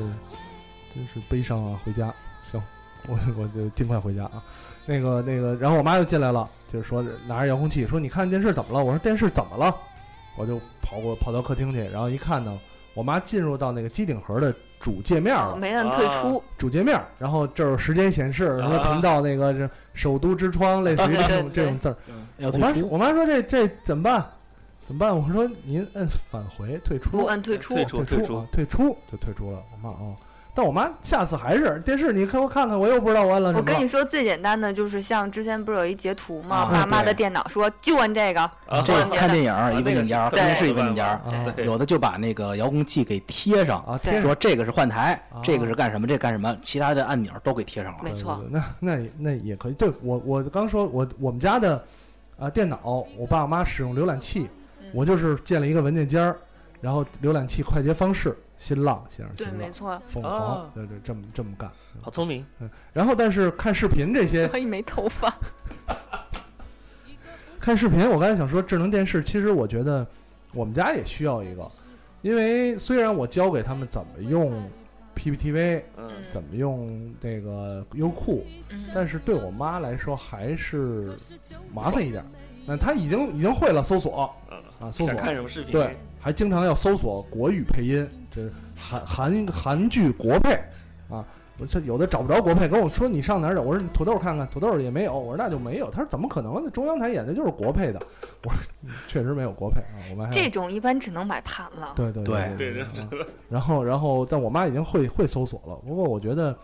[SPEAKER 4] 真是悲伤啊！回家，行，我我就尽快回家啊。那个那个，然后我妈又进来了，就是说拿着遥控器说：“你看电视怎么了？”我说：“电视怎么了？”我就跑过跑到客厅去，然后一看呢，我妈进入到那个机顶盒的主界面
[SPEAKER 7] 哦
[SPEAKER 4] 了，
[SPEAKER 7] 没摁退出。
[SPEAKER 4] 主界面，然后这有时间显示，什么
[SPEAKER 5] 啊
[SPEAKER 4] 频道那个是首都之窗，类似于这种
[SPEAKER 7] 哦对对对
[SPEAKER 4] 这种字儿。
[SPEAKER 5] 要
[SPEAKER 4] 我
[SPEAKER 5] 退
[SPEAKER 4] 妈
[SPEAKER 5] 出
[SPEAKER 4] 我妈说这这怎么办？怎么办？我说您摁返回退出，
[SPEAKER 7] 不按退出
[SPEAKER 6] 退，
[SPEAKER 4] 退
[SPEAKER 6] 出
[SPEAKER 4] 出
[SPEAKER 6] 出
[SPEAKER 4] 啊，退出就退出了。我妈哦，但我妈下次还是电视，你给我看看，我又不知道我按了什
[SPEAKER 7] 我
[SPEAKER 4] 么。
[SPEAKER 7] 跟你说，最简单的就是像之前不是有一截图吗？
[SPEAKER 5] 啊
[SPEAKER 7] 我爸妈
[SPEAKER 5] 对
[SPEAKER 7] 的电脑说就按这个，
[SPEAKER 6] 啊
[SPEAKER 7] 不按
[SPEAKER 5] 这
[SPEAKER 7] 别
[SPEAKER 5] 看
[SPEAKER 7] 的。
[SPEAKER 5] 电影一个顶尖儿，
[SPEAKER 6] 那个
[SPEAKER 5] 看
[SPEAKER 6] 是
[SPEAKER 5] 电视
[SPEAKER 6] 对
[SPEAKER 5] 一个顶尖儿，
[SPEAKER 4] 啊
[SPEAKER 6] 对
[SPEAKER 5] 有的就把那个遥控器给贴上，
[SPEAKER 4] 啊，
[SPEAKER 7] 对
[SPEAKER 4] 天
[SPEAKER 5] 说这个是换台
[SPEAKER 4] 啊，
[SPEAKER 5] 这个是干什么，这干什么，其他的按钮都给贴上了。
[SPEAKER 7] 没错
[SPEAKER 4] 对对对那那也那也可以。对我我刚说，我我们家的呃电脑，我爸我妈使用浏览器，
[SPEAKER 7] 嗯
[SPEAKER 4] 我就是建了一个文件夹儿，然后浏览器快捷方式，新浪先生，
[SPEAKER 7] 对，
[SPEAKER 4] 新
[SPEAKER 7] 没
[SPEAKER 4] 浪，
[SPEAKER 7] 错，哦
[SPEAKER 4] 凤凰
[SPEAKER 6] 啊，
[SPEAKER 4] 对对，这么这么干。
[SPEAKER 6] 好聪明，
[SPEAKER 4] 然后但是看视频 这些，
[SPEAKER 7] 所以没头发。
[SPEAKER 4] 看视频，我刚才想说智能电视，其实我觉得我们家也需要一个，因为虽然我教给他们怎么用 PPTV，
[SPEAKER 6] 嗯，
[SPEAKER 4] 怎么用这个优酷，
[SPEAKER 7] 嗯
[SPEAKER 4] 但是对我妈来说还是麻烦一点儿。那她已经已经会了搜索
[SPEAKER 6] 嗯
[SPEAKER 4] 啊，搜索
[SPEAKER 6] 想看什么视频？
[SPEAKER 4] 对，还经常要搜索国语配音，这韩韩韩剧国配啊。我说有的找不着国配，跟我说你上哪儿找？我说你土豆看看，土豆也没有。我说那就没有。他说怎么可能？那中央台演的就是国配的。我说嗯确实没有国配啊，我们还
[SPEAKER 7] 这种一般只能买盘
[SPEAKER 5] 啊
[SPEAKER 7] 了。
[SPEAKER 4] 对对
[SPEAKER 6] 对
[SPEAKER 4] 对
[SPEAKER 6] 对
[SPEAKER 4] 啊然后然后，但我妈已经会会搜索了。不过我觉得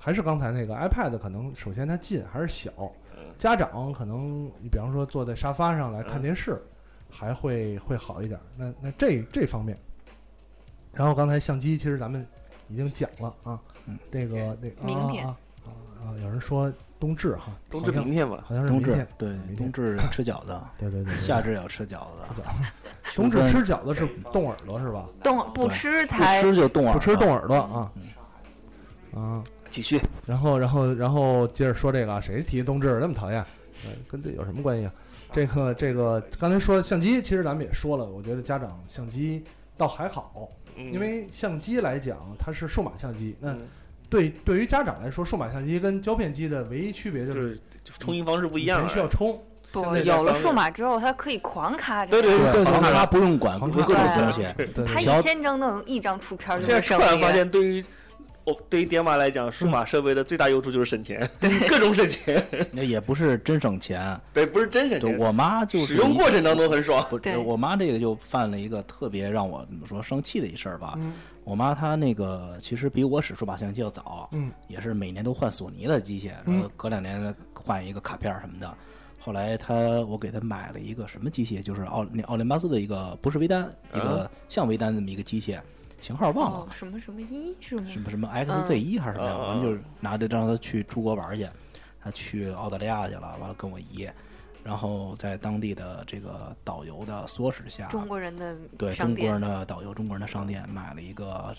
[SPEAKER 4] 还是刚才那个 iPad，可能首先它近还是小，
[SPEAKER 6] 嗯
[SPEAKER 4] 家长可能你比方说坐在沙发上来
[SPEAKER 5] 嗯
[SPEAKER 4] 看电视，还会会好一点。那那这这方面，然后刚才相机其实咱们已经讲了啊，
[SPEAKER 5] 嗯
[SPEAKER 4] 这个那个
[SPEAKER 7] 明天
[SPEAKER 4] 啊啊啊啊有人说冬至哈，
[SPEAKER 6] 冬至
[SPEAKER 4] 好像
[SPEAKER 6] 明天吧，
[SPEAKER 4] 好像是
[SPEAKER 5] 冬
[SPEAKER 4] 明
[SPEAKER 5] 至
[SPEAKER 4] 天，
[SPEAKER 5] 对
[SPEAKER 4] 明，天
[SPEAKER 5] 冬至吃饺子，
[SPEAKER 4] 对对对，对
[SPEAKER 5] 夏至要吃饺子，
[SPEAKER 4] 冬至
[SPEAKER 5] 秋分
[SPEAKER 4] 吃饺子是冻耳朵是吧？
[SPEAKER 7] 动不
[SPEAKER 5] 对
[SPEAKER 7] 吃
[SPEAKER 5] 不
[SPEAKER 7] 才
[SPEAKER 5] 吃就冻耳，
[SPEAKER 4] 不吃冻。耳朵啊
[SPEAKER 5] 嗯
[SPEAKER 4] 啊。
[SPEAKER 5] 继续，
[SPEAKER 4] 然后，然后，然后接着说这个啊，谁提冬至那么讨厌？呃，跟这有什么关系啊？这个，这个，刚才说相机，其实咱们也说了，我觉得家长相机倒还好，
[SPEAKER 6] 因
[SPEAKER 4] 因为相机来讲，它是数码相机。那
[SPEAKER 6] 嗯
[SPEAKER 4] 对对于家长来说，数码相机跟胶片机的唯一区别
[SPEAKER 6] 就
[SPEAKER 4] 就是
[SPEAKER 6] 是就冲印方式不
[SPEAKER 4] 不
[SPEAKER 6] 一样啊
[SPEAKER 4] 需要
[SPEAKER 6] 了。
[SPEAKER 4] 冲，
[SPEAKER 7] 不
[SPEAKER 6] 现在
[SPEAKER 7] 有了
[SPEAKER 6] 在
[SPEAKER 7] 数码之后，它可以狂咔着。
[SPEAKER 6] 对对
[SPEAKER 5] 对，
[SPEAKER 4] 对
[SPEAKER 5] 防
[SPEAKER 4] 对
[SPEAKER 5] 它不用管
[SPEAKER 4] 防
[SPEAKER 5] 各种
[SPEAKER 7] 它
[SPEAKER 5] 东西，
[SPEAKER 4] 对对
[SPEAKER 7] 它
[SPEAKER 4] 对，
[SPEAKER 5] 调
[SPEAKER 7] 一千张能有一张出片儿
[SPEAKER 6] 现
[SPEAKER 7] 就
[SPEAKER 6] 在
[SPEAKER 7] 是
[SPEAKER 6] 突
[SPEAKER 7] 生
[SPEAKER 6] 然
[SPEAKER 7] 意
[SPEAKER 6] 发现，对于我对于爹妈来讲，数码设备的最大用处就是省钱，各种省钱。
[SPEAKER 5] 那也不是真省钱。
[SPEAKER 6] 对，不是真省
[SPEAKER 5] 就
[SPEAKER 6] 钱，
[SPEAKER 5] 我妈就是
[SPEAKER 6] 使用过程当中很爽。
[SPEAKER 5] 不，
[SPEAKER 7] 对
[SPEAKER 5] 我妈这个就犯了一个特别让我怎么说生气的一事儿吧。
[SPEAKER 4] 嗯
[SPEAKER 5] 我妈她那个其实比我使数码相机要早，
[SPEAKER 4] 嗯，
[SPEAKER 5] 也是每年都换索尼的机械，然
[SPEAKER 6] 嗯
[SPEAKER 5] 后隔两年换一个卡片儿什么的。后来她我给她买了一个什么机械，就是奥那奥林巴斯的一个不是微单，一
[SPEAKER 6] 啊
[SPEAKER 5] 个像微单这么一个机械，型号忘了。
[SPEAKER 7] 哦嗯什么什么一是吗？
[SPEAKER 5] 什么什么 XZ 一还是什么呀，
[SPEAKER 6] 嗯
[SPEAKER 5] 完了就是拿着让他去出国玩儿去，他去澳大利亚去了，完了跟我姨，然后在当地的这个导游的唆使下，
[SPEAKER 7] 中国人的
[SPEAKER 5] 对
[SPEAKER 7] 商
[SPEAKER 5] 中国
[SPEAKER 7] 店
[SPEAKER 5] 人的导游、中国人的商店买了一个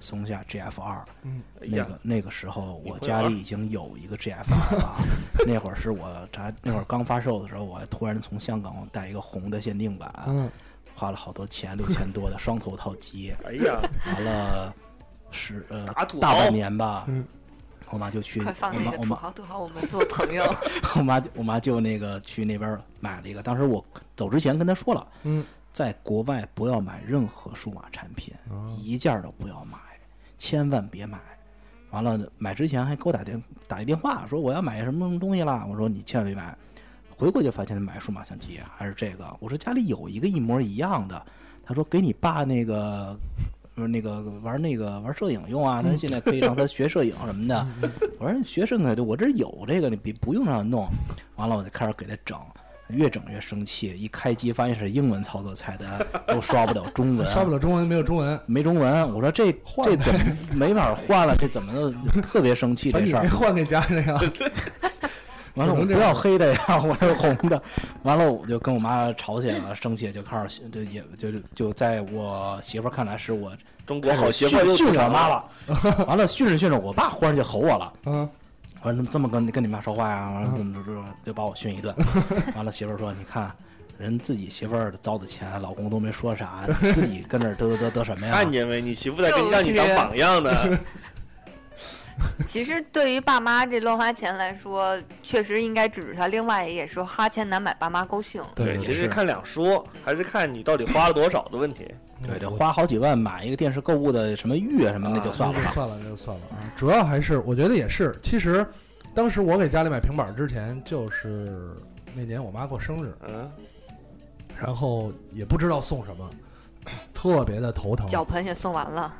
[SPEAKER 5] 松下 GF 二，
[SPEAKER 6] 哎
[SPEAKER 5] 那
[SPEAKER 6] 呀，
[SPEAKER 5] 个那个时候
[SPEAKER 6] 你
[SPEAKER 5] 我
[SPEAKER 6] 会
[SPEAKER 5] 家
[SPEAKER 6] 玩
[SPEAKER 5] 里已经有一个 GF 二 了，那会儿是我查那会儿刚发售的时候，我还突然从香港带一个红的限定版，
[SPEAKER 4] 嗯
[SPEAKER 5] 花了好多钱，六千多的双头套机。
[SPEAKER 6] 哎呀，
[SPEAKER 5] 完了是呃
[SPEAKER 6] 打土
[SPEAKER 5] 大
[SPEAKER 6] 豪嗯
[SPEAKER 5] 半年吧，我妈就去，
[SPEAKER 7] 快放
[SPEAKER 5] 我
[SPEAKER 7] 那
[SPEAKER 5] 妈
[SPEAKER 7] 个
[SPEAKER 5] 我
[SPEAKER 7] 土
[SPEAKER 5] 妈
[SPEAKER 7] 豪土豪，我们做朋友。
[SPEAKER 5] 我妈就我妈就那个去那边买了一个，当时我走之前跟她说了，
[SPEAKER 4] 嗯，
[SPEAKER 5] 在国外不要买任何数码产品，
[SPEAKER 4] 啊
[SPEAKER 5] 一件儿都不要买，千万别买。完了，买之前还给我打电打一电话，说我要买什么什么东西啦。我说你千万别买。回国就发现买数码相机啊还是这个。我说家里有一个一模一样的，他说给你爸那个，呃那个玩那个玩摄影用啊，他现在可以让他学摄影什么的。
[SPEAKER 4] 嗯
[SPEAKER 5] 我说学摄影的，我这有这个，你别不用让他弄。完了，我就开始给他整。越整越生气，一开机发现是英文操作菜单，都刷不了中文，啊
[SPEAKER 4] 刷不了中文，没有中文，
[SPEAKER 5] 没中文，我说这
[SPEAKER 4] 换
[SPEAKER 5] 这怎么 没法换了？这怎么都特别生气
[SPEAKER 4] 把
[SPEAKER 5] 这
[SPEAKER 4] 你
[SPEAKER 5] 事儿
[SPEAKER 4] 那。换给家里啊那个，
[SPEAKER 5] 完了，
[SPEAKER 4] 只
[SPEAKER 5] 我
[SPEAKER 4] 能
[SPEAKER 5] 不
[SPEAKER 4] 这样
[SPEAKER 5] 要黑的呀， 我要红的。完了，我就跟我妈吵起来了，生气就开始就也就就在我媳妇儿看来是我
[SPEAKER 6] 中国
[SPEAKER 5] 开
[SPEAKER 6] 好
[SPEAKER 5] 始
[SPEAKER 6] 学
[SPEAKER 5] 训
[SPEAKER 6] 坏又啊
[SPEAKER 5] 训着
[SPEAKER 6] 出
[SPEAKER 5] 我
[SPEAKER 6] 场
[SPEAKER 5] 妈。了。完了，训着训着，我爸忽然就吼我了。
[SPEAKER 4] 嗯，
[SPEAKER 5] 我说你这么跟跟你妈说话呀？完了怎么怎么就把我训一顿。完了，媳妇儿说你看。人自己媳妇儿遭的钱，老公都没说啥，你自己跟那儿嘚嘚嘚嘚哎什么呀？
[SPEAKER 6] 看见没，你媳妇在给你
[SPEAKER 7] 就
[SPEAKER 6] 让你当
[SPEAKER 7] 是
[SPEAKER 6] 榜样呢。
[SPEAKER 7] 其实对于爸妈这乱花钱来说，确实应该指着他。另外也说花钱难买爸妈高
[SPEAKER 4] 哦
[SPEAKER 7] 兴。
[SPEAKER 6] 对，其实
[SPEAKER 5] 是
[SPEAKER 6] 看两说，还是看你到底花了多少的问题。
[SPEAKER 4] 嗯
[SPEAKER 5] 对，这花好几万买一个电视购物的什么月什么，那就算了
[SPEAKER 4] 那就
[SPEAKER 5] 吧。
[SPEAKER 4] 算了，那就算了啊。主要还是我觉得也是，其实当时我给家里买平板儿之前，就是那年我妈过生日，
[SPEAKER 6] 嗯，
[SPEAKER 4] 然后也不知道送什么， 特别的头疼，
[SPEAKER 7] 脚盆也送完了，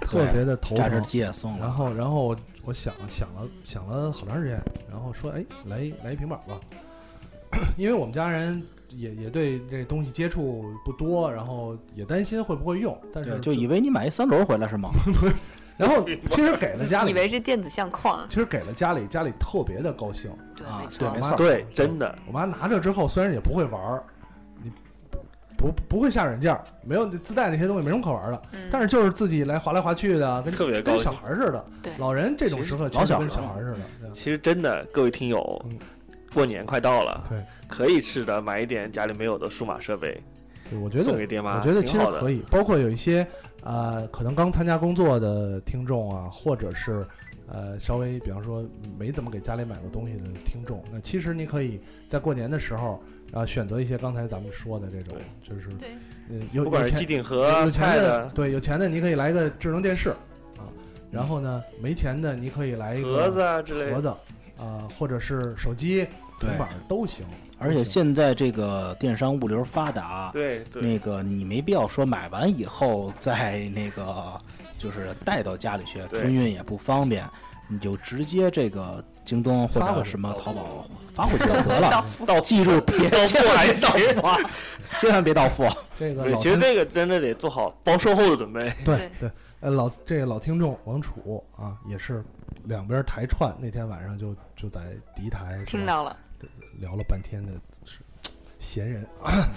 [SPEAKER 4] 特别的头
[SPEAKER 5] 榨汁
[SPEAKER 4] 疼。啊
[SPEAKER 5] 机也送
[SPEAKER 4] 然
[SPEAKER 5] 了，
[SPEAKER 4] 后，然后我我想想了想了好长时间，然后说，哎，来一来一平板吧， 因为我们家人也也对这东西接触不多，然后也担心会不会用，但是
[SPEAKER 5] 对，就以为你买一三轮回来是吗？
[SPEAKER 4] 然后其实给了家里
[SPEAKER 7] 以，为是电子相框，
[SPEAKER 4] 其实给了家里，家里特别的高兴。
[SPEAKER 7] 对，
[SPEAKER 5] 啊
[SPEAKER 7] 没
[SPEAKER 5] 对
[SPEAKER 7] 错
[SPEAKER 5] 没
[SPEAKER 4] 我
[SPEAKER 5] 错
[SPEAKER 4] 妈
[SPEAKER 6] 对，真的，
[SPEAKER 4] 我妈拿着之后，虽然也不会玩儿，你不不会下软件儿，没有自带那些东西没什么可玩儿的，
[SPEAKER 7] 嗯
[SPEAKER 4] 但是就是自己来划来划去的，跟
[SPEAKER 6] 特别高
[SPEAKER 4] 跟小
[SPEAKER 6] 兴
[SPEAKER 4] 孩儿似的。
[SPEAKER 7] 对
[SPEAKER 4] 老人这种时刻其实
[SPEAKER 5] 老小
[SPEAKER 4] 跟
[SPEAKER 5] 孩儿
[SPEAKER 4] 小孩儿似的。对
[SPEAKER 6] 其实真的，各位听友
[SPEAKER 4] 嗯，
[SPEAKER 6] 过年快到了，
[SPEAKER 4] 对，
[SPEAKER 6] 可以是的，买一点家里没有的数码设备，
[SPEAKER 4] 对，我觉得
[SPEAKER 6] 送给爹妈，
[SPEAKER 4] 我觉得其
[SPEAKER 6] 挺
[SPEAKER 4] 实
[SPEAKER 6] 好的
[SPEAKER 4] 可。以，包括有一些呃，可能刚参加工作的听众啊，或者是呃稍微比方说没怎么给家里买过东西的听众，那其实你可以在过年的时候啊、选择一些刚才咱们说的这种，就是
[SPEAKER 7] 对
[SPEAKER 4] 呃有
[SPEAKER 6] 不管
[SPEAKER 4] 有
[SPEAKER 6] 是
[SPEAKER 4] 钱
[SPEAKER 6] 机顶盒
[SPEAKER 4] 有、有钱
[SPEAKER 6] pad
[SPEAKER 4] 的对有钱的你可以来个智能电视啊，然后呢没钱的你可以来一个
[SPEAKER 6] 盒子啊之类
[SPEAKER 4] 盒
[SPEAKER 6] 的，
[SPEAKER 4] 子啊、或者是手机、平
[SPEAKER 5] 对
[SPEAKER 4] 板儿都行，
[SPEAKER 5] 而且
[SPEAKER 4] 都行
[SPEAKER 5] 现在这个电商物流发
[SPEAKER 4] 啊
[SPEAKER 5] 达，
[SPEAKER 6] 对对，
[SPEAKER 5] 那个你没必要说买完以后再那个就是带到家里去，
[SPEAKER 6] 对
[SPEAKER 5] 春运也不方便，你就直接这个京东或
[SPEAKER 4] 发回
[SPEAKER 5] 者
[SPEAKER 4] 去
[SPEAKER 5] 什么淘宝 发回去就得了。
[SPEAKER 6] 到
[SPEAKER 5] 记住别千万别到付啊，千万别到付。啊
[SPEAKER 4] 这个
[SPEAKER 6] 对，
[SPEAKER 4] 老
[SPEAKER 6] 其实
[SPEAKER 4] 听
[SPEAKER 6] 这个真的得做好包售后的准备。
[SPEAKER 4] 对
[SPEAKER 7] 对
[SPEAKER 4] 对，呃，老这个老听众王楚啊，也是两边台串，那天晚上就就在敌台是
[SPEAKER 7] 听
[SPEAKER 4] 吧
[SPEAKER 7] 到了，
[SPEAKER 4] 聊了半天的是闲人 啊。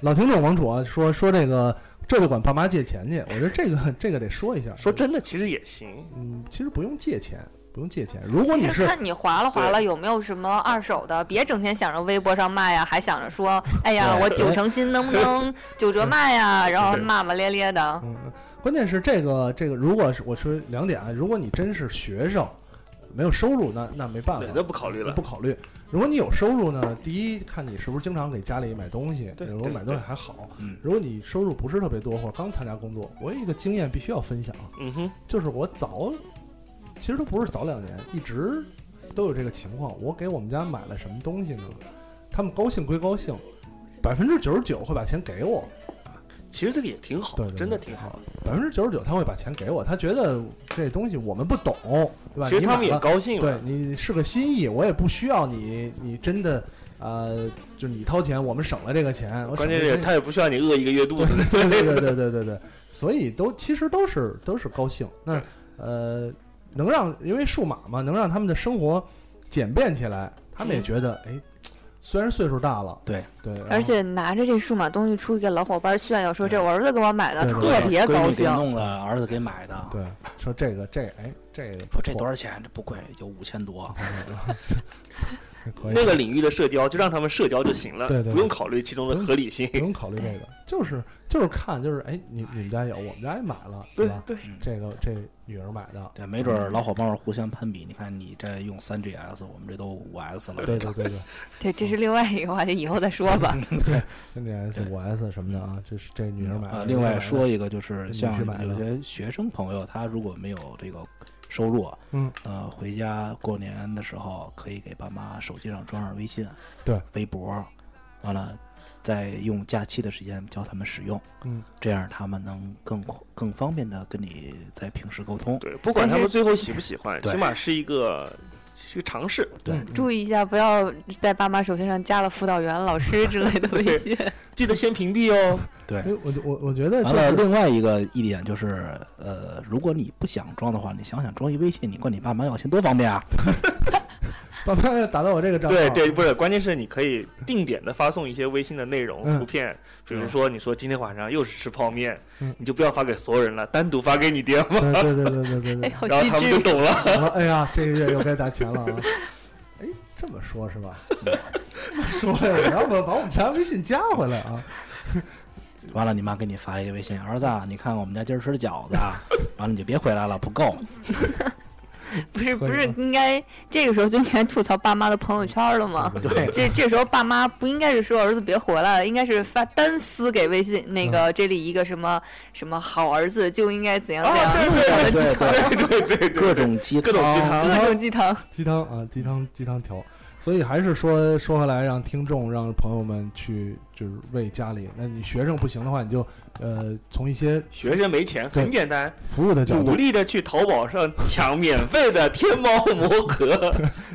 [SPEAKER 4] 老听众王楚啊，说说这个这就管爸妈借钱去，我觉得这个这个得 说一下。
[SPEAKER 6] 说，真的，其实也行，
[SPEAKER 4] 嗯，其实不用借钱，不用借钱。如果你
[SPEAKER 7] 其实
[SPEAKER 4] 是
[SPEAKER 7] 看你划拉划拉有没有什么二手的，别整天想着微博上卖呀，啊还想 着说，哎呀，
[SPEAKER 5] 对
[SPEAKER 7] 我九成新能不能九折卖呀，然后骂骂咧咧的，
[SPEAKER 4] 嗯，嗯关键是这个这个，如果是我说两点啊，如果你真是学生，没有收入，那那没办法
[SPEAKER 6] 对，，那不考虑了
[SPEAKER 4] 不。考虑。如果你有收入呢，第一看你是不是经常给家里买东西，
[SPEAKER 6] 对
[SPEAKER 4] 如果
[SPEAKER 6] 对
[SPEAKER 4] 买东西
[SPEAKER 6] 对
[SPEAKER 4] 还好
[SPEAKER 5] 嗯。
[SPEAKER 4] 如果你收入不是特别多或者刚参加工作，我有一个经验必须要分享，啊
[SPEAKER 6] 嗯哼，
[SPEAKER 4] 就是我早，其实都不是早两年，一直都有这个情况。我给我们家买了什么东西呢？他们高兴归高兴，百分之九十九会把钱给我，
[SPEAKER 6] 其实这个也挺好
[SPEAKER 4] 对，对
[SPEAKER 6] 真的
[SPEAKER 4] 对
[SPEAKER 6] 挺好。
[SPEAKER 4] 百分之九十九他会把钱给我，他觉得这东西我们不懂，对吧？
[SPEAKER 6] 其实
[SPEAKER 4] 你
[SPEAKER 6] 他
[SPEAKER 4] 买
[SPEAKER 6] 们也
[SPEAKER 4] 了
[SPEAKER 6] 高兴
[SPEAKER 4] 对
[SPEAKER 6] 了，
[SPEAKER 4] 你是个心意，我也不需要你，你真的呃，就是你掏钱，我们省了这个钱，我省
[SPEAKER 6] 关
[SPEAKER 4] 了
[SPEAKER 6] 键
[SPEAKER 4] 这
[SPEAKER 6] 是
[SPEAKER 4] 个
[SPEAKER 6] 他也不需要你饿一个月肚子。
[SPEAKER 4] 对 对对对对对对，所以都其实都是都是高兴。那
[SPEAKER 6] 对
[SPEAKER 4] 呃，能让因为数码嘛，能让他们的生活简便起来，他们也
[SPEAKER 6] 嗯
[SPEAKER 4] 觉得哎，虽然岁数大了，
[SPEAKER 5] 对
[SPEAKER 4] 对，然
[SPEAKER 7] 而
[SPEAKER 4] 后
[SPEAKER 7] 且拿着这数码东西出去给老伙伴炫耀，说这我儿子给我买的，
[SPEAKER 4] 对
[SPEAKER 7] 特别
[SPEAKER 5] 闺
[SPEAKER 7] 高
[SPEAKER 5] 女给
[SPEAKER 7] 兴。
[SPEAKER 5] 弄的，儿子给买的。
[SPEAKER 4] 对说这个这哎这个
[SPEAKER 5] 说这多
[SPEAKER 4] 多
[SPEAKER 5] 少钱？这不贵，就五千多。
[SPEAKER 4] 可以
[SPEAKER 6] 那个领域的社交，就让他们社交就行了，
[SPEAKER 4] 对对对
[SPEAKER 6] 不用考虑其中的合理性。
[SPEAKER 4] 不用考虑这个，就是就是看就是哎，你你们家有，我们家也买了，对吧？
[SPEAKER 6] 对
[SPEAKER 5] 嗯
[SPEAKER 4] 这个这女儿买的，
[SPEAKER 5] 对，没准儿
[SPEAKER 4] 嗯
[SPEAKER 5] 老伙伴儿互相攀比。你看你这用三 GS，我们这都五 S 了。
[SPEAKER 4] 对对对对。
[SPEAKER 7] 对，这是另外一个话题，以后再说吧。
[SPEAKER 4] 跟这 S 五 S 什么的啊，这是这女人买
[SPEAKER 5] 啊，
[SPEAKER 4] 的。
[SPEAKER 5] 另外说一个，就
[SPEAKER 4] 女
[SPEAKER 5] 是
[SPEAKER 4] 士
[SPEAKER 5] 像
[SPEAKER 4] 买的
[SPEAKER 5] 有些学生朋友，他如果没有这个收入，
[SPEAKER 4] 嗯，
[SPEAKER 5] 呃，回家过年的时候可以给爸妈手机上装上微信，
[SPEAKER 4] 对，
[SPEAKER 5] 微博，完了再用假期的时间教他们使用，
[SPEAKER 4] 嗯，
[SPEAKER 5] 这样他们能更更方便的跟你在平时沟通。
[SPEAKER 6] 对，不管他
[SPEAKER 7] 但是
[SPEAKER 6] 们最后喜不喜欢，
[SPEAKER 5] 对
[SPEAKER 6] 起码是一个是一个尝试。
[SPEAKER 5] 对
[SPEAKER 4] 嗯
[SPEAKER 7] 注意一下，不要在爸妈手机上加了辅导员、老师之类的微信。
[SPEAKER 6] 记得先屏 蔽哦。
[SPEAKER 5] 对，
[SPEAKER 4] 哎我就我我觉得就
[SPEAKER 5] 完了，
[SPEAKER 4] 是
[SPEAKER 5] 另外一个一点就是，呃，如果你不想装的话，你想想装一微信，你管你爸妈要钱多方便 啊！
[SPEAKER 4] 爸妈要打到我这个账号，
[SPEAKER 6] 对对，不是，关键是你可以定点的发送一些微信的内容、
[SPEAKER 4] 嗯
[SPEAKER 6] 图片，比如说你说今天晚上又是吃泡面
[SPEAKER 4] 嗯，
[SPEAKER 6] 你就不要发给所有人了，单独发给你爹妈，
[SPEAKER 4] 对对对对对对
[SPEAKER 7] 哎
[SPEAKER 4] 对。
[SPEAKER 7] 呦，
[SPEAKER 6] 然后
[SPEAKER 7] 机
[SPEAKER 6] 他们就
[SPEAKER 7] 智！
[SPEAKER 6] 懂 了。
[SPEAKER 4] 我说哎呀，这个月又该打钱了啊！哎，这么说是吧？ 说呀，我要不把我们家微信加回来啊？
[SPEAKER 5] 完了，你妈给你发一个微信，儿子啊，你看我们家今儿吃的饺子啊，完了你就别回来了，不 够。
[SPEAKER 7] 不是不
[SPEAKER 4] 可以
[SPEAKER 7] 是
[SPEAKER 4] 吗，
[SPEAKER 7] 应该这个时候就应该吐槽爸妈的朋友圈了吗？
[SPEAKER 5] 对，
[SPEAKER 7] 这这时候爸妈不应该是说儿子别回来了，应该是发单私给微信那个这里一个什么什么好儿子就应该怎样怎样，
[SPEAKER 5] 对对对
[SPEAKER 6] 对对对，
[SPEAKER 5] 各种鸡
[SPEAKER 6] 各种鸡汤
[SPEAKER 4] 哦
[SPEAKER 7] 各种鸡汤。
[SPEAKER 4] 鸡汤啊，鸡汤鸡汤条。所以还是说说回来，让听众、让朋友们去就是为家里。那你学生不行的话，你就呃从一些
[SPEAKER 6] 学生没钱很
[SPEAKER 4] 对
[SPEAKER 6] 简单，
[SPEAKER 4] 服务的角
[SPEAKER 6] 努
[SPEAKER 4] 度
[SPEAKER 6] 力的去淘宝上抢免费的天猫魔盒。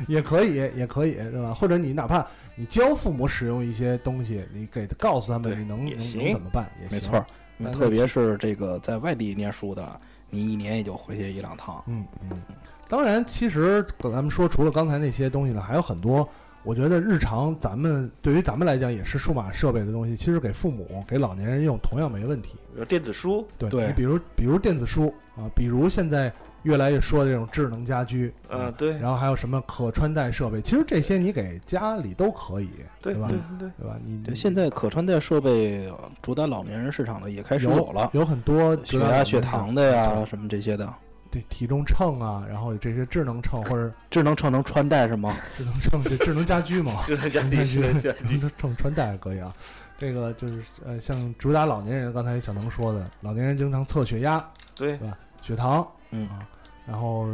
[SPEAKER 4] 也可以，也可以，对吧？或者你哪怕你教父母使用一些东西，你给告诉他
[SPEAKER 6] 对
[SPEAKER 4] 们你能
[SPEAKER 6] 也
[SPEAKER 4] 能能
[SPEAKER 6] 行
[SPEAKER 4] 怎么办，也
[SPEAKER 5] 没
[SPEAKER 4] 行
[SPEAKER 5] 错。儿，
[SPEAKER 4] 那
[SPEAKER 5] 特别是这个在外地念书的，你一年也就回去一两趟。
[SPEAKER 4] 嗯，嗯，当然，其实咱们说除了刚才那些东西呢，还有很多。我觉得日常咱们对于咱们来讲也是数码设备的东西，其实给父母、给老年人用同样没问题。
[SPEAKER 6] 有 电子书，
[SPEAKER 4] 对，
[SPEAKER 5] 对
[SPEAKER 4] 你比如比如电子书啊，比如现在越来越说的这种智能家居，
[SPEAKER 6] 嗯，对，
[SPEAKER 4] 然后还有什么可穿戴设备，其实这些你给家里都可以，
[SPEAKER 6] 对，
[SPEAKER 4] 吧？
[SPEAKER 6] 对，对，
[SPEAKER 4] 对吧？你
[SPEAKER 5] 对，现在可穿戴设备呃主打老年人市场的也开始
[SPEAKER 4] 有
[SPEAKER 5] 了，
[SPEAKER 4] 有很多
[SPEAKER 5] 血
[SPEAKER 4] 指导
[SPEAKER 5] 压、
[SPEAKER 4] 老
[SPEAKER 5] 血
[SPEAKER 4] 人是
[SPEAKER 5] 糖的呀，
[SPEAKER 4] 对
[SPEAKER 5] 什么这些的，
[SPEAKER 4] 对体重秤啊，然后有这些智能秤或者
[SPEAKER 5] 智能秤能穿戴是吗？
[SPEAKER 4] 智能秤，这智能家居嘛，
[SPEAKER 6] 智能家居，智 能家居，
[SPEAKER 4] 这这么穿戴可以啊。这个就是呃，像主打老年人，刚才小能说的，老年人经常测血压、
[SPEAKER 6] 对，
[SPEAKER 4] 血糖，
[SPEAKER 5] 嗯
[SPEAKER 4] 啊，然后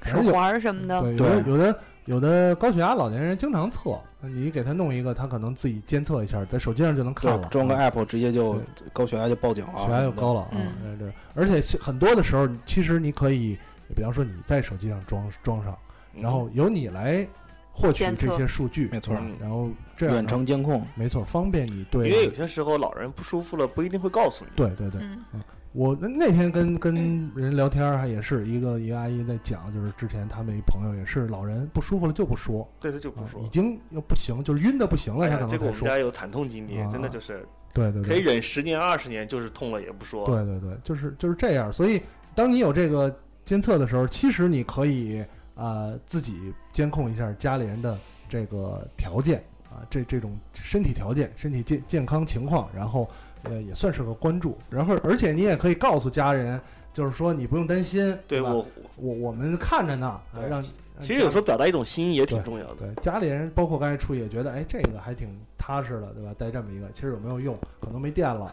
[SPEAKER 4] 反
[SPEAKER 7] 手
[SPEAKER 4] 正有
[SPEAKER 7] 环儿什么的，
[SPEAKER 4] 对有的
[SPEAKER 5] 对
[SPEAKER 4] 有的有的高血压老年人经常测，你给他弄一个，他可能自己监测一下，在手机上就能
[SPEAKER 5] 对
[SPEAKER 4] 看了，，
[SPEAKER 5] 装个
[SPEAKER 4] 啊
[SPEAKER 5] app 直接就高血压就报警啊，
[SPEAKER 4] 血压又高了啊
[SPEAKER 7] 嗯，
[SPEAKER 4] 对对。而且是很多的时候，其实你可以，比方说你在手机上装装上，然
[SPEAKER 6] 嗯
[SPEAKER 4] 后由你来获取
[SPEAKER 7] 监测
[SPEAKER 4] 这些数据，
[SPEAKER 5] 没错
[SPEAKER 4] 嗯然后这样呢
[SPEAKER 5] 远程监控。
[SPEAKER 4] 没错，方便你
[SPEAKER 6] 因为
[SPEAKER 4] 对啊
[SPEAKER 6] 有些时候老人不舒服了，不一定会告诉你。
[SPEAKER 4] 对对对。
[SPEAKER 7] 嗯，
[SPEAKER 4] 我那那天跟跟人聊天儿，还也是一个一个阿姨在讲，就是之前他们一朋友也是老人不舒服了就不说，
[SPEAKER 6] 对，他就不
[SPEAKER 4] 啊
[SPEAKER 6] 说
[SPEAKER 4] 已。经要不行，就是晕的不行了，
[SPEAKER 6] 哎
[SPEAKER 4] 他
[SPEAKER 6] 呀
[SPEAKER 4] 可，能
[SPEAKER 6] 这个我
[SPEAKER 4] 才
[SPEAKER 6] 们
[SPEAKER 4] 说。
[SPEAKER 6] 家有惨痛经历，真的就是
[SPEAKER 4] 对对
[SPEAKER 6] 可以
[SPEAKER 4] 对，
[SPEAKER 6] 忍十年二十年，就是痛了也不说。
[SPEAKER 4] 对对对，就是就是这样。所以当你有这个监测的时候，其实你可以啊自己监控一下家里人的这个条件啊，这这种身体条件、身体健健康情况，然后呃也算是个关注。然后而且你也可以告诉家人，就是说你不用担心，
[SPEAKER 6] 对
[SPEAKER 4] 吧？
[SPEAKER 6] 我，
[SPEAKER 4] 我我们看着呢，啊
[SPEAKER 6] 对
[SPEAKER 4] 让
[SPEAKER 6] 其实有时候表达一种心意也挺
[SPEAKER 4] 对
[SPEAKER 6] 重要 的。
[SPEAKER 4] 对家里人，包括刚才处也觉得，哎，这个还挺踏实的，对吧？带这么一个，其实有没有用？可能没电了，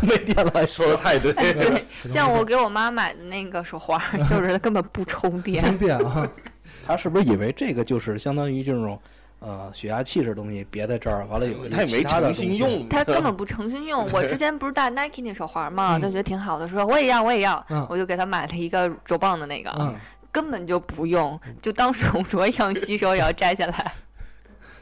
[SPEAKER 6] 没电了，说的太对。
[SPEAKER 4] 对
[SPEAKER 7] 对，
[SPEAKER 4] 可能
[SPEAKER 7] 像
[SPEAKER 4] 没
[SPEAKER 7] 我给我妈买的那个手环儿，就是它根本不充电
[SPEAKER 4] 电。没电啊，
[SPEAKER 5] 他是不是以为这个就是相当于这种呃血压器这东西别在这儿？完了有一
[SPEAKER 6] 他
[SPEAKER 5] 些
[SPEAKER 6] 也没
[SPEAKER 5] 其他的东
[SPEAKER 6] 诚
[SPEAKER 5] 西
[SPEAKER 6] 心，用，
[SPEAKER 7] 他根本不诚心用。 我之前不是戴 Nike 那手环嘛，他觉得挺好的，说我也要，我也要
[SPEAKER 4] 嗯，
[SPEAKER 7] 我就给他买了一个肘棒的那个，
[SPEAKER 4] 嗯，
[SPEAKER 7] 根本就不用，就当手镯一样洗手也要摘下来。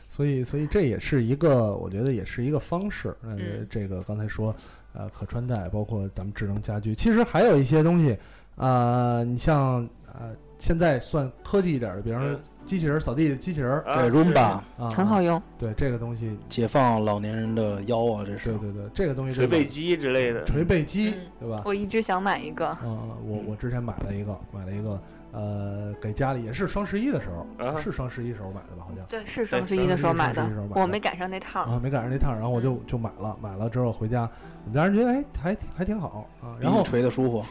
[SPEAKER 4] 所以所以这也是一个，我觉得也是一个方式。那、
[SPEAKER 7] 嗯
[SPEAKER 4] 这个刚才说，呃，可穿戴，包括咱们智能家居，其实还有一些东西，啊，你像呃，现在算科技一点的，比方说
[SPEAKER 6] 嗯
[SPEAKER 4] 机器人扫地的机器人儿
[SPEAKER 6] 啊
[SPEAKER 5] 对 Roomba
[SPEAKER 4] 啊，
[SPEAKER 7] 很好用，
[SPEAKER 4] 对这个东西，
[SPEAKER 5] 解放老年人的腰啊，这
[SPEAKER 4] 对
[SPEAKER 5] 是。
[SPEAKER 4] 对对，这个东西
[SPEAKER 6] 捶
[SPEAKER 4] 对吧
[SPEAKER 6] 背机之 类的。
[SPEAKER 4] 捶背机
[SPEAKER 7] 嗯，
[SPEAKER 4] 对吧？
[SPEAKER 7] 我一直想买一个。
[SPEAKER 4] 嗯，我我之前买了一个，买了一个，呃，给家里也是双十一的时候，
[SPEAKER 6] 啊
[SPEAKER 4] 是双十一时候买的吧？好像
[SPEAKER 7] 对，是双十一的时候买的
[SPEAKER 4] 双十一时候买，的
[SPEAKER 7] 我没赶上那趟。
[SPEAKER 4] 啊，没赶上那趟，然后我
[SPEAKER 7] 嗯
[SPEAKER 4] 就就买了，买了之后回家，我们家人觉得哎还挺还挺好啊，然
[SPEAKER 5] 比
[SPEAKER 4] 后
[SPEAKER 5] 你捶的舒服，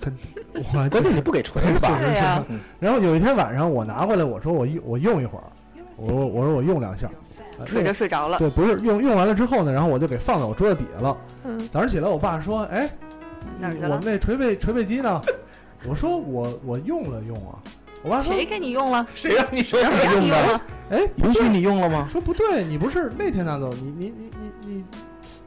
[SPEAKER 4] 肯我
[SPEAKER 5] 关键你不给捶是 吧？
[SPEAKER 7] 对呀，
[SPEAKER 4] 然后有一天晚上我拿过来，我说我一我用一会儿，我说我说我用两下，啊
[SPEAKER 7] 睡嗯着睡着了。
[SPEAKER 4] 对，不是用用完了之后呢，然后我就给放在我桌子底下了。
[SPEAKER 7] 嗯，
[SPEAKER 4] 早上起来，我爸说：“哎，
[SPEAKER 7] 哪儿去
[SPEAKER 4] 我
[SPEAKER 7] 了？
[SPEAKER 4] 那捶背捶背机呢？” 我说我：“我用了用啊。”我爸说
[SPEAKER 7] 谁给你用了？
[SPEAKER 6] 谁让你说？
[SPEAKER 7] 谁让你用了？：“
[SPEAKER 4] 哎，
[SPEAKER 5] 允许你用了吗？
[SPEAKER 4] 说不对，你不是那天拿走，你你你你你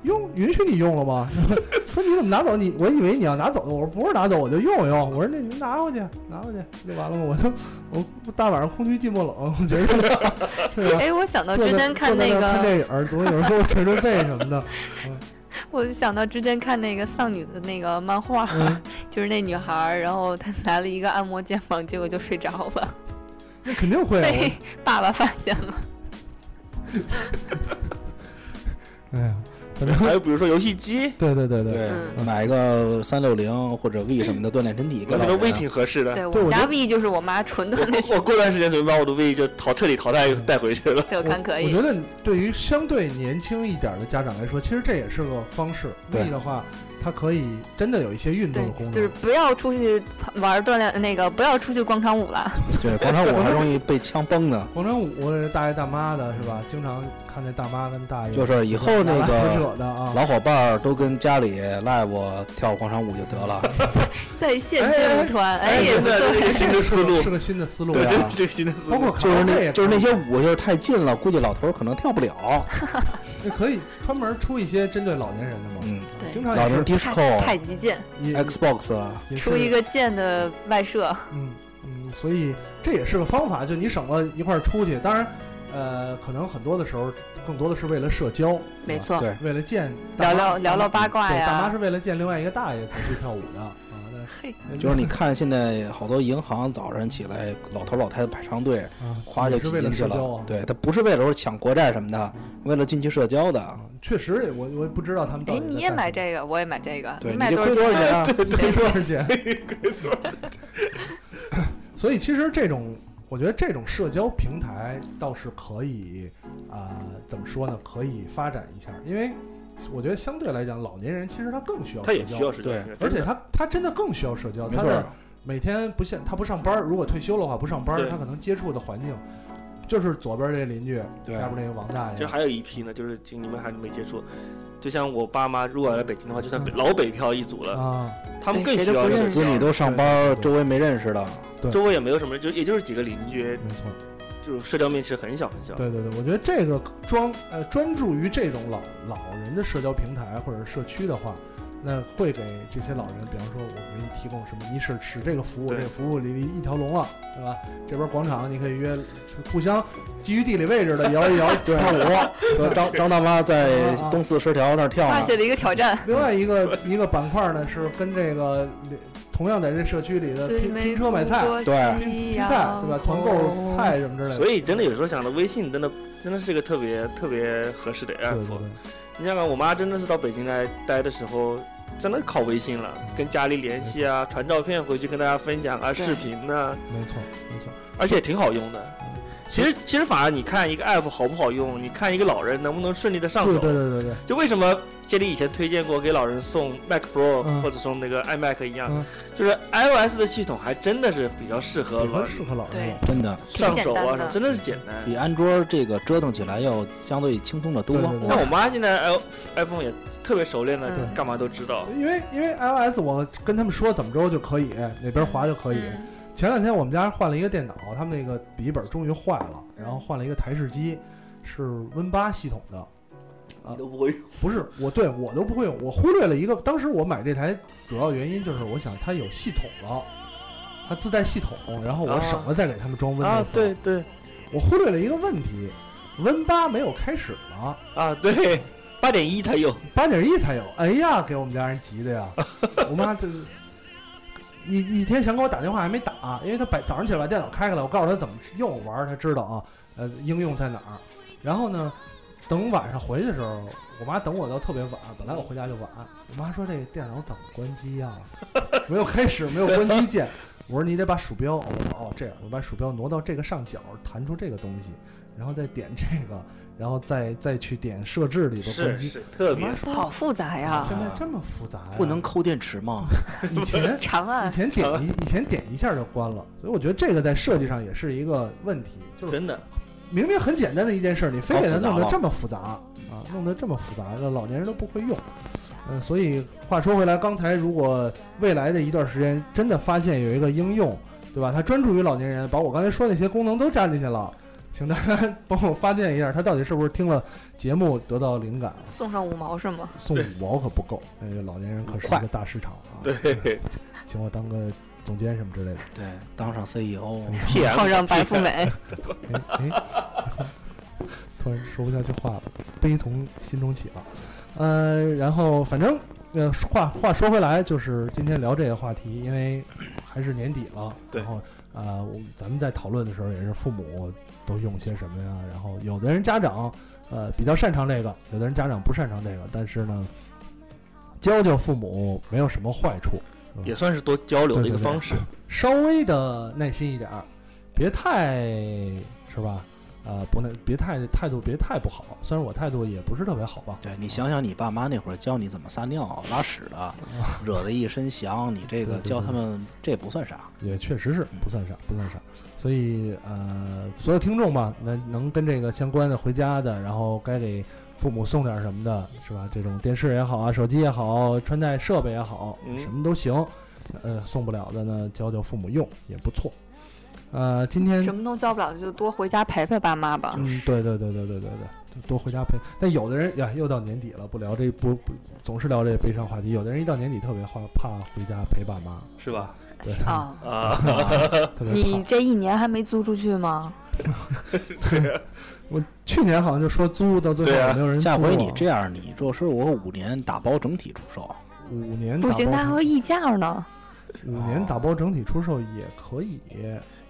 [SPEAKER 4] 用允许你用了吗？ 说你怎么拿走？你我以为你要拿走的，我说不是拿走，我就用一用。我说那您拿回去，拿回去不就完了吗？我就我大晚上空虚寂寞冷，我觉得 是吧？
[SPEAKER 7] 哎，我想到
[SPEAKER 4] 坐
[SPEAKER 7] 之
[SPEAKER 4] 在
[SPEAKER 7] 前看
[SPEAKER 4] 坐在
[SPEAKER 7] 那
[SPEAKER 4] 那儿看
[SPEAKER 7] 个，
[SPEAKER 4] 电影儿，总有人给我捶捶背什么 的。
[SPEAKER 7] 我就想到之前看那个丧女的那个漫画，
[SPEAKER 4] 嗯，
[SPEAKER 7] 就是那女孩儿，然后她拿了一个按摩肩膀，结果就睡着了，
[SPEAKER 4] 那肯定会啊。
[SPEAKER 7] 被爸爸发现了。
[SPEAKER 4] 我哎呀，反正
[SPEAKER 6] 还有比如说游戏机，
[SPEAKER 4] 对对对对，
[SPEAKER 7] 嗯
[SPEAKER 5] 买个三六零或者 V 什么的锻炼身体，
[SPEAKER 6] 我
[SPEAKER 5] 跟
[SPEAKER 6] 觉
[SPEAKER 5] 老
[SPEAKER 6] 得
[SPEAKER 5] 人
[SPEAKER 4] 啊
[SPEAKER 5] 啊
[SPEAKER 6] V 挺合适的。
[SPEAKER 7] 对，我
[SPEAKER 4] 对
[SPEAKER 7] 们
[SPEAKER 4] 我
[SPEAKER 7] 家
[SPEAKER 4] 觉
[SPEAKER 7] V 就是我妈纯的那
[SPEAKER 6] 我我过段时间准备把我的 V 就淘彻底淘汰
[SPEAKER 4] 嗯
[SPEAKER 6] 带回去了。
[SPEAKER 7] 对我看可
[SPEAKER 4] 我
[SPEAKER 7] 以
[SPEAKER 4] 觉。得对于相对年轻一点的家长来说，其实这也是个方式。
[SPEAKER 5] 对
[SPEAKER 4] V 的话，它可以真的有一些运动
[SPEAKER 7] 对
[SPEAKER 4] 的功能，，
[SPEAKER 7] 就是不要出去玩锻炼，那个不要出去广场舞了。
[SPEAKER 5] 对广场舞还容易被枪崩呢。
[SPEAKER 4] 广场舞大爷大妈的是吧？经常看那大妈跟大爷
[SPEAKER 5] 就是以后那
[SPEAKER 4] 拉拉扯
[SPEAKER 5] 个
[SPEAKER 4] 扯者的啊，
[SPEAKER 5] 老伙伴儿都跟家里 live 跳广场舞就得了。
[SPEAKER 7] 在线街舞团，哎也
[SPEAKER 3] 真
[SPEAKER 7] 不
[SPEAKER 3] 的这
[SPEAKER 7] 错。
[SPEAKER 3] 个新的思路
[SPEAKER 4] 是，个新的思路
[SPEAKER 3] 对，
[SPEAKER 4] 啊
[SPEAKER 3] 这，这个新的思
[SPEAKER 4] 包
[SPEAKER 3] 路
[SPEAKER 4] 括。
[SPEAKER 5] 就
[SPEAKER 4] 卡
[SPEAKER 5] 是
[SPEAKER 4] 拉 OK
[SPEAKER 5] 那，
[SPEAKER 4] 也
[SPEAKER 5] 就是
[SPEAKER 4] 可以
[SPEAKER 5] 那些舞就是太近了，估计老头儿可能跳不了。
[SPEAKER 4] 哎可以专门出一些针对老年人的嘛，
[SPEAKER 5] 嗯，
[SPEAKER 4] 经
[SPEAKER 7] 对，
[SPEAKER 4] 常
[SPEAKER 5] 老
[SPEAKER 4] 也是
[SPEAKER 5] 年
[SPEAKER 7] 太
[SPEAKER 5] disco、
[SPEAKER 7] 太极剑，
[SPEAKER 4] 也
[SPEAKER 5] Xbox 啊，
[SPEAKER 4] 也
[SPEAKER 7] 出一
[SPEAKER 4] 是
[SPEAKER 7] 个剑的外设，
[SPEAKER 4] 嗯嗯，所以这也是个方法，就你省了一块儿出去。当然，呃，可能很多的时候，更多的是为了社交，
[SPEAKER 7] 没错
[SPEAKER 5] 对，
[SPEAKER 4] 为了见大
[SPEAKER 7] 聊
[SPEAKER 4] 妈
[SPEAKER 7] 聊聊聊八卦
[SPEAKER 4] 对，大妈
[SPEAKER 7] 呀
[SPEAKER 4] 是。为了见另外一个大爷才去跳舞的啊。那
[SPEAKER 7] 嘿，
[SPEAKER 5] 就是你看现在好多银行早晨起来，老头儿老太太排长队，
[SPEAKER 4] 啊，
[SPEAKER 5] 夸就
[SPEAKER 4] 也是
[SPEAKER 5] 挤
[SPEAKER 4] 为
[SPEAKER 5] 进
[SPEAKER 4] 了
[SPEAKER 5] 去
[SPEAKER 4] 社交
[SPEAKER 5] 了
[SPEAKER 4] 啊。。
[SPEAKER 5] 对他不是为了说抢国债什么的，为了进去社交的。
[SPEAKER 4] 啊，确实也，我我也不知道他们到
[SPEAKER 7] 哎，
[SPEAKER 4] 底在
[SPEAKER 7] 你也
[SPEAKER 4] 干
[SPEAKER 7] 买
[SPEAKER 4] 什么
[SPEAKER 7] 这个，我也买这个，
[SPEAKER 5] 对，
[SPEAKER 7] 你
[SPEAKER 5] 你
[SPEAKER 7] 买
[SPEAKER 5] 这
[SPEAKER 7] 多
[SPEAKER 5] 亏
[SPEAKER 7] 少
[SPEAKER 5] 多少
[SPEAKER 7] 钱？
[SPEAKER 5] 钱啊？
[SPEAKER 4] 亏多少钱？所以其实这种，我觉得这种社交平台倒是可以，啊、怎么说呢？可以发展一下，因为我觉得相对来讲，老年人其实他更需要
[SPEAKER 6] 他
[SPEAKER 4] 社
[SPEAKER 6] 也
[SPEAKER 4] 交，
[SPEAKER 6] 需要时间，
[SPEAKER 5] 对
[SPEAKER 4] 而且
[SPEAKER 6] 真的
[SPEAKER 4] 他他真的更需要社交，
[SPEAKER 5] 啊没
[SPEAKER 4] 他
[SPEAKER 5] 错
[SPEAKER 4] 的
[SPEAKER 5] 儿，
[SPEAKER 4] 每天不像他不上班儿，如果退休的话不上班儿，
[SPEAKER 6] 对
[SPEAKER 4] 他可能接触的环境就是左边这邻居，
[SPEAKER 5] 对
[SPEAKER 4] 下边那个王大
[SPEAKER 6] 其
[SPEAKER 4] 爷
[SPEAKER 6] 实，还有一批呢，就是就你们还没接触。就像我爸妈如果来北京的话，就算
[SPEAKER 4] 嗯
[SPEAKER 6] 老北漂一族了，
[SPEAKER 4] 啊，
[SPEAKER 6] 他们更
[SPEAKER 7] 对谁
[SPEAKER 6] 需
[SPEAKER 7] 都
[SPEAKER 6] 要
[SPEAKER 7] 不
[SPEAKER 6] 社
[SPEAKER 7] 认识
[SPEAKER 5] 子
[SPEAKER 6] 交
[SPEAKER 5] 女都上班，周围没认识的。
[SPEAKER 6] 周围也没有什么人，就也就是几个邻居，
[SPEAKER 4] 没错。
[SPEAKER 6] 就是社交面其实很小很小。
[SPEAKER 4] 对对对，我觉得这个专呃专注于这种老老人的社交平台或者社区的话，那会给这些老人，比方说我给你提供什么，你使使这个服务，这
[SPEAKER 6] 对
[SPEAKER 4] 个服务里一条龙了，对吧？这边广场你可以约，互相基于地理位置的摇一 摇跳舞。
[SPEAKER 5] 说张张大妈在
[SPEAKER 4] 啊啊
[SPEAKER 5] 东四十条那儿跳
[SPEAKER 7] 发
[SPEAKER 5] 呢
[SPEAKER 7] 起。了一个挑战，
[SPEAKER 4] 另外一个一个板块呢是跟这个同样在这社区里的
[SPEAKER 7] 最
[SPEAKER 4] 拼
[SPEAKER 7] 美
[SPEAKER 4] 拼车买菜、
[SPEAKER 7] 不过
[SPEAKER 5] 对
[SPEAKER 7] 夕
[SPEAKER 4] 拼
[SPEAKER 7] 阳哦
[SPEAKER 4] 菜对吧？团购
[SPEAKER 7] 红
[SPEAKER 4] 菜什么之类的。
[SPEAKER 6] 所以真的有时候想到微信真的真的是一个特别特别合适的
[SPEAKER 4] 对
[SPEAKER 6] app
[SPEAKER 4] 对。对，
[SPEAKER 6] 你想想，我妈真的是到北京来待的时候，真的靠微信了，跟家里联系啊，传照片回去跟大家分享啊，
[SPEAKER 7] 对
[SPEAKER 6] 视频呢、
[SPEAKER 4] 没错没错。
[SPEAKER 6] 而且挺好用的。
[SPEAKER 4] 嗯
[SPEAKER 6] 其实其实反而你看一个 app 好不好用，你看一个老人能不能顺利的上
[SPEAKER 4] 对
[SPEAKER 6] 手。
[SPEAKER 4] 对对对对，
[SPEAKER 6] 就为什么杰里以前推荐过给老人送 Mac Pro、
[SPEAKER 4] 嗯
[SPEAKER 6] 或者送那个 iMac 一样，
[SPEAKER 4] 嗯
[SPEAKER 6] 就是 iOS 的系统还真的是比较适合
[SPEAKER 4] 比
[SPEAKER 6] 老
[SPEAKER 4] 较
[SPEAKER 6] 人
[SPEAKER 4] 适合老人
[SPEAKER 7] 对
[SPEAKER 4] 用。
[SPEAKER 5] 真的
[SPEAKER 6] 上手
[SPEAKER 7] 挺简
[SPEAKER 6] 啊
[SPEAKER 7] 单
[SPEAKER 6] 什么，
[SPEAKER 7] 的
[SPEAKER 6] 真的是简单。
[SPEAKER 4] 嗯
[SPEAKER 5] 比安卓这个折腾起来要相对轻松的多
[SPEAKER 4] 对。对对
[SPEAKER 6] 像我妈现在 i iPhone 也特别熟练了，
[SPEAKER 7] 嗯
[SPEAKER 6] 干嘛都知道。
[SPEAKER 4] 因为因为 iOS 我跟他们说怎么着就可以，哪边滑就可以。
[SPEAKER 7] 嗯
[SPEAKER 4] 前两天我们家换了一个电脑，他们那个笔记本终于坏
[SPEAKER 6] 嗯
[SPEAKER 4] 了，然后换了一个台式机，是 Win 八系统的。
[SPEAKER 6] 你都不会用，
[SPEAKER 4] 不是我对我都不会用，我忽略了一个。当时我买这台主要原因就是我想它有系统了，它自带系统，然后我
[SPEAKER 6] 啊
[SPEAKER 4] 省了再给他们装 Windows
[SPEAKER 6] 啊，对对
[SPEAKER 4] 我忽略了一个问题，Win 八没有开始了。
[SPEAKER 6] 啊对，八点一才有。
[SPEAKER 4] 八点一才有。哎呀，给我们家人急的呀！我妈这一一天想给我打电话还没打，因为她把早上起来把电脑开开了，我告诉她怎么用玩儿，她知道啊，呃，应用在哪儿。然后呢，等晚上回去的时候，我妈等我到特别晚，本来我回家就晚，我妈说这个电脑怎么关机呀、没有开始，没有关机键。我说你得把鼠标哦哦这样，我把鼠标挪到这个上角，弹出这个东西，然后再点这个，然后再再去点设置里边关
[SPEAKER 6] 是
[SPEAKER 4] 机。
[SPEAKER 6] 是特
[SPEAKER 4] 我
[SPEAKER 6] 别
[SPEAKER 4] 妈说
[SPEAKER 7] 好复杂呀，
[SPEAKER 4] 现在这么复杂、呀
[SPEAKER 5] 啊不能抠电池吗？
[SPEAKER 4] 以 前
[SPEAKER 7] 长
[SPEAKER 4] 以
[SPEAKER 7] 按。
[SPEAKER 4] 前点一以前点一下就关了，所以我觉得这个在设计上也是一个问题，就是
[SPEAKER 6] 真的，
[SPEAKER 4] 明明很简单的一件事，你非给它
[SPEAKER 5] 搞复杂
[SPEAKER 4] 弄得
[SPEAKER 5] 了
[SPEAKER 4] 这么复杂啊，弄得这么复杂，让老年人都不会用。嗯、所以话说回来，刚才如果未来的一段时间真的发现有一个应用，对吧？它专注于老年人，把我刚才说那些功能都加进去了。请大家 帮我发现一下，他到底是不是听了节目得到灵感了？
[SPEAKER 7] 送上五毛是吗？
[SPEAKER 4] 送五毛可不够，那个老年人可是一个大市场啊！
[SPEAKER 6] 对
[SPEAKER 4] 请我当个总监什么之类的。
[SPEAKER 5] 对，当上 E CEO，
[SPEAKER 6] ，PM
[SPEAKER 7] 碰上白富美，
[SPEAKER 4] 哎哎， 突然说不下去话了，悲从心中起了。呃，然后反正呃，说话话说回来，就是今天聊这个话题，因为还是年底了，
[SPEAKER 6] 对
[SPEAKER 4] 然后呃，我咱们在讨论的时候也是父母都用些什么呀？然后有的人家长呃比较擅长这个，有的人家长不擅长这个，但是呢，教教父母没有什么坏处，
[SPEAKER 6] 也算是多交流的一个
[SPEAKER 4] 对对对
[SPEAKER 6] 方式。
[SPEAKER 4] 稍微的耐心一点儿，别太是吧？呃，不能别太态度别太不好。虽然我态度也不是特别好吧，
[SPEAKER 5] 对你想想，你爸妈那会儿教你怎么撒尿、拉屎 的，惹得一身翔，你这
[SPEAKER 4] 对
[SPEAKER 5] 个
[SPEAKER 4] 对对
[SPEAKER 5] 教他们这也不 算啥。
[SPEAKER 4] 也确实是不算啥，不算啥。所以呃，所有听众吧，那能跟这个相关的回家的，然后该给父母送点什么的，是吧？这种电视也好啊，手机也好，穿戴设备也好，
[SPEAKER 6] 嗯
[SPEAKER 4] 什么都行。呃，送不了的呢，教教父母用也不错。呃，今天
[SPEAKER 7] 什么都教不了，就多回家陪陪爸妈吧。
[SPEAKER 4] 嗯，对对对对对对对，多回家陪。但有的人呀，又到年底了，不聊这不不总是聊这悲伤话题。有的人一到年底特别怕怕回家陪爸妈，
[SPEAKER 6] 是吧？
[SPEAKER 4] 对，
[SPEAKER 7] 啊，
[SPEAKER 6] 啊，
[SPEAKER 4] 特别
[SPEAKER 7] 你
[SPEAKER 4] 怕。
[SPEAKER 7] 这一年还没租出去吗？
[SPEAKER 4] 我去年好像就说租，到最
[SPEAKER 6] 对
[SPEAKER 4] 后
[SPEAKER 6] 啊
[SPEAKER 4] 也没有人租
[SPEAKER 5] 下
[SPEAKER 4] 我
[SPEAKER 5] 回你这样，你若是我五年打包整体出售，
[SPEAKER 4] 五年
[SPEAKER 7] 不
[SPEAKER 4] 打
[SPEAKER 7] 行，
[SPEAKER 4] 包
[SPEAKER 7] 他还会议价呢。
[SPEAKER 4] 五年打包整体出售也可以，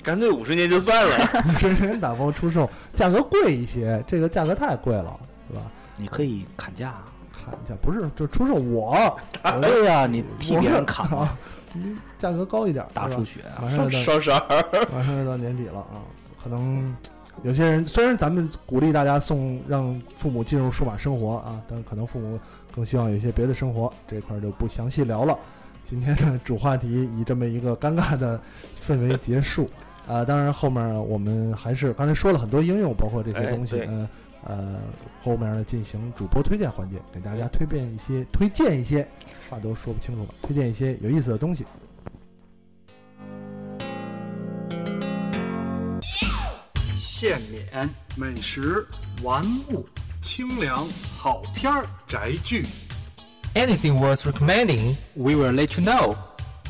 [SPEAKER 6] 干脆五十年就算了。
[SPEAKER 4] 十年打包出售价格贵一些，这个价格太贵了，是吧？
[SPEAKER 5] 你可以砍价。
[SPEAKER 4] 砍一下，不是就出售我，我
[SPEAKER 5] 对呀，你替别人砍嘛，
[SPEAKER 4] 啊，你价格高一点，
[SPEAKER 5] 大
[SPEAKER 4] 是吧
[SPEAKER 5] 出血啊。
[SPEAKER 4] 马上就到
[SPEAKER 6] 双十二，
[SPEAKER 4] 马上就到年底了啊，可能有些人虽然咱们鼓励大家送让父母进入数码生活啊，但可能父母更希望有一些别的生活，这块儿就不详细聊了。今天的 主话题以这么一个尴尬的氛围结束啊、当然后面我们还是刚才说了很多应用，包括这些
[SPEAKER 6] 哎
[SPEAKER 4] 东西，
[SPEAKER 6] 对
[SPEAKER 4] 嗯呃后面呢进行主播推荐环节，给大家推荐一些推荐一些话都说不清楚了，推荐一些有意思的东西。
[SPEAKER 3] 限免、美食、玩物、清凉、好片儿、宅剧。
[SPEAKER 1] Anything worth recommending, we will let you know.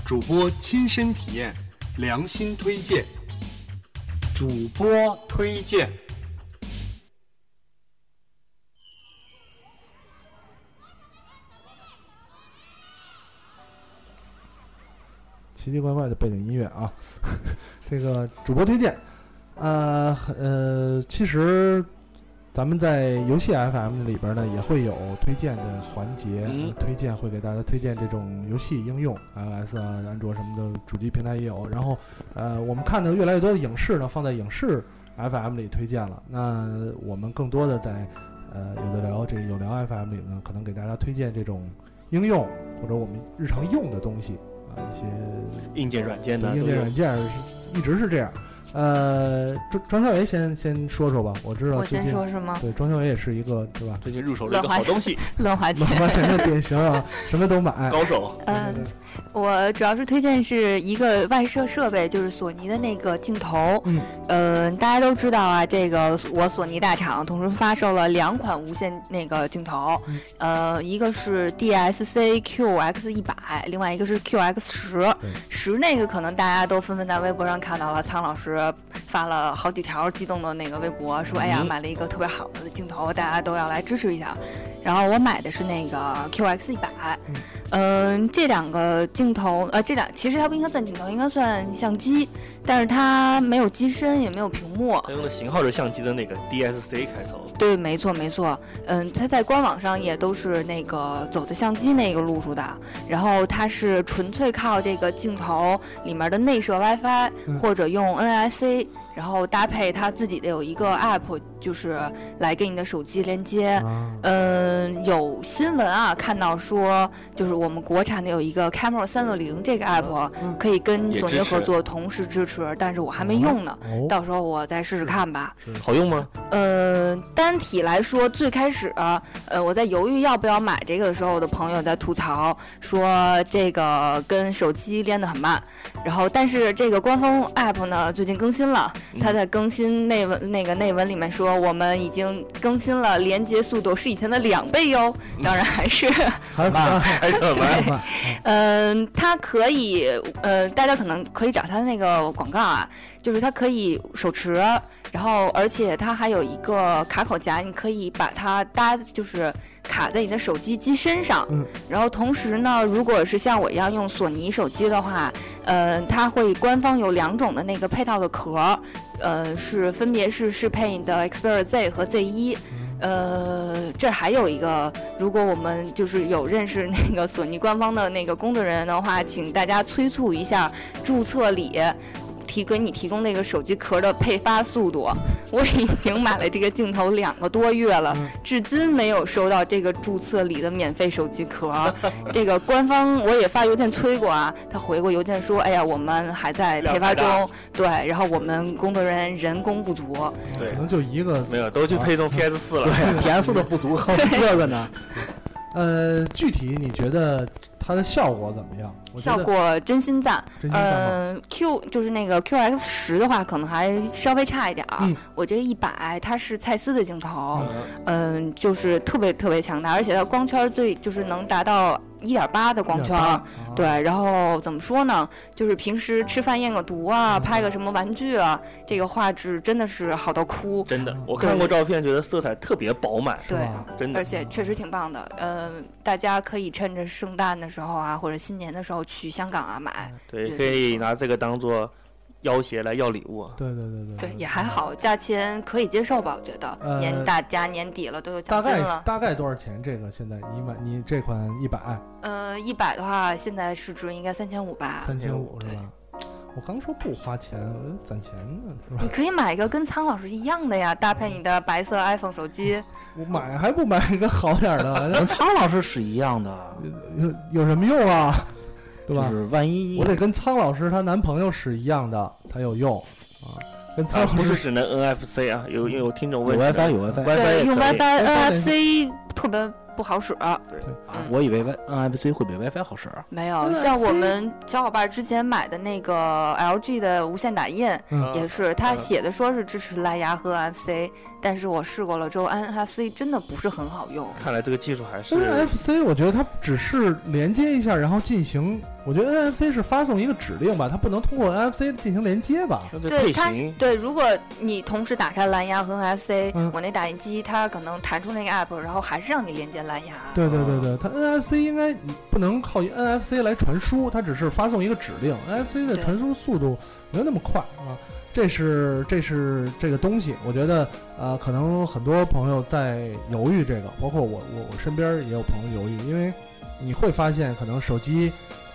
[SPEAKER 3] 主播亲身体验，良心推荐。主播推荐，
[SPEAKER 4] 奇奇怪怪的背景音乐啊。 这个主播推荐，呃呃，其实咱们在游戏 FM 里边呢也会有推荐的环节，
[SPEAKER 6] 嗯
[SPEAKER 4] 推荐会给大家推荐这种游戏应用，iOS 啊、安卓什么的主机平台也有。然后呃，我们看到越来越多的影视呢放在影视 FM 里推荐了，那我们更多的在呃有的聊这个有聊 FM 里呢，可能给大家推荐这种应用或者我们日常用的东西啊、一些
[SPEAKER 3] 硬件软件
[SPEAKER 4] 硬件软件儿是一直是这样。呃，庄庄小伟先先说说吧，我知道
[SPEAKER 7] 我
[SPEAKER 4] 最
[SPEAKER 7] 先
[SPEAKER 4] 近
[SPEAKER 7] 说 是吗？
[SPEAKER 4] 对庄小伟也是一个是吧，
[SPEAKER 3] 最近入手了一个好东西，
[SPEAKER 7] 乱花
[SPEAKER 4] 乱花
[SPEAKER 7] 钱。
[SPEAKER 4] 钱的典型啊，什么都买。
[SPEAKER 3] 高 手。
[SPEAKER 7] 嗯
[SPEAKER 4] 对，
[SPEAKER 7] 我主要是推荐是一个外设设备，就是索尼的那个镜头。
[SPEAKER 4] 嗯，
[SPEAKER 7] 呃，大家都知道啊，这个我索尼大厂同时发售了两款无线那个镜头，
[SPEAKER 4] 嗯
[SPEAKER 7] 呃，一个是 DSC QX 一百，另外一个是 QX 十
[SPEAKER 4] 对。
[SPEAKER 7] 十那个可能大家都纷纷在微博上看到了，苍老师发了好几条激动的那个微博，说哎呀
[SPEAKER 6] 嗯
[SPEAKER 7] 买了一个特别好的镜头，大家都要来支持一下。然后我买的是那个 QX 一百。嗯，这两个镜头，呃，这两其实它不应该算镜头，应该算相机，但是它没有机身，也没有屏幕。
[SPEAKER 6] 他用的型号是相机的那个 DSC 开头，
[SPEAKER 7] 对，没错，没错。嗯，它在官网上也都是那个走的相机那个路数的，然后它是纯粹靠这个镜头里面的内设 WiFi，、
[SPEAKER 4] 嗯
[SPEAKER 7] 或者用 NIC，然后搭配它自己的有一个 App，就是来给你的手机连接。
[SPEAKER 4] 啊，
[SPEAKER 7] 嗯，有新闻啊，看到说就是我们国产的有一个 Camera 三六零这个 app，、
[SPEAKER 4] 嗯
[SPEAKER 7] 可以跟
[SPEAKER 6] 也
[SPEAKER 7] 索尼
[SPEAKER 6] 支持
[SPEAKER 7] 合作，同时支持，但是我还没用呢。
[SPEAKER 4] 哦，
[SPEAKER 7] 呃到时候我再试试看吧。
[SPEAKER 6] 好用吗？
[SPEAKER 7] 呃，单体来说，最开始、呃，我在犹豫要不要买这个的时候，我的朋友在吐槽说这个跟手机连得很慢。然后，但是这个官方 app 呢，最近更新了，它在更新内文那个内文里面说，我们已经更新了，连接速度是以前的两倍哟。当然还是，
[SPEAKER 4] 还 有啊
[SPEAKER 6] 还特
[SPEAKER 4] 还
[SPEAKER 6] 么？
[SPEAKER 4] 有啊
[SPEAKER 7] 嗯、它可以，呃，大家可能可以找它那个广告啊，就是它可以手持，然后而且它还有一个卡口夹，你可以把它搭，就是卡在你的手机机身上。
[SPEAKER 4] 嗯。
[SPEAKER 7] 然后同时呢，如果是像我一样用索尼手机的话，呃，它会官方有两种的那个配套的壳儿，呃，是分别是适配你的 Xperia Z 和 Z 一。呃，这儿还有一个，如果我们就是有认识那个索尼官方的那个工作人员的话，请大家催促一下注册礼。提给你提供那个手机壳的配发速度，我已经买了这个镜头两个多月了，
[SPEAKER 6] 嗯
[SPEAKER 7] 至今没有收到这个注册里的免费手机壳。这个官方我也发邮件催过啊，他回过邮件说，哎呀，我们还在
[SPEAKER 6] 量
[SPEAKER 7] 配发
[SPEAKER 6] 太大
[SPEAKER 7] 中，对，然后我们工作人员人工不足。
[SPEAKER 6] 对
[SPEAKER 4] 可能就一个
[SPEAKER 6] 没有，都去配送 PS 四了。
[SPEAKER 5] 对 PS 的 不足够热热呢。
[SPEAKER 4] 呃，具体你觉得它的效果怎么样？我觉
[SPEAKER 7] 效
[SPEAKER 4] 得
[SPEAKER 7] 果真心赞，
[SPEAKER 4] 真心赞吗？
[SPEAKER 7] 嗯，Q 就是那个 QX 十的话，可能还稍微差一点儿。
[SPEAKER 4] 嗯
[SPEAKER 7] 我这个一百，它是蔡司的镜头，嗯、就是特别特别强大，而且它光圈最就是能达到一点八的光圈儿。
[SPEAKER 4] 1.8，
[SPEAKER 7] 对，然后怎么说呢？就是平时吃饭验个毒啊，
[SPEAKER 4] 嗯
[SPEAKER 7] 拍个什么玩具啊，这个画质真的是好到哭。
[SPEAKER 6] 真的，我看过照片，觉得色彩特别饱满，
[SPEAKER 4] 是
[SPEAKER 7] 对，
[SPEAKER 4] 吧？
[SPEAKER 6] 真的
[SPEAKER 7] 而。且确实挺棒的。呃，大家可以趁着圣诞的时候啊，或者新年的时候去香港啊买。
[SPEAKER 6] 对，
[SPEAKER 7] 对
[SPEAKER 6] 可以拿这个当做要挟来要礼物。啊
[SPEAKER 4] 对对对对
[SPEAKER 7] 对，也还。好，价钱可以接受吧，我觉得。
[SPEAKER 4] 呃
[SPEAKER 7] 年大家年底了都有
[SPEAKER 4] 大
[SPEAKER 7] 奖金
[SPEAKER 4] 概
[SPEAKER 7] 了。
[SPEAKER 4] 大概多少钱？这个现在你买你这款一百
[SPEAKER 7] 呃，一百的话，现在市值应该三千五吧。
[SPEAKER 4] 三千五
[SPEAKER 6] 哎
[SPEAKER 7] 对
[SPEAKER 4] 是吧？我刚说不花钱，我就攒钱呢，是吧
[SPEAKER 7] 你？可以买一个跟苍老师一样的呀，搭配你的白色 iPhone 手机。
[SPEAKER 4] 我买还不买一个好点儿的，
[SPEAKER 5] 跟苍老师是一样的，
[SPEAKER 4] 有有什么用啊？对
[SPEAKER 5] 就
[SPEAKER 4] 吧？
[SPEAKER 5] 是万一
[SPEAKER 4] 我得跟苍老师她男朋友使一样的才有用啊，跟苍
[SPEAKER 6] 啊，
[SPEAKER 4] 老
[SPEAKER 6] 不
[SPEAKER 4] 师
[SPEAKER 6] 是只能 NFC 啊，有有听众
[SPEAKER 5] 有
[SPEAKER 6] 问只能
[SPEAKER 5] WiFi 有 WiFi，
[SPEAKER 6] WiFi 嗯也
[SPEAKER 7] 对，用
[SPEAKER 6] 可以
[SPEAKER 7] WiFi
[SPEAKER 4] 得
[SPEAKER 7] NFC 特别不好使。
[SPEAKER 5] 啊我以为 Wi NFC 会比 WiFi 好使。
[SPEAKER 7] 没有，像我们小伙伴之前买的那个 LG 的无线打印
[SPEAKER 4] 嗯
[SPEAKER 7] 也是，它
[SPEAKER 6] 嗯
[SPEAKER 7] 写的说是支持蓝牙和 NFC，但是我试过了之后，NFC 真的不是很好用。
[SPEAKER 6] 看来这个技术
[SPEAKER 4] 嗯
[SPEAKER 6] 还是
[SPEAKER 4] NFC，我觉得它只是连接一下，然后进行。我觉得 NFC 是发送一个指令吧，它不能通过 NFC 进行连接吧？
[SPEAKER 6] 那这
[SPEAKER 7] 对
[SPEAKER 6] 类
[SPEAKER 7] 它
[SPEAKER 6] 型，
[SPEAKER 7] 对，如果你同时打开蓝牙和 NFC，、
[SPEAKER 4] 嗯
[SPEAKER 7] 我那打印机它可能弹出那个 app，然后还是让你连接蓝牙。
[SPEAKER 4] 对对对对，它 NFC 应该不能靠 NFC 来传输，它只是发送一个指令。NFC 的
[SPEAKER 7] 对
[SPEAKER 4] 传输速度没有那么快啊。这是这是这个东西，我觉得呃，可能很多朋友在犹豫这个，包括我我我身边也有朋友犹豫，因为你会发现可能手机，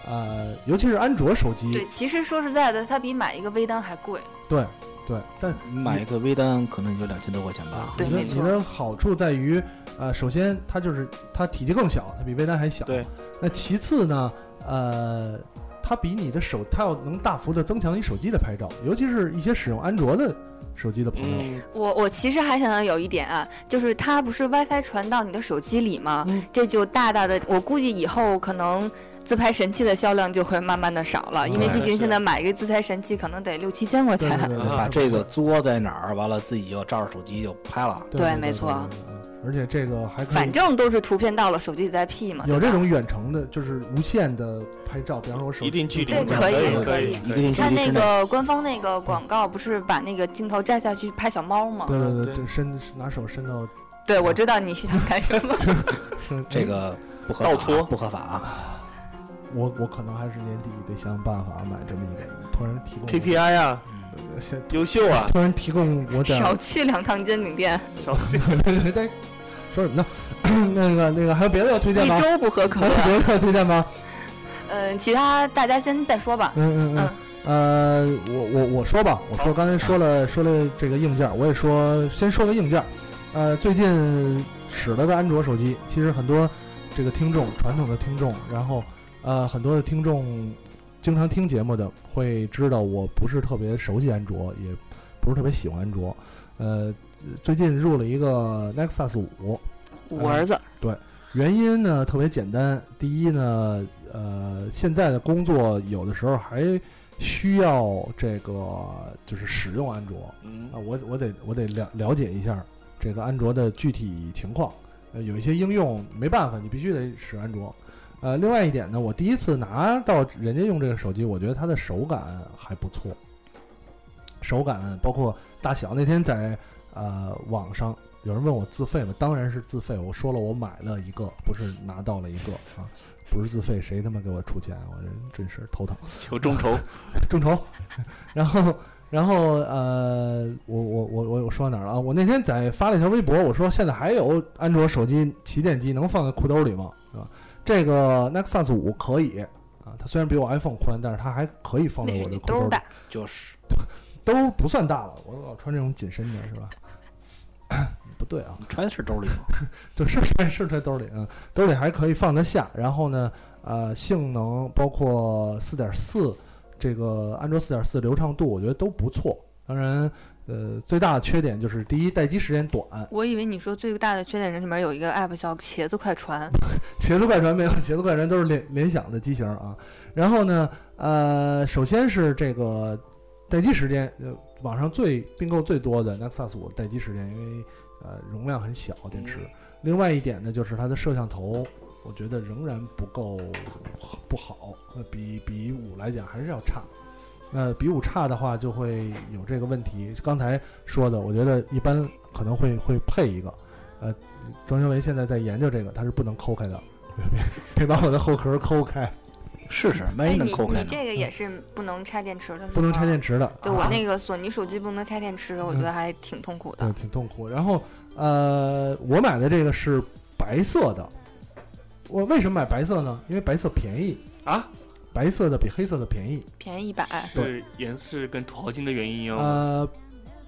[SPEAKER 4] 呃，尤其是安卓手机，
[SPEAKER 7] 对其实说实在的，它比买一个微单还贵。
[SPEAKER 4] 对对，但
[SPEAKER 5] 买一个微单可能也就两千多块钱吧。
[SPEAKER 7] 对
[SPEAKER 4] 你的
[SPEAKER 7] 没
[SPEAKER 4] 你
[SPEAKER 7] 错
[SPEAKER 4] 的好处在于，呃，首先它就是它体积更小，它比微单还小。
[SPEAKER 6] 对。
[SPEAKER 4] 那其次呢，呃，它比你的手，它要能大幅的增强你手机的拍照，尤其是一些使用安卓的手机的朋友。
[SPEAKER 6] 嗯，
[SPEAKER 7] 我我其实还想要有一点啊，就是它不是 WiFi 传到你的手机里吗？
[SPEAKER 4] 嗯
[SPEAKER 7] 这就大大的，我估计以后可能自拍神器的销量就会慢慢的少了，因为
[SPEAKER 6] 嗯
[SPEAKER 7] 毕竟
[SPEAKER 6] 是
[SPEAKER 7] 现在买一个自拍神器可能得六七千块
[SPEAKER 4] 对对
[SPEAKER 7] 钱。
[SPEAKER 4] 对对，
[SPEAKER 5] 把
[SPEAKER 4] 对
[SPEAKER 5] 这个作在哪儿，完了自己就照着手机就拍了。
[SPEAKER 4] 对
[SPEAKER 7] 对
[SPEAKER 4] 对
[SPEAKER 7] 没错。
[SPEAKER 4] 对对对对而且这个还可
[SPEAKER 7] 反
[SPEAKER 4] 以
[SPEAKER 7] 正都是图片到了，手机里再 P 嘛。
[SPEAKER 4] 有
[SPEAKER 7] 对
[SPEAKER 4] 这
[SPEAKER 7] 吧
[SPEAKER 4] 种远程的，就是无线的拍照，比方说我手
[SPEAKER 6] 一定距离
[SPEAKER 7] 对
[SPEAKER 6] 嘛
[SPEAKER 7] 可以
[SPEAKER 6] 以
[SPEAKER 7] 可
[SPEAKER 6] 以
[SPEAKER 7] 以
[SPEAKER 5] 一
[SPEAKER 6] 可
[SPEAKER 5] 个定
[SPEAKER 7] 你
[SPEAKER 5] 距
[SPEAKER 7] 看
[SPEAKER 5] 离
[SPEAKER 7] 那
[SPEAKER 5] 之内。
[SPEAKER 7] 个官方那个广告，不是把那个镜头摘下去拍小猫吗？
[SPEAKER 4] 对对对，
[SPEAKER 6] 对
[SPEAKER 4] 就伸拿手伸到
[SPEAKER 7] 对，我知道你想干什么。
[SPEAKER 4] 伸
[SPEAKER 5] 这个不合法
[SPEAKER 6] 倒搓
[SPEAKER 5] 啊，不合法啊！
[SPEAKER 4] 我我可能还是年底得想想办法买这么一个，突然提供
[SPEAKER 6] KPI 啊，
[SPEAKER 5] 嗯
[SPEAKER 4] 先
[SPEAKER 6] 优秀 啊，
[SPEAKER 4] 突然提供我点
[SPEAKER 7] 少去两趟煎饼店，
[SPEAKER 4] 在说什么呢？ 那个那个还有别的要推荐
[SPEAKER 7] 一
[SPEAKER 4] 吗？
[SPEAKER 7] 周不合
[SPEAKER 4] 还
[SPEAKER 7] 格
[SPEAKER 4] 有。别的要推荐吗？
[SPEAKER 7] 嗯，其他大家先再说吧。
[SPEAKER 4] 嗯嗯嗯。呃，我我我说吧，我说刚才说了说了这个硬件，我也说先说个硬件。呃，最近使了个安卓手机，其实很多这个听众，传统的听众，然后呃，很多的听众经常听节目的会知道，我不是特别熟悉安卓，也不是特别喜欢安卓。呃，最近入了一个 Nexus 五，嗯
[SPEAKER 7] 我儿子，
[SPEAKER 4] 原因呢特别简单，第一呢，呃，现在的工作有的时候还需要这个就是使用安卓
[SPEAKER 6] 嗯
[SPEAKER 4] 啊，我我得我得了了解一下这个安卓的具体情况，呃，有一些应用没办法，你必须得使安卓。呃，另外一点呢，我第一次拿到人家用这个手机，我觉得它的手感还不错，手感包括大小。那天在呃网上有人问我自费吗？当然是自费。我说了，我买了一个，不是拿到了一个啊，不是自费，谁他妈给我出钱？啊我这真是头疼。
[SPEAKER 6] 求众筹，
[SPEAKER 4] 众筹， 然后然后呃，我我我我我说到哪儿了啊？我那天在发了一条微博，我说现在还有安卓手机旗舰机能放在裤兜里吗？是吧？这个 Nexus 五可以啊，它虽然比我 iPhone 宽，但是它还可以放
[SPEAKER 7] 那
[SPEAKER 4] 在
[SPEAKER 7] 是
[SPEAKER 4] 我
[SPEAKER 7] 你
[SPEAKER 4] 的裤
[SPEAKER 7] 兜
[SPEAKER 4] 兜
[SPEAKER 7] 儿
[SPEAKER 4] 里
[SPEAKER 7] 大。。
[SPEAKER 5] 就是
[SPEAKER 4] 都不算大了，我老穿这种紧身的是吧？ 不对啊，
[SPEAKER 5] 揣的是兜 里吗？
[SPEAKER 4] 就是揣是揣兜里，嗯，兜里还可以放得下。然后呢，呃，性能包括四点四这个安卓四点四流畅度，我觉得都不错。当然，呃，最大的缺点就是第一待机时间短，
[SPEAKER 7] 我以为你说最大的缺点是里面有一个 app 叫茄子快传，
[SPEAKER 4] 茄子快传没有，茄子快传都是联联想的机型啊。然后呢，呃，首先是这个待机时间，呃，网上最并购最多的 Nexus 五待机时间，因为呃容量很小，电池。另外一点呢，就是它的摄像头，我觉得仍然不够不好，呃，比比五来讲还是要差。那比五差的话，就会有这个问题。刚才说的，我觉得一般可能会会配一个，呃，庄修为现在在研究这个，他是不能抠开的，别别别把我的后壳抠开，
[SPEAKER 5] 试试，万
[SPEAKER 7] 哎，
[SPEAKER 5] 一
[SPEAKER 7] 你
[SPEAKER 5] 能抠开
[SPEAKER 7] 你
[SPEAKER 5] 呢？
[SPEAKER 7] 这个也是不能拆电池的，
[SPEAKER 4] 嗯不能拆电。池的。
[SPEAKER 7] 对
[SPEAKER 4] 啊嗯
[SPEAKER 7] 我那个索尼手机不能拆电池，我觉得还挺痛苦
[SPEAKER 4] 对
[SPEAKER 7] 的。
[SPEAKER 4] 挺痛苦。然后呃，我买的这个是白色的，我为什么买白色呢？因为白色便宜
[SPEAKER 6] 啊，
[SPEAKER 4] 白色的比黑色的便宜。
[SPEAKER 7] 便宜一百，
[SPEAKER 6] 是颜色跟淘金的原因一哦样吗？
[SPEAKER 4] 呃，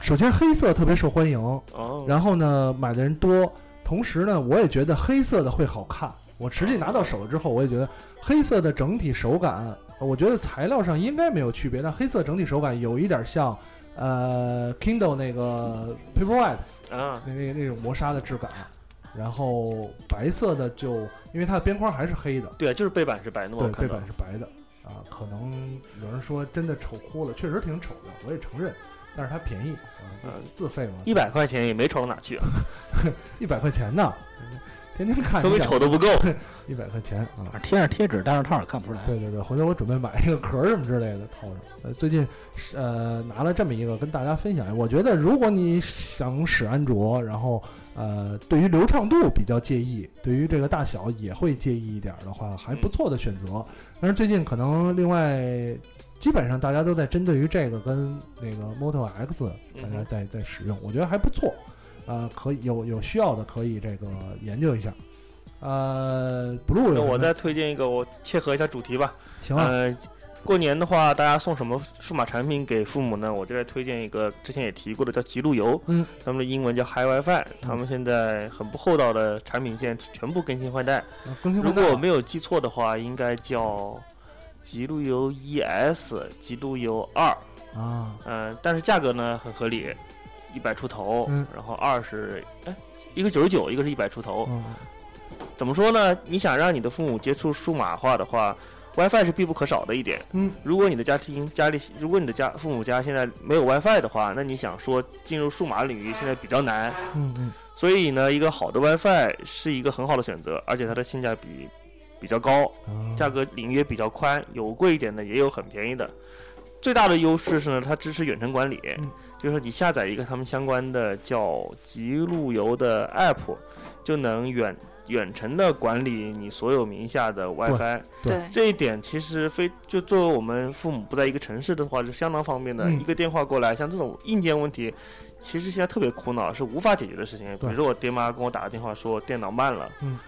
[SPEAKER 4] 首先黑色特别受欢迎，
[SPEAKER 6] 哦，
[SPEAKER 4] 然后呢买的人多，同时呢我也觉得黑色的会好看。我实际拿到手了之后，我也觉得黑色的整体手感，呃我觉得材料上应该没有区别，但黑色整体手感有一点像。呃，Kindle 那个 Paperwhite
[SPEAKER 6] 啊，
[SPEAKER 4] 那那那种磨砂的质感，啊然后白色的就因为它的边框还是黑的，
[SPEAKER 6] 对啊，就是背板是白的嘛，
[SPEAKER 4] 对
[SPEAKER 6] 我，看
[SPEAKER 4] 背
[SPEAKER 6] 到
[SPEAKER 4] 板是白的啊。可能有人说真的丑哭了，确实挺丑的，我也承认，但是它便宜啊，就是
[SPEAKER 6] 啊
[SPEAKER 4] 自费嘛，
[SPEAKER 6] 一百块钱也没丑到哪去啊，
[SPEAKER 4] 一百块钱呢，天天看
[SPEAKER 6] 说明丑都 不够。
[SPEAKER 4] 一百块钱啊。
[SPEAKER 5] 贴上贴纸，戴上套也看
[SPEAKER 6] 哎
[SPEAKER 5] 不出来。
[SPEAKER 4] 对对对，回头我准备买一个壳儿什么之类的套上。呃，最近是呃拿了这么一个跟大家分享哎一下，我觉得如果你想使安卓，然后呃对于流畅度比较介意，对于这个大小也会介意一点儿的话，还不错的选
[SPEAKER 6] 嗯
[SPEAKER 4] 择。但是最近可能另外基本上大家都在针对于这个跟那个 Moto X 大
[SPEAKER 6] 嗯
[SPEAKER 4] 家
[SPEAKER 6] 哼
[SPEAKER 4] 在在使用，我觉得还不错。呃，可以有有需要的可以这个研究一下。呃，Blue 有
[SPEAKER 6] 那
[SPEAKER 4] 什
[SPEAKER 6] 我
[SPEAKER 4] 么
[SPEAKER 6] 再推荐一个，我切合一下主题吧。
[SPEAKER 4] 行啊，
[SPEAKER 6] 呃，过年的话，大家送什么数码产品给父母呢？我这来推荐一个，之前也提过的，叫极路由，
[SPEAKER 4] 嗯，
[SPEAKER 6] 他们的英文叫 Hi WiFi，他们现在很不厚道的产品线全部更新换代。
[SPEAKER 4] 呃更新
[SPEAKER 6] 如
[SPEAKER 4] 换代
[SPEAKER 6] 果我
[SPEAKER 4] 了
[SPEAKER 6] 没有记错的话，应该叫极路由 ES、极路由二，
[SPEAKER 4] 啊。
[SPEAKER 6] 嗯，但是价格呢很合理，一百出头，
[SPEAKER 4] 嗯
[SPEAKER 6] 然后二是哎，一个九十九，一个是一百出头，
[SPEAKER 4] 嗯
[SPEAKER 6] 怎么说呢？你想让你的父母接触数码化的话，WiFi 是必不可少的一点。
[SPEAKER 4] 嗯，
[SPEAKER 6] 如果你的家庭家里，如果你的家父母家现在没有 WiFi 的话，那你想说进入数码领域现在比较难。
[SPEAKER 4] 嗯嗯
[SPEAKER 6] 所以呢，一个好的 WiFi 是一个很好的选择，而且它的性价比比较高，
[SPEAKER 4] 啊，
[SPEAKER 6] 嗯价格领域也比较宽，有贵一点的，也有很便宜的。最大的优势是呢，它支持远程管理，
[SPEAKER 4] 嗯
[SPEAKER 6] 就是你下载一个他们相关的叫极路由的 app，就能远远程的管理你所有名下的 WiFi。
[SPEAKER 4] 对
[SPEAKER 7] 对，
[SPEAKER 6] 这一点其实非就作为我们父母不在一个城市的话，是相当方便的。
[SPEAKER 4] 嗯
[SPEAKER 6] 一个电话过来，像这种硬件问题，其实现在特别苦恼，是无法解决的事情。比
[SPEAKER 4] 对
[SPEAKER 6] 如说我爹妈跟我打个电话说电脑慢了，
[SPEAKER 4] 嗯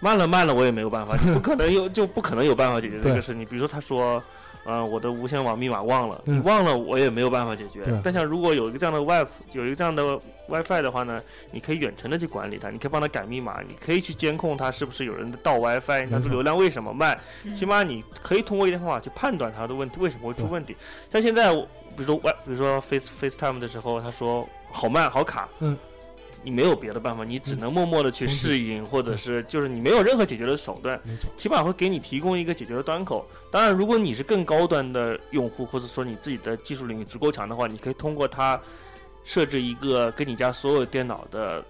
[SPEAKER 6] 慢了慢了，我也没有办法，就不可能有 就不可能有办法解决这
[SPEAKER 4] 对
[SPEAKER 6] 个事情。比如说他说。嗯、我的无线网密码忘了，
[SPEAKER 4] 嗯
[SPEAKER 6] 你忘了我也没有办法解决
[SPEAKER 4] 对。
[SPEAKER 6] 但像如果有一个这样的 Wi 有一个这样的 WiFi 的话呢，你可以远程的去管理它，你可以帮它改密码，你可以去监控它是不是有人盗 WiFi，它
[SPEAKER 4] 没
[SPEAKER 6] 的
[SPEAKER 4] 错
[SPEAKER 6] 流量为什么慢，
[SPEAKER 7] 嗯
[SPEAKER 6] 起码你可以通过一些方法去判断它的问题为什么会出问题。像现在我，比如说外，比如说 Face FaceTime 的时候，他说好慢好卡，
[SPEAKER 4] 嗯，
[SPEAKER 6] 你没有别的办法，你只能默默的去
[SPEAKER 4] 同时
[SPEAKER 6] 适应，或者是就是你没有任何解决的手段，
[SPEAKER 4] 没错，
[SPEAKER 6] 起码会给你提供一个解决的端口。当然，如果你是更高端的用户，或者说你自己的技术领域足够强的话，你可以通过它设置一个跟你家所有电脑的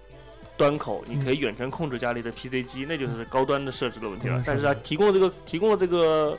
[SPEAKER 6] 端口，你可以远程控制家里的 PC 机，那就是高端的设置的问题了
[SPEAKER 4] 嗯。
[SPEAKER 6] 但是它提供这个提供了这个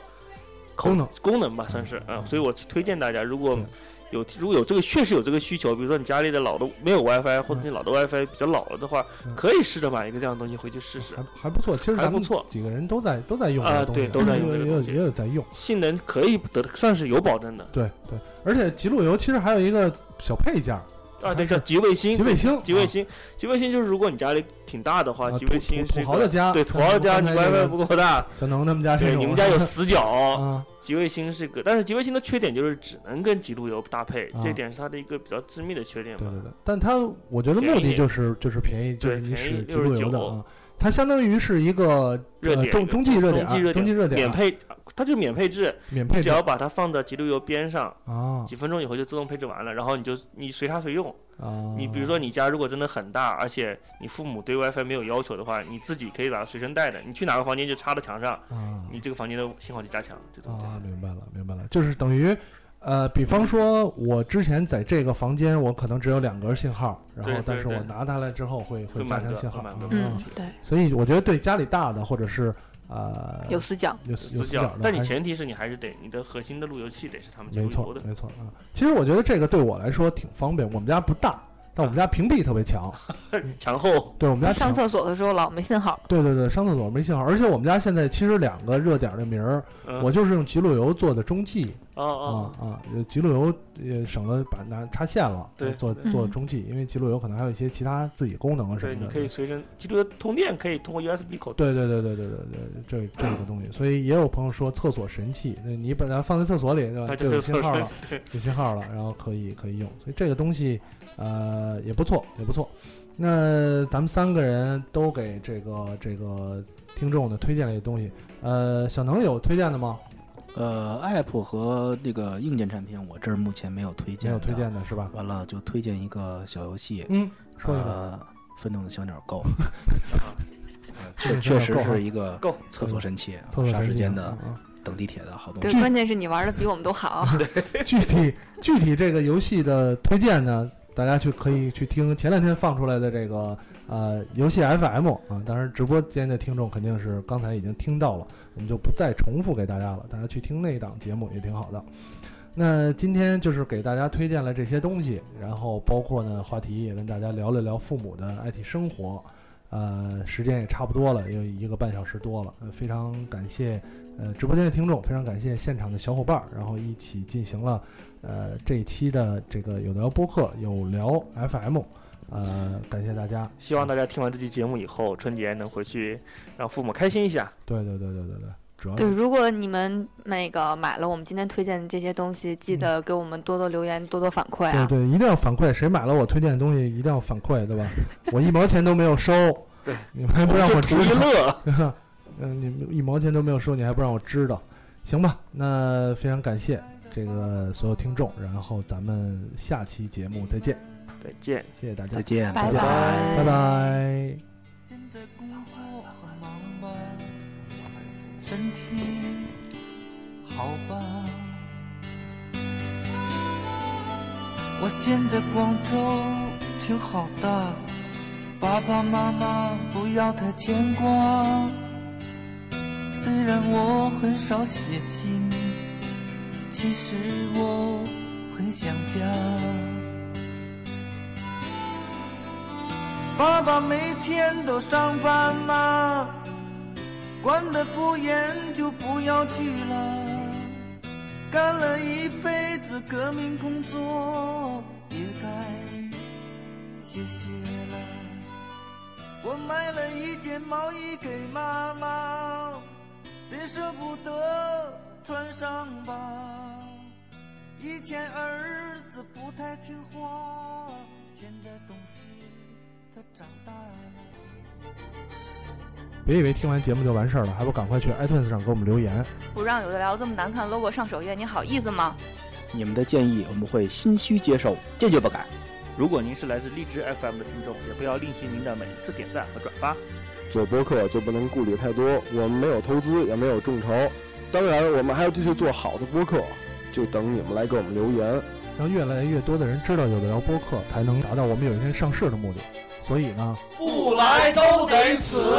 [SPEAKER 6] 口
[SPEAKER 4] 功能
[SPEAKER 6] 功能吧，算是嗯，所以我推荐大家，如果
[SPEAKER 4] 对嗯
[SPEAKER 6] 有如果有这个确实有这个需求，比如说你家里的老的没有 WiFi，或者
[SPEAKER 4] 嗯
[SPEAKER 6] 你老的 WiFi 比较老了的话
[SPEAKER 4] 嗯，
[SPEAKER 6] 可以试着买一个这样的东西回去试试
[SPEAKER 4] 还。还不错。其实
[SPEAKER 6] 还
[SPEAKER 4] 咱们
[SPEAKER 6] 不错
[SPEAKER 4] 几个人都在都在用
[SPEAKER 6] 啊
[SPEAKER 4] 这个东西
[SPEAKER 6] 对都在用这个
[SPEAKER 4] 也有
[SPEAKER 6] 东西
[SPEAKER 4] 也有在用。
[SPEAKER 6] 性能可以得算是有保证的。
[SPEAKER 4] 对对，而且极路由其实还有一个小配件儿，
[SPEAKER 6] 啊，对，叫集卫星
[SPEAKER 4] 吉，卫星，
[SPEAKER 6] 嗯集卫星，集卫星就是如果你家里挺大的话，
[SPEAKER 4] 啊
[SPEAKER 6] 集卫星
[SPEAKER 4] 土
[SPEAKER 6] 是
[SPEAKER 4] 土
[SPEAKER 6] 一
[SPEAKER 4] 豪
[SPEAKER 6] 个
[SPEAKER 4] 的家
[SPEAKER 6] 对，土豪的家
[SPEAKER 4] 像
[SPEAKER 6] 你
[SPEAKER 4] 我刚才这
[SPEAKER 6] WiFi
[SPEAKER 4] 个
[SPEAKER 6] 不 够大，
[SPEAKER 4] 小农他们家这
[SPEAKER 6] 对，
[SPEAKER 4] 种，
[SPEAKER 6] 你们家有死角。
[SPEAKER 4] 啊，
[SPEAKER 6] 集卫星是个，但是集卫星的缺点就是只能跟极路由搭配，
[SPEAKER 4] 啊
[SPEAKER 6] 这点是它的一个比较致命的缺点
[SPEAKER 4] 对
[SPEAKER 6] 吧
[SPEAKER 4] 对。对，但它我觉得目的就是就是便宜，就是你
[SPEAKER 6] 便宜
[SPEAKER 4] 使极路由的
[SPEAKER 6] 69
[SPEAKER 4] 啊，它相当于是一个
[SPEAKER 6] 热
[SPEAKER 4] 呃
[SPEAKER 6] 点
[SPEAKER 4] 中中继热点
[SPEAKER 6] 中继热
[SPEAKER 4] 儿，中
[SPEAKER 6] 点
[SPEAKER 4] 继热点
[SPEAKER 6] 免
[SPEAKER 4] 儿，
[SPEAKER 6] 配，它就是免配置，
[SPEAKER 4] 免
[SPEAKER 6] 你
[SPEAKER 4] 配
[SPEAKER 6] 只
[SPEAKER 4] 置
[SPEAKER 6] 要把它放到极路由边上，
[SPEAKER 4] 啊
[SPEAKER 6] 几分钟以后就自动配置完了，然后你就你随插随用。
[SPEAKER 4] 啊，
[SPEAKER 6] 你比如说你家如果真的很大，而且你父母对 WiFi 没有要求的话，你自己可以把它随身带的，你去哪个房间就插到墙上，
[SPEAKER 4] 啊，
[SPEAKER 6] 你这个房间的信号就加强，这种
[SPEAKER 4] 啊，明白了，明白了，就是等于，呃，比方说，我之前在这个房间，我可能只有两格信号，然
[SPEAKER 6] 对
[SPEAKER 4] 后
[SPEAKER 6] 对
[SPEAKER 4] 但是我
[SPEAKER 6] 对
[SPEAKER 4] 拿它来之后会会
[SPEAKER 6] 会
[SPEAKER 4] 加
[SPEAKER 6] 满
[SPEAKER 4] 强
[SPEAKER 6] 格
[SPEAKER 4] 信
[SPEAKER 6] 会
[SPEAKER 4] 号，
[SPEAKER 6] 满格
[SPEAKER 4] 啊
[SPEAKER 7] 嗯，对，
[SPEAKER 4] 所以我觉得对家里大的或者是呃
[SPEAKER 7] 有死角，
[SPEAKER 4] 有有死
[SPEAKER 6] 死角
[SPEAKER 4] 角，的
[SPEAKER 6] 但你
[SPEAKER 4] 还是。
[SPEAKER 6] 前提是你还是得你的核心的路由器得是他们家
[SPEAKER 4] 没
[SPEAKER 6] 路由
[SPEAKER 4] 错
[SPEAKER 6] 的，，
[SPEAKER 4] 没错啊！其实我觉得这个对我来说挺方便。我们家不大，但我们家屏蔽特别强。嗯
[SPEAKER 6] 墙后
[SPEAKER 4] 对我们家墙
[SPEAKER 7] 上厕所的时候老没信号，
[SPEAKER 4] 对对对，上厕所没信号，而且我们家现在其实两个热点的名儿，
[SPEAKER 6] 嗯
[SPEAKER 4] 我就是用极路由做的中继，
[SPEAKER 6] 哦哦
[SPEAKER 4] 啊啊，呃极路由也省了把拿插线了，呃
[SPEAKER 6] 对
[SPEAKER 4] 做
[SPEAKER 7] 对
[SPEAKER 4] 做
[SPEAKER 7] 嗯
[SPEAKER 4] 中继，因为极路由可能还有一些其他自己功能啊什
[SPEAKER 6] 对，
[SPEAKER 4] 么
[SPEAKER 6] 你
[SPEAKER 4] 的。
[SPEAKER 6] 可以随身，记住通电可以通过 USB 口
[SPEAKER 4] 对对对对对对对，这这个东西，所以也有朋友说厕所神器，那你把它放在厕所里，对吧？
[SPEAKER 6] 它
[SPEAKER 4] 就
[SPEAKER 6] 就
[SPEAKER 4] 有
[SPEAKER 6] 是
[SPEAKER 4] 信号了，
[SPEAKER 6] 对，
[SPEAKER 4] 有信号了，然后可以可以用，所以这个东西呃也不错，也不错。那咱们三个人都给这个这个听众呢推荐了一些东西，呃，小能有推荐的吗？
[SPEAKER 5] 呃，app 和那个硬件产品，我这儿目前没有推
[SPEAKER 4] 没
[SPEAKER 5] 荐，
[SPEAKER 4] 有推。荐的是吧？
[SPEAKER 5] 完了，就推荐一个小游戏，
[SPEAKER 4] 嗯，说一说，
[SPEAKER 5] 嗯呃，愤怒的小鸟 Go，呃
[SPEAKER 4] 愤
[SPEAKER 5] 确
[SPEAKER 4] 怒的小
[SPEAKER 5] 确
[SPEAKER 4] 鸟
[SPEAKER 5] 实
[SPEAKER 4] Go 哈
[SPEAKER 5] 是一个
[SPEAKER 6] Go
[SPEAKER 5] 厕所神器，
[SPEAKER 4] 厕所
[SPEAKER 5] 杀
[SPEAKER 4] 神
[SPEAKER 5] 时
[SPEAKER 4] 器
[SPEAKER 5] 间
[SPEAKER 4] 啊
[SPEAKER 5] 的
[SPEAKER 4] 啊 啊
[SPEAKER 5] 等地铁的好东
[SPEAKER 7] 对，
[SPEAKER 5] 西。
[SPEAKER 7] 关键是你玩的比我们都好，
[SPEAKER 4] 具体具体这个游戏的推荐呢，大家去可以去听前两天放出来的这个呃游戏 FM 啊，当然直播间的听众肯定是刚才已经听到了，我们就不再重复给大家了，大家去听那一档节目也挺好的。那今天就是给大家推荐了这些东西，然后包括呢话题也跟大家聊了聊父母的 IT 生活，呃，时间也差不多了，也有一个半小时多了，呃非常感谢呃直播间的听众，非常感谢现场的小伙伴儿，然后一起进行了呃这一期的这个有聊播客有聊 FM，呃，感谢大家，
[SPEAKER 6] 希望大家听完这期节目以后，春节能回去让父母开心一下。
[SPEAKER 4] 对对对对对对，主要
[SPEAKER 7] 对，
[SPEAKER 4] 是
[SPEAKER 7] 如果你们那个买了我们今天推荐的这些东西，记得给我们多多留言，多多反馈
[SPEAKER 4] 对
[SPEAKER 7] 啊。
[SPEAKER 4] 对，一定要反馈，谁买了我推荐的东西一定要反馈， 对吧？我一毛钱都没有收，
[SPEAKER 6] 对，
[SPEAKER 4] 你们还不让
[SPEAKER 6] 就
[SPEAKER 4] 我知
[SPEAKER 6] 图一
[SPEAKER 4] 道。
[SPEAKER 6] 乐，
[SPEAKER 4] 嗯，你们一毛钱都没有收，你还不让我知道，行吧？那非常感谢这个所有听众，然后咱们下期节目再见，
[SPEAKER 6] 再见。
[SPEAKER 4] 谢谢大家
[SPEAKER 5] 再，见，
[SPEAKER 7] 拜
[SPEAKER 5] 再见
[SPEAKER 4] 拜拜。
[SPEAKER 9] 现在工作很忙吧，身体好吧？我现在广州挺好的，爸爸妈妈不要太牵挂。虽然我很少写信，其实我很想家。爸爸每天都上班吗？管得不严就不要去了。干了一辈子革命工作，也该歇歇了。我买了一件毛衣给妈妈，别舍不得穿上吧。以前儿子不太听话，现在懂事。他长大了。
[SPEAKER 4] 别以为听完节目就完事儿了，还不赶快去 iTunes 上给我们留言。
[SPEAKER 7] 不让有的聊这么难看 logo 上首页，你好意思吗？
[SPEAKER 5] 你们的建议我们会心虚接受，坚决不改。
[SPEAKER 6] 如果您是来自荔枝 FM 的听众，也不要吝惜您的每一次点赞和转发。
[SPEAKER 10] 做播客就不能顾虑太多，我们没有投资，也没有众筹，当然我们还要继续做好的播客，就等你们来给我们留言。
[SPEAKER 4] 让越来越多的人知道有的聊播客，才能达到我们有一天上市的目的。所以呢，
[SPEAKER 9] 不来都得死。